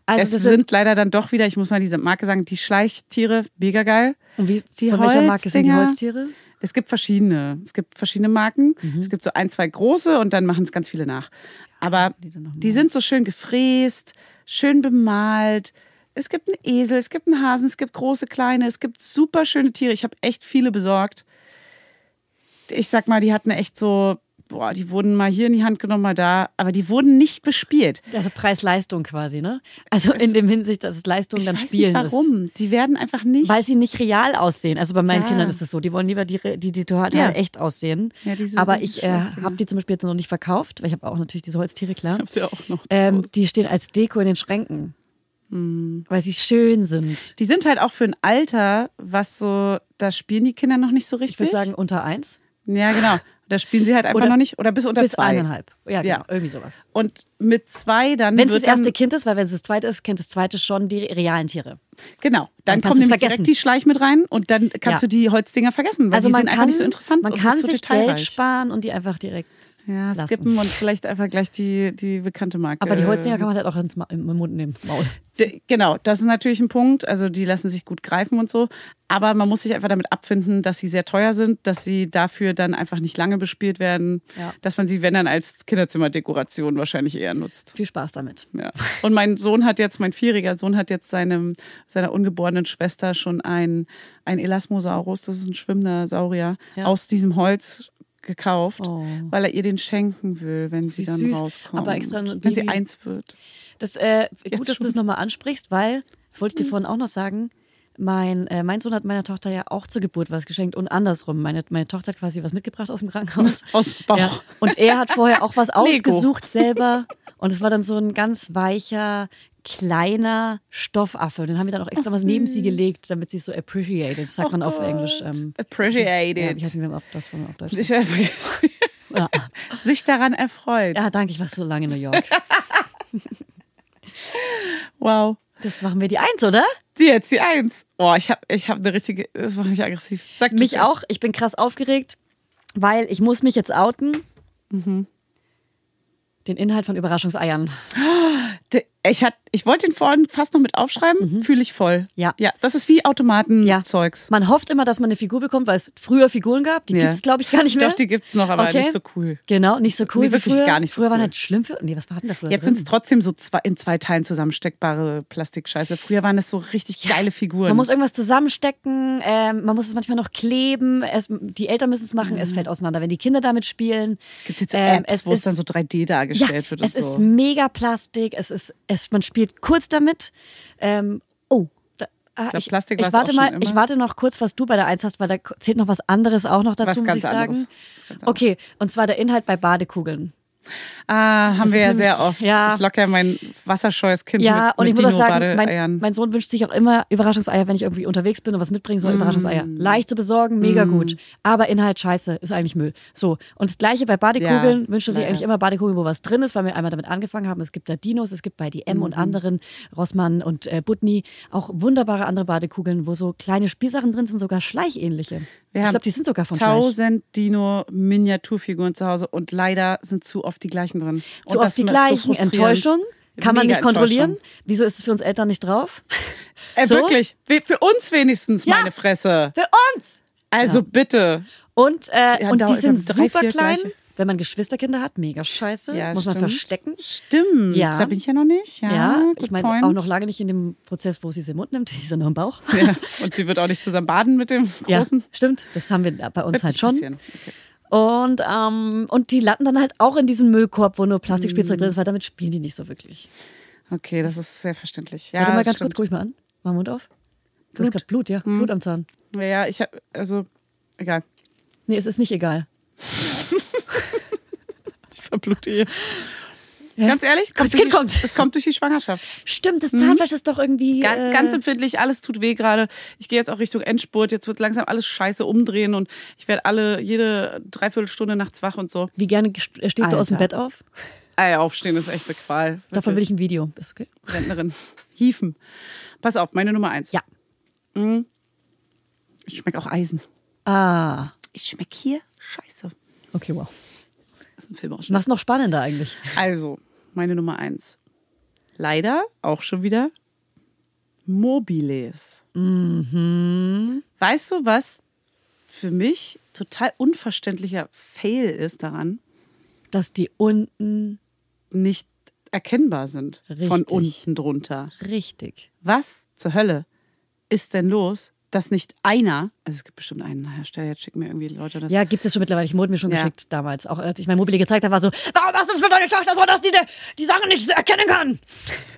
Also es das sind, sind, leider dann doch wieder, ich muss mal diese Marke sagen, die Schleichtiere, mega geil. und wie, die von welcher Marke sind die Holzdinger. Holztiere? Es gibt verschiedene. Es gibt verschiedene Marken. Es gibt so ein, zwei große und dann machen es ganz viele nach. Aber die die, dann noch sind so schön gefräst, schön bemalt. Es gibt einen Esel, es gibt einen Hasen, es gibt große, kleine, es gibt super schöne Tiere. Ich habe echt viele besorgt. Ich sag mal, die hatten echt so, boah, die wurden mal hier in die Hand genommen, mal da, aber die wurden nicht bespielt. Also Preis-Leistung quasi, ne? Also in dem Hinsicht, dass es Leistung Ich dann weiß spielen nicht ist. warum. Die werden einfach nicht. Weil sie nicht real aussehen. Also bei meinen Ja. Kindern ist es so. Die wollen lieber die, re- die, die total Ja. echt aussehen. Ja, die sind Aber so ich äh, schlecht, ja. habe die zum Beispiel jetzt noch nicht verkauft, weil ich habe auch natürlich diese Holztiere, klar. Ich hab sie auch noch zu Ähm, Hause. Hm. die stehen als Deko in den Schränken. Weil sie schön sind. die sind halt auch für ein Alter, was so, da spielen die Kinder noch nicht so Ich richtig. würde sagen, unter eins Ja, genau. Da spielen sie halt einfach Oder- noch nicht. Oder bis unter bis zwei. eineinhalb. Ja, genau. Ja. Irgendwie sowas. Und mit zwei dann Wenn es wird das erste dann, Kind ist, weil wenn es das zweite ist, kennt das zweite schon die realen Tiere. genau, dann, kannst du's kommen nämlich vergessen. direkt die Schleich mit rein und dann kannst Ja. du die Holzdinger vergessen, weil also die man sind kann, einfach nicht so interessant. man und kann so sich detailreich. Geld sparen und die einfach direkt. Ja, lassen. skippen und vielleicht einfach gleich die, die bekannte Marke. Aber die Holzdinger kann man halt auch ins Ma im Mund nehmen. Maul. D- Genau, das ist natürlich ein Punkt. Also die lassen sich gut greifen und so. Aber man muss sich einfach damit abfinden, dass sie sehr teuer sind, dass sie dafür dann einfach nicht lange bespielt werden, Ja. dass man sie, wenn dann, als Kinderzimmerdekoration wahrscheinlich eher nutzt. Viel Spaß damit. Ja. Und mein Sohn hat jetzt, mein vierjähriger Sohn hat jetzt seinem, seiner ungeborenen Schwester schon ein, ein Elasmosaurus, das ist ein schwimmender Saurier, Ja. aus diesem Holz gekauft, Oh. weil er ihr den schenken will, wenn sie Wie dann süß. rauskommt. Aber extra ein wenn sie Baby. eins wird. Das, äh, gut, dass du schon. das nochmal ansprichst, weil, das wollte ich dir vorhin auch noch sagen, mein, äh, mein Sohn hat meiner Tochter ja auch zur Geburt was geschenkt und andersrum. Meine, meine Tochter hat quasi was mitgebracht aus dem Krankenhaus. [laughs] Aus dem Bauch. Ja. Und er hat vorher auch was [laughs] Lego. ausgesucht selber. Und es war dann so ein ganz weicher, kleiner Stoffaffe. Und Den haben wir dann auch extra Ach, was neben sie süß. gelegt, damit sie es so appreciated. Das sagt Oh man auf Gott. Englisch. Ähm, ja, ich weiß Appreciated. nicht, wie man auf, das man auf Deutsch [laughs] ich sagt. habe vergessen. Ja. [laughs] Sich daran erfreut. ja, danke, ich war so lange in New York. Wow. Das machen wir die Eins, oder? Die jetzt die Eins. Oh, ich habe ich hab eine richtige. Das macht mich aggressiv. Sag du Mich zuerst. auch. Ich bin krass aufgeregt, weil ich muss mich jetzt outen. Mhm. Den Inhalt von Überraschungseiern. D- Ich, hat, ich wollte ihn vorhin fast noch mit aufschreiben, fühle ich voll. Mhm. Ja. Ja, das ist wie Ja. Automatenzeugs. Man hofft immer, dass man eine Figur bekommt, weil es früher Figuren gab. Die Ja. gibt's, glaube ich, gar nicht mehr. Doch, die gibt's noch, aber Okay. nicht so cool. Genau, nicht so cool. Nee, wie wirklich früher. gar nicht so Früher waren cool. halt schlimm für. Nee, was war denn da früher? Jetzt drin? sind es trotzdem so zwei, in zwei Teilen zusammensteckbare Plastikscheiße. Früher waren es so richtig geile Figuren. Man muss irgendwas zusammenstecken, ähm, man muss es manchmal noch kleben. Es, die Eltern müssen es machen, es fällt auseinander. Wenn die Kinder damit spielen. es gibt jetzt so ähm, Apps, es wo es ist- dann so 3D Ja, dargestellt wird und es ist so. mega Plastik, es ist, es, man spielt kurz damit. Ähm, oh, da, ah, glaub, Plastik war's warte auch mal, schon ich immer. warte noch kurz, was du bei der Eins hast, weil da ko- zählt noch was anderes auch noch dazu, Was ganz muss ich sagen. anderes. Was ganz anderes. Okay, und zwar der Inhalt bei Badekugeln. Ah, haben Das wir ist ja nämlich- sehr oft. ja. Ich locke ja mein wasserscheues Kind Ja, mit, und ich mit muss auch sagen, mein, Dino-Badeeiern. mein Sohn wünscht sich auch immer Überraschungseier, wenn ich irgendwie unterwegs bin und was mitbringen Mm. soll. Überraschungseier. Leicht zu besorgen, mega gut. Aber Inhalt scheiße, ist eigentlich Müll. So. Und das gleiche bei Badekugeln Ja, wünscht er sich leider. eigentlich immer Badekugeln, wo was drin ist, weil wir einmal damit angefangen haben. Es gibt da Dinos, es gibt bei DM und Mhm. anderen, Rossmann und äh, Butni, auch wunderbare andere Badekugeln, wo so kleine Spielsachen drin sind, sogar schleichähnliche. ich Wir haben glaube, die sind sogar von Schleich. Tausend Dino-Miniaturfiguren zu Hause und leider sind zu oft die gleichen drin. So und oft die macht so gleichen frustrierend. Enttäuschungen. Kann man Mega nicht kontrollieren. Enttäuschung. Wieso ist es für uns Eltern nicht drauf? Äh, So? Wirklich, Wir- für uns wenigstens, Ja. meine Fresse. Für uns! Also bitte. Und, äh, Ja, und da- die ich sind hab drei, super vier klein. gleiche. Wenn man Geschwisterkinder hat, mega scheiße. Ja, Muss man stimmt. verstecken. Stimmt, Ja. da bin ich ja noch nicht. Ja, Ja, ich good meine, point. auch noch lange nicht in dem Prozess, wo sie es im Mund nimmt. [laughs] Die ist ja noch im Bauch. [laughs] Ja. Und sie wird auch nicht zusammen baden mit dem Ja, Großen. stimmt. Das haben wir bei uns Wird halt nicht schon. passieren. Okay. Und, ähm, und die landen dann halt auch in diesem Müllkorb, wo nur Plastikspielzeug Mm. drin ist, weil damit spielen die nicht so wirklich. okay, das ist sehr verständlich. Ja, Warte mal das ganz stimmt. Mm. kurz, guck ich mal an. Mach Mund auf. Du hast gerade Blut, ja. Blut am Zahn. Ja, ja, ich habe, also, egal. Nee, es ist nicht egal. Ich verblute ihr. Ganz ehrlich, Kommt, das durch Kind die- kommt. Es kommt durch die Schwangerschaft. Stimmt, das Zahnfleisch ist doch irgendwie. Mm. Ga äh, Ganz empfindlich, alles tut weh gerade. Ich gehe jetzt auch Richtung Endspurt. Jetzt wird langsam alles scheiße umdrehen und ich werde alle jede Dreiviertelstunde nachts wach und so. wie gerne ges- stehst du aus dem Bett Alter. auf? Ey, aufstehen ist echt eine Qual. Davon will ich ein Video. Ist okay? ich. Rentnerin. Hiefen. Pass auf, meine Nummer eins. Mhm. Ja. Ich schmecke auch Eisen. Ah. Ich schmecke hier Scheiße. Okay, wow. Das ist ein Film Mach's noch spannender eigentlich. Also, meine Nummer eins. leider auch schon wieder Mobiles. Weißt du, was für mich total unverständlicher Fail ist daran? Dass die unten Nicht erkennbar sind von Richtig. unten drunter. richtig. Was zur Hölle ist denn los, dass nicht einer, also es gibt bestimmt einen Hersteller, jetzt schicken mir irgendwie Leute das. Ja, gibt es schon mittlerweile. Ich wurde mir schon Ja. geschickt damals. Auch als ich mein Mobile gezeigt habe, war so, warum machst du das für deine Tochter so, dass die de- die Sachen nicht erkennen kann?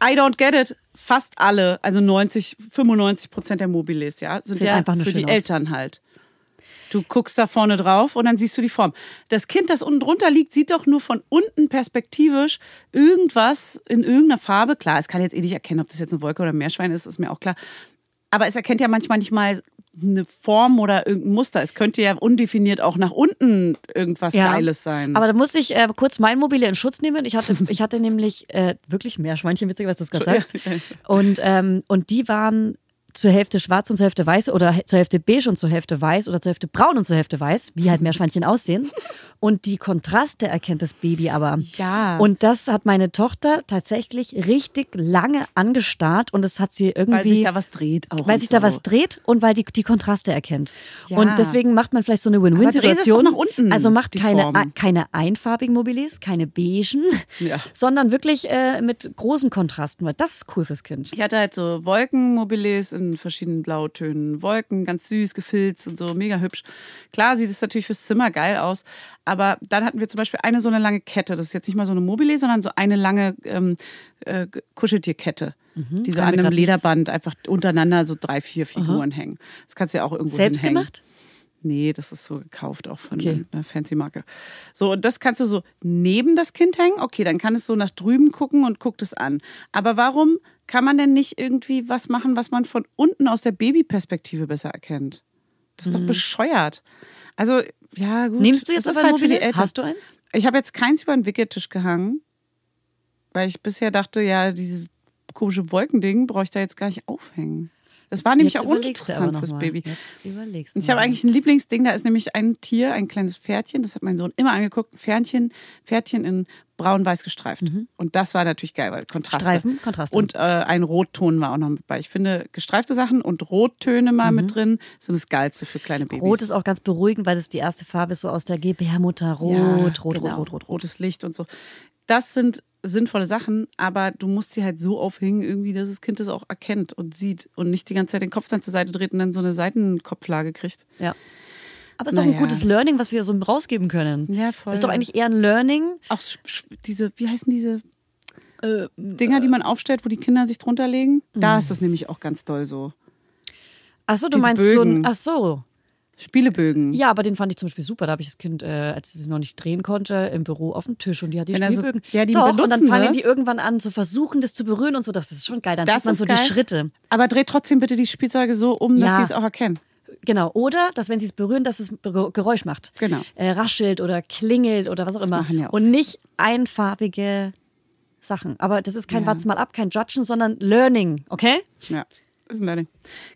I don't get it. Fast alle, also 90, 95 Prozent der Mobiles, ja, sind Sieht ja einfach nur für schön die aus. Eltern halt. Du guckst da vorne drauf und dann siehst du die Form. Das Kind, das unten drunter liegt, sieht doch nur von unten perspektivisch irgendwas in irgendeiner Farbe. Klar, es kann jetzt eh nicht erkennen, ob das jetzt eine Wolke oder ein Meerschwein ist, ist mir auch klar. Aber es erkennt ja manchmal nicht mal eine Form oder irgendein Muster. Es könnte ja undefiniert auch nach unten irgendwas Geiles sein. Aber da muss ich äh, kurz mein Mobile in Schutz nehmen. Ich hatte, ich hatte nämlich äh, wirklich Meerschweinchen, witzig, was du es [laughs] gerade sagst. Und, ähm, und die waren zur Hälfte schwarz und zur Hälfte weiß oder he- zur Hälfte beige und zur Hälfte weiß oder zur Hälfte braun und zur Hälfte weiß, wie halt Meerschweinchen aussehen. Und die Kontraste erkennt das Baby aber. Ja. Und das hat meine Tochter tatsächlich richtig lange angestarrt und es hat sie irgendwie weil sich da was dreht auch. weil und sich so. da was dreht und weil die, die Kontraste erkennt. Ja. Und deswegen macht man vielleicht so eine Aber dreh es doch Win-Win-Situation. nach unten, also macht die keine, Form. a- keine einfarbigen Mobilis, keine beigen, [laughs] Ja. sondern wirklich äh, mit großen Kontrasten. Weil das ist cool fürs Kind. Ich hatte halt so Wolkenmobiles in verschiedenen Blautönen. Wolken, ganz süß, gefilzt und so, mega hübsch. Klar sieht es natürlich fürs Zimmer geil aus, aber dann hatten wir zum Beispiel eine so eine lange Kette. Das ist jetzt nicht mal so eine Mobile, sondern so eine lange ähm, äh, Kuscheltierkette. Die so Sagen wir an einem Mhm. grad nichts. Lederband einfach untereinander so drei, vier Figuren hängen. Das kannst du ja auch irgendwo Selbst hinhängen. gemacht? Nee, das ist so gekauft auch von Okay. einer Fancy-Marke. So, und das kannst du so neben das Kind hängen. Okay, dann kann es so nach drüben gucken und guckt es an. Aber warum kann man denn nicht irgendwie was machen, was man von unten aus der Babyperspektive besser erkennt? Das ist doch bescheuert. Also, ja, gut. Mhm. Nimmst du jetzt das aber ist ein halt für die Mobile? Eltern. Hast du eins? Ich habe jetzt keins über den Wickeltisch gehangen, weil ich bisher dachte, ja, dieses komische Wolkending brauche ich da jetzt gar nicht aufhängen. Das war Ah, nämlich Jetzt auch überlegst du aber uninteressant noch fürs mal. Baby. Jetzt überlegst du Und ich habe mal. eigentlich ein Lieblingsding, da ist nämlich ein Tier, ein kleines Pferdchen, das hat mein Sohn immer angeguckt, ein Pferdchen, Pferdchen in braun-weiß gestreift. Und das war natürlich geil, weil Kontraste. Mhm. Streifen, Kontraste. Und äh, ein Rotton war auch noch mit bei. Ich finde, gestreifte Sachen und Rottöne mal Mhm. mit drin sind das Geilste für kleine Babys. Rot ist auch ganz beruhigend, weil das die erste Farbe ist so aus der Gebärmutter. Rot, Ja, rot, rot, genau. rot, rot, rot. Rotes Licht und so. Das sind sinnvolle Sachen, aber du musst sie halt so aufhängen, irgendwie, dass das Kind das auch erkennt und sieht und nicht die ganze Zeit den Kopf dann zur Seite dreht und dann so eine Seitenkopflage kriegt. Ja. Aber ist doch Naja. ein gutes Learning, was wir so rausgeben können. Ja, voll. Ist doch eigentlich eher ein Learning, äh, Auch sch- sch- diese, wie heißen diese Dinger, die man aufstellt, wo die Kinder sich drunter legen? Mhm. Da ist das nämlich auch ganz doll so. Ach so, du Diese meinst so ein, Bögen. ach so. Spielebögen. Ja, aber den fand ich zum Beispiel super. Da habe ich das Kind, äh, als es noch nicht drehen konnte, im Büro auf dem Tisch und die hat die Wenn er so- Spielbögen. ja, die Doch, und dann benutzen fangen das. die irgendwann an zu versuchen, das zu berühren und so. Das ist schon geil. Dann sieht man ist so geil. die Schritte. Aber dreh trotzdem bitte die Spielzeuge so um, dass Ja. sie es auch erkennen. Genau. Oder, dass wenn sie es berühren, dass es Ge- Geräusch macht. Genau. Äh, raschelt oder klingelt oder was auch immer. machen ja auch und nicht einfarbige Sachen. Aber das ist kein Ja. Watz mal ab, kein Judgen, sondern Learning. Okay? Ja, ist ein Learning.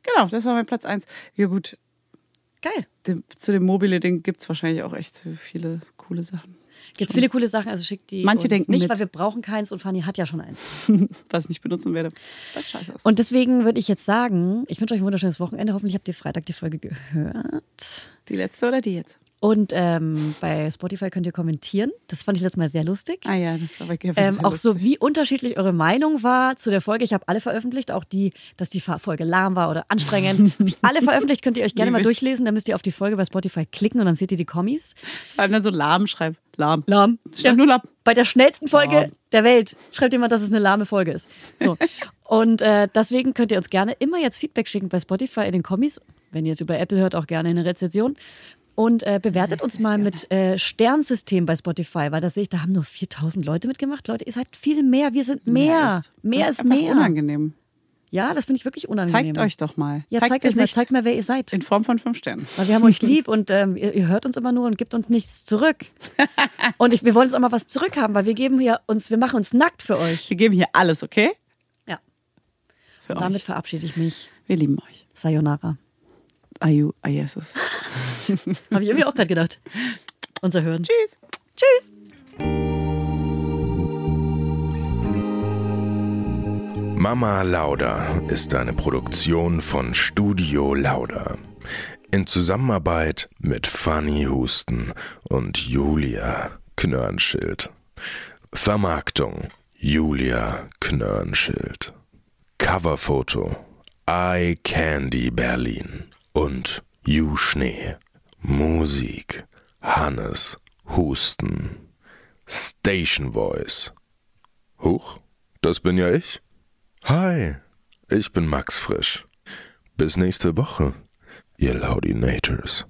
Genau, das war mein Platz eins. Ja gut, Geil. dem, zu dem Mobile-Ding gibt es wahrscheinlich auch echt so viele coole Sachen. [laughs] Gibt's viele coole Sachen, also schickt die. Manche uns denken nicht, mit. weil wir brauchen keins und Fanny hat ja schon eins. Was ich nicht benutzen werde. Das scheiße aus. Und deswegen würde ich jetzt sagen, ich wünsche euch ein wunderschönes Wochenende. Hoffentlich habt ihr Freitag die Folge gehört. die letzte oder die jetzt? Und ähm, bei Spotify könnt ihr kommentieren. Das fand ich letztes Mal sehr lustig. Ah ja, das war bei Kevin. Ähm, sehr auch so, lustig. wie unterschiedlich eure Meinung war zu der Folge. Ich habe alle veröffentlicht, auch die, dass die Fa- Folge lahm war oder anstrengend. [laughs] Hab ich alle veröffentlicht, könnt ihr euch gerne mal Lieb ich. durchlesen. Dann müsst ihr auf die Folge bei Spotify klicken und dann seht ihr die Kommis. Weil dann so lahm schreibt. Lahm. Lahm. Stand nur lahm. Bei der schnellsten Folge Lahm. der Welt schreibt jemand, dass es eine lahme Folge ist. [laughs] So. Und äh, deswegen könnt ihr uns gerne immer jetzt Feedback schicken bei Spotify in den Kommis. Wenn ihr es über Apple hört, auch gerne eine Rezession. Und äh, bewertet uns mal mit äh, Sternsystem bei Spotify, weil das sehe ich, da haben nur 4000 Leute mitgemacht. Leute, ihr seid viel mehr, wir sind mehr. echt. Mehr das ist einfach mehr. unangenehm. Ja, das finde ich wirklich unangenehm. Zeigt euch doch mal. Ja, zeigt, euch mal, Gesicht zeigt mal, wer ihr seid. In Form von fünf Sternen. Weil wir haben euch lieb und ähm, ihr, ihr hört uns immer nur und gebt uns nichts zurück. Und ich, wir wollen uns auch mal was zurückhaben, weil wir geben hier uns, wir machen uns nackt für euch. Wir geben hier alles, okay? Ja. Für Und damit euch. verabschiede ich mich. Wir lieben euch. Sayonara. Ayu, ayeses. Habe ich irgendwie auch gerade gedacht. Unser Hören. Tschüss. Tschüss. Mama Lauda ist eine Produktion von Studio Lauda. In Zusammenarbeit mit Fanny Husten und Julia Knörnschild. Vermarktung Julia Knörnschild. Coverfoto Eye Candy Berlin und You Schnee. Musik Hannes Husten. Station Voice. Huch, das bin ja ich. Hi, ich bin Max Frisch. Bis nächste Woche, ihr Laudinators.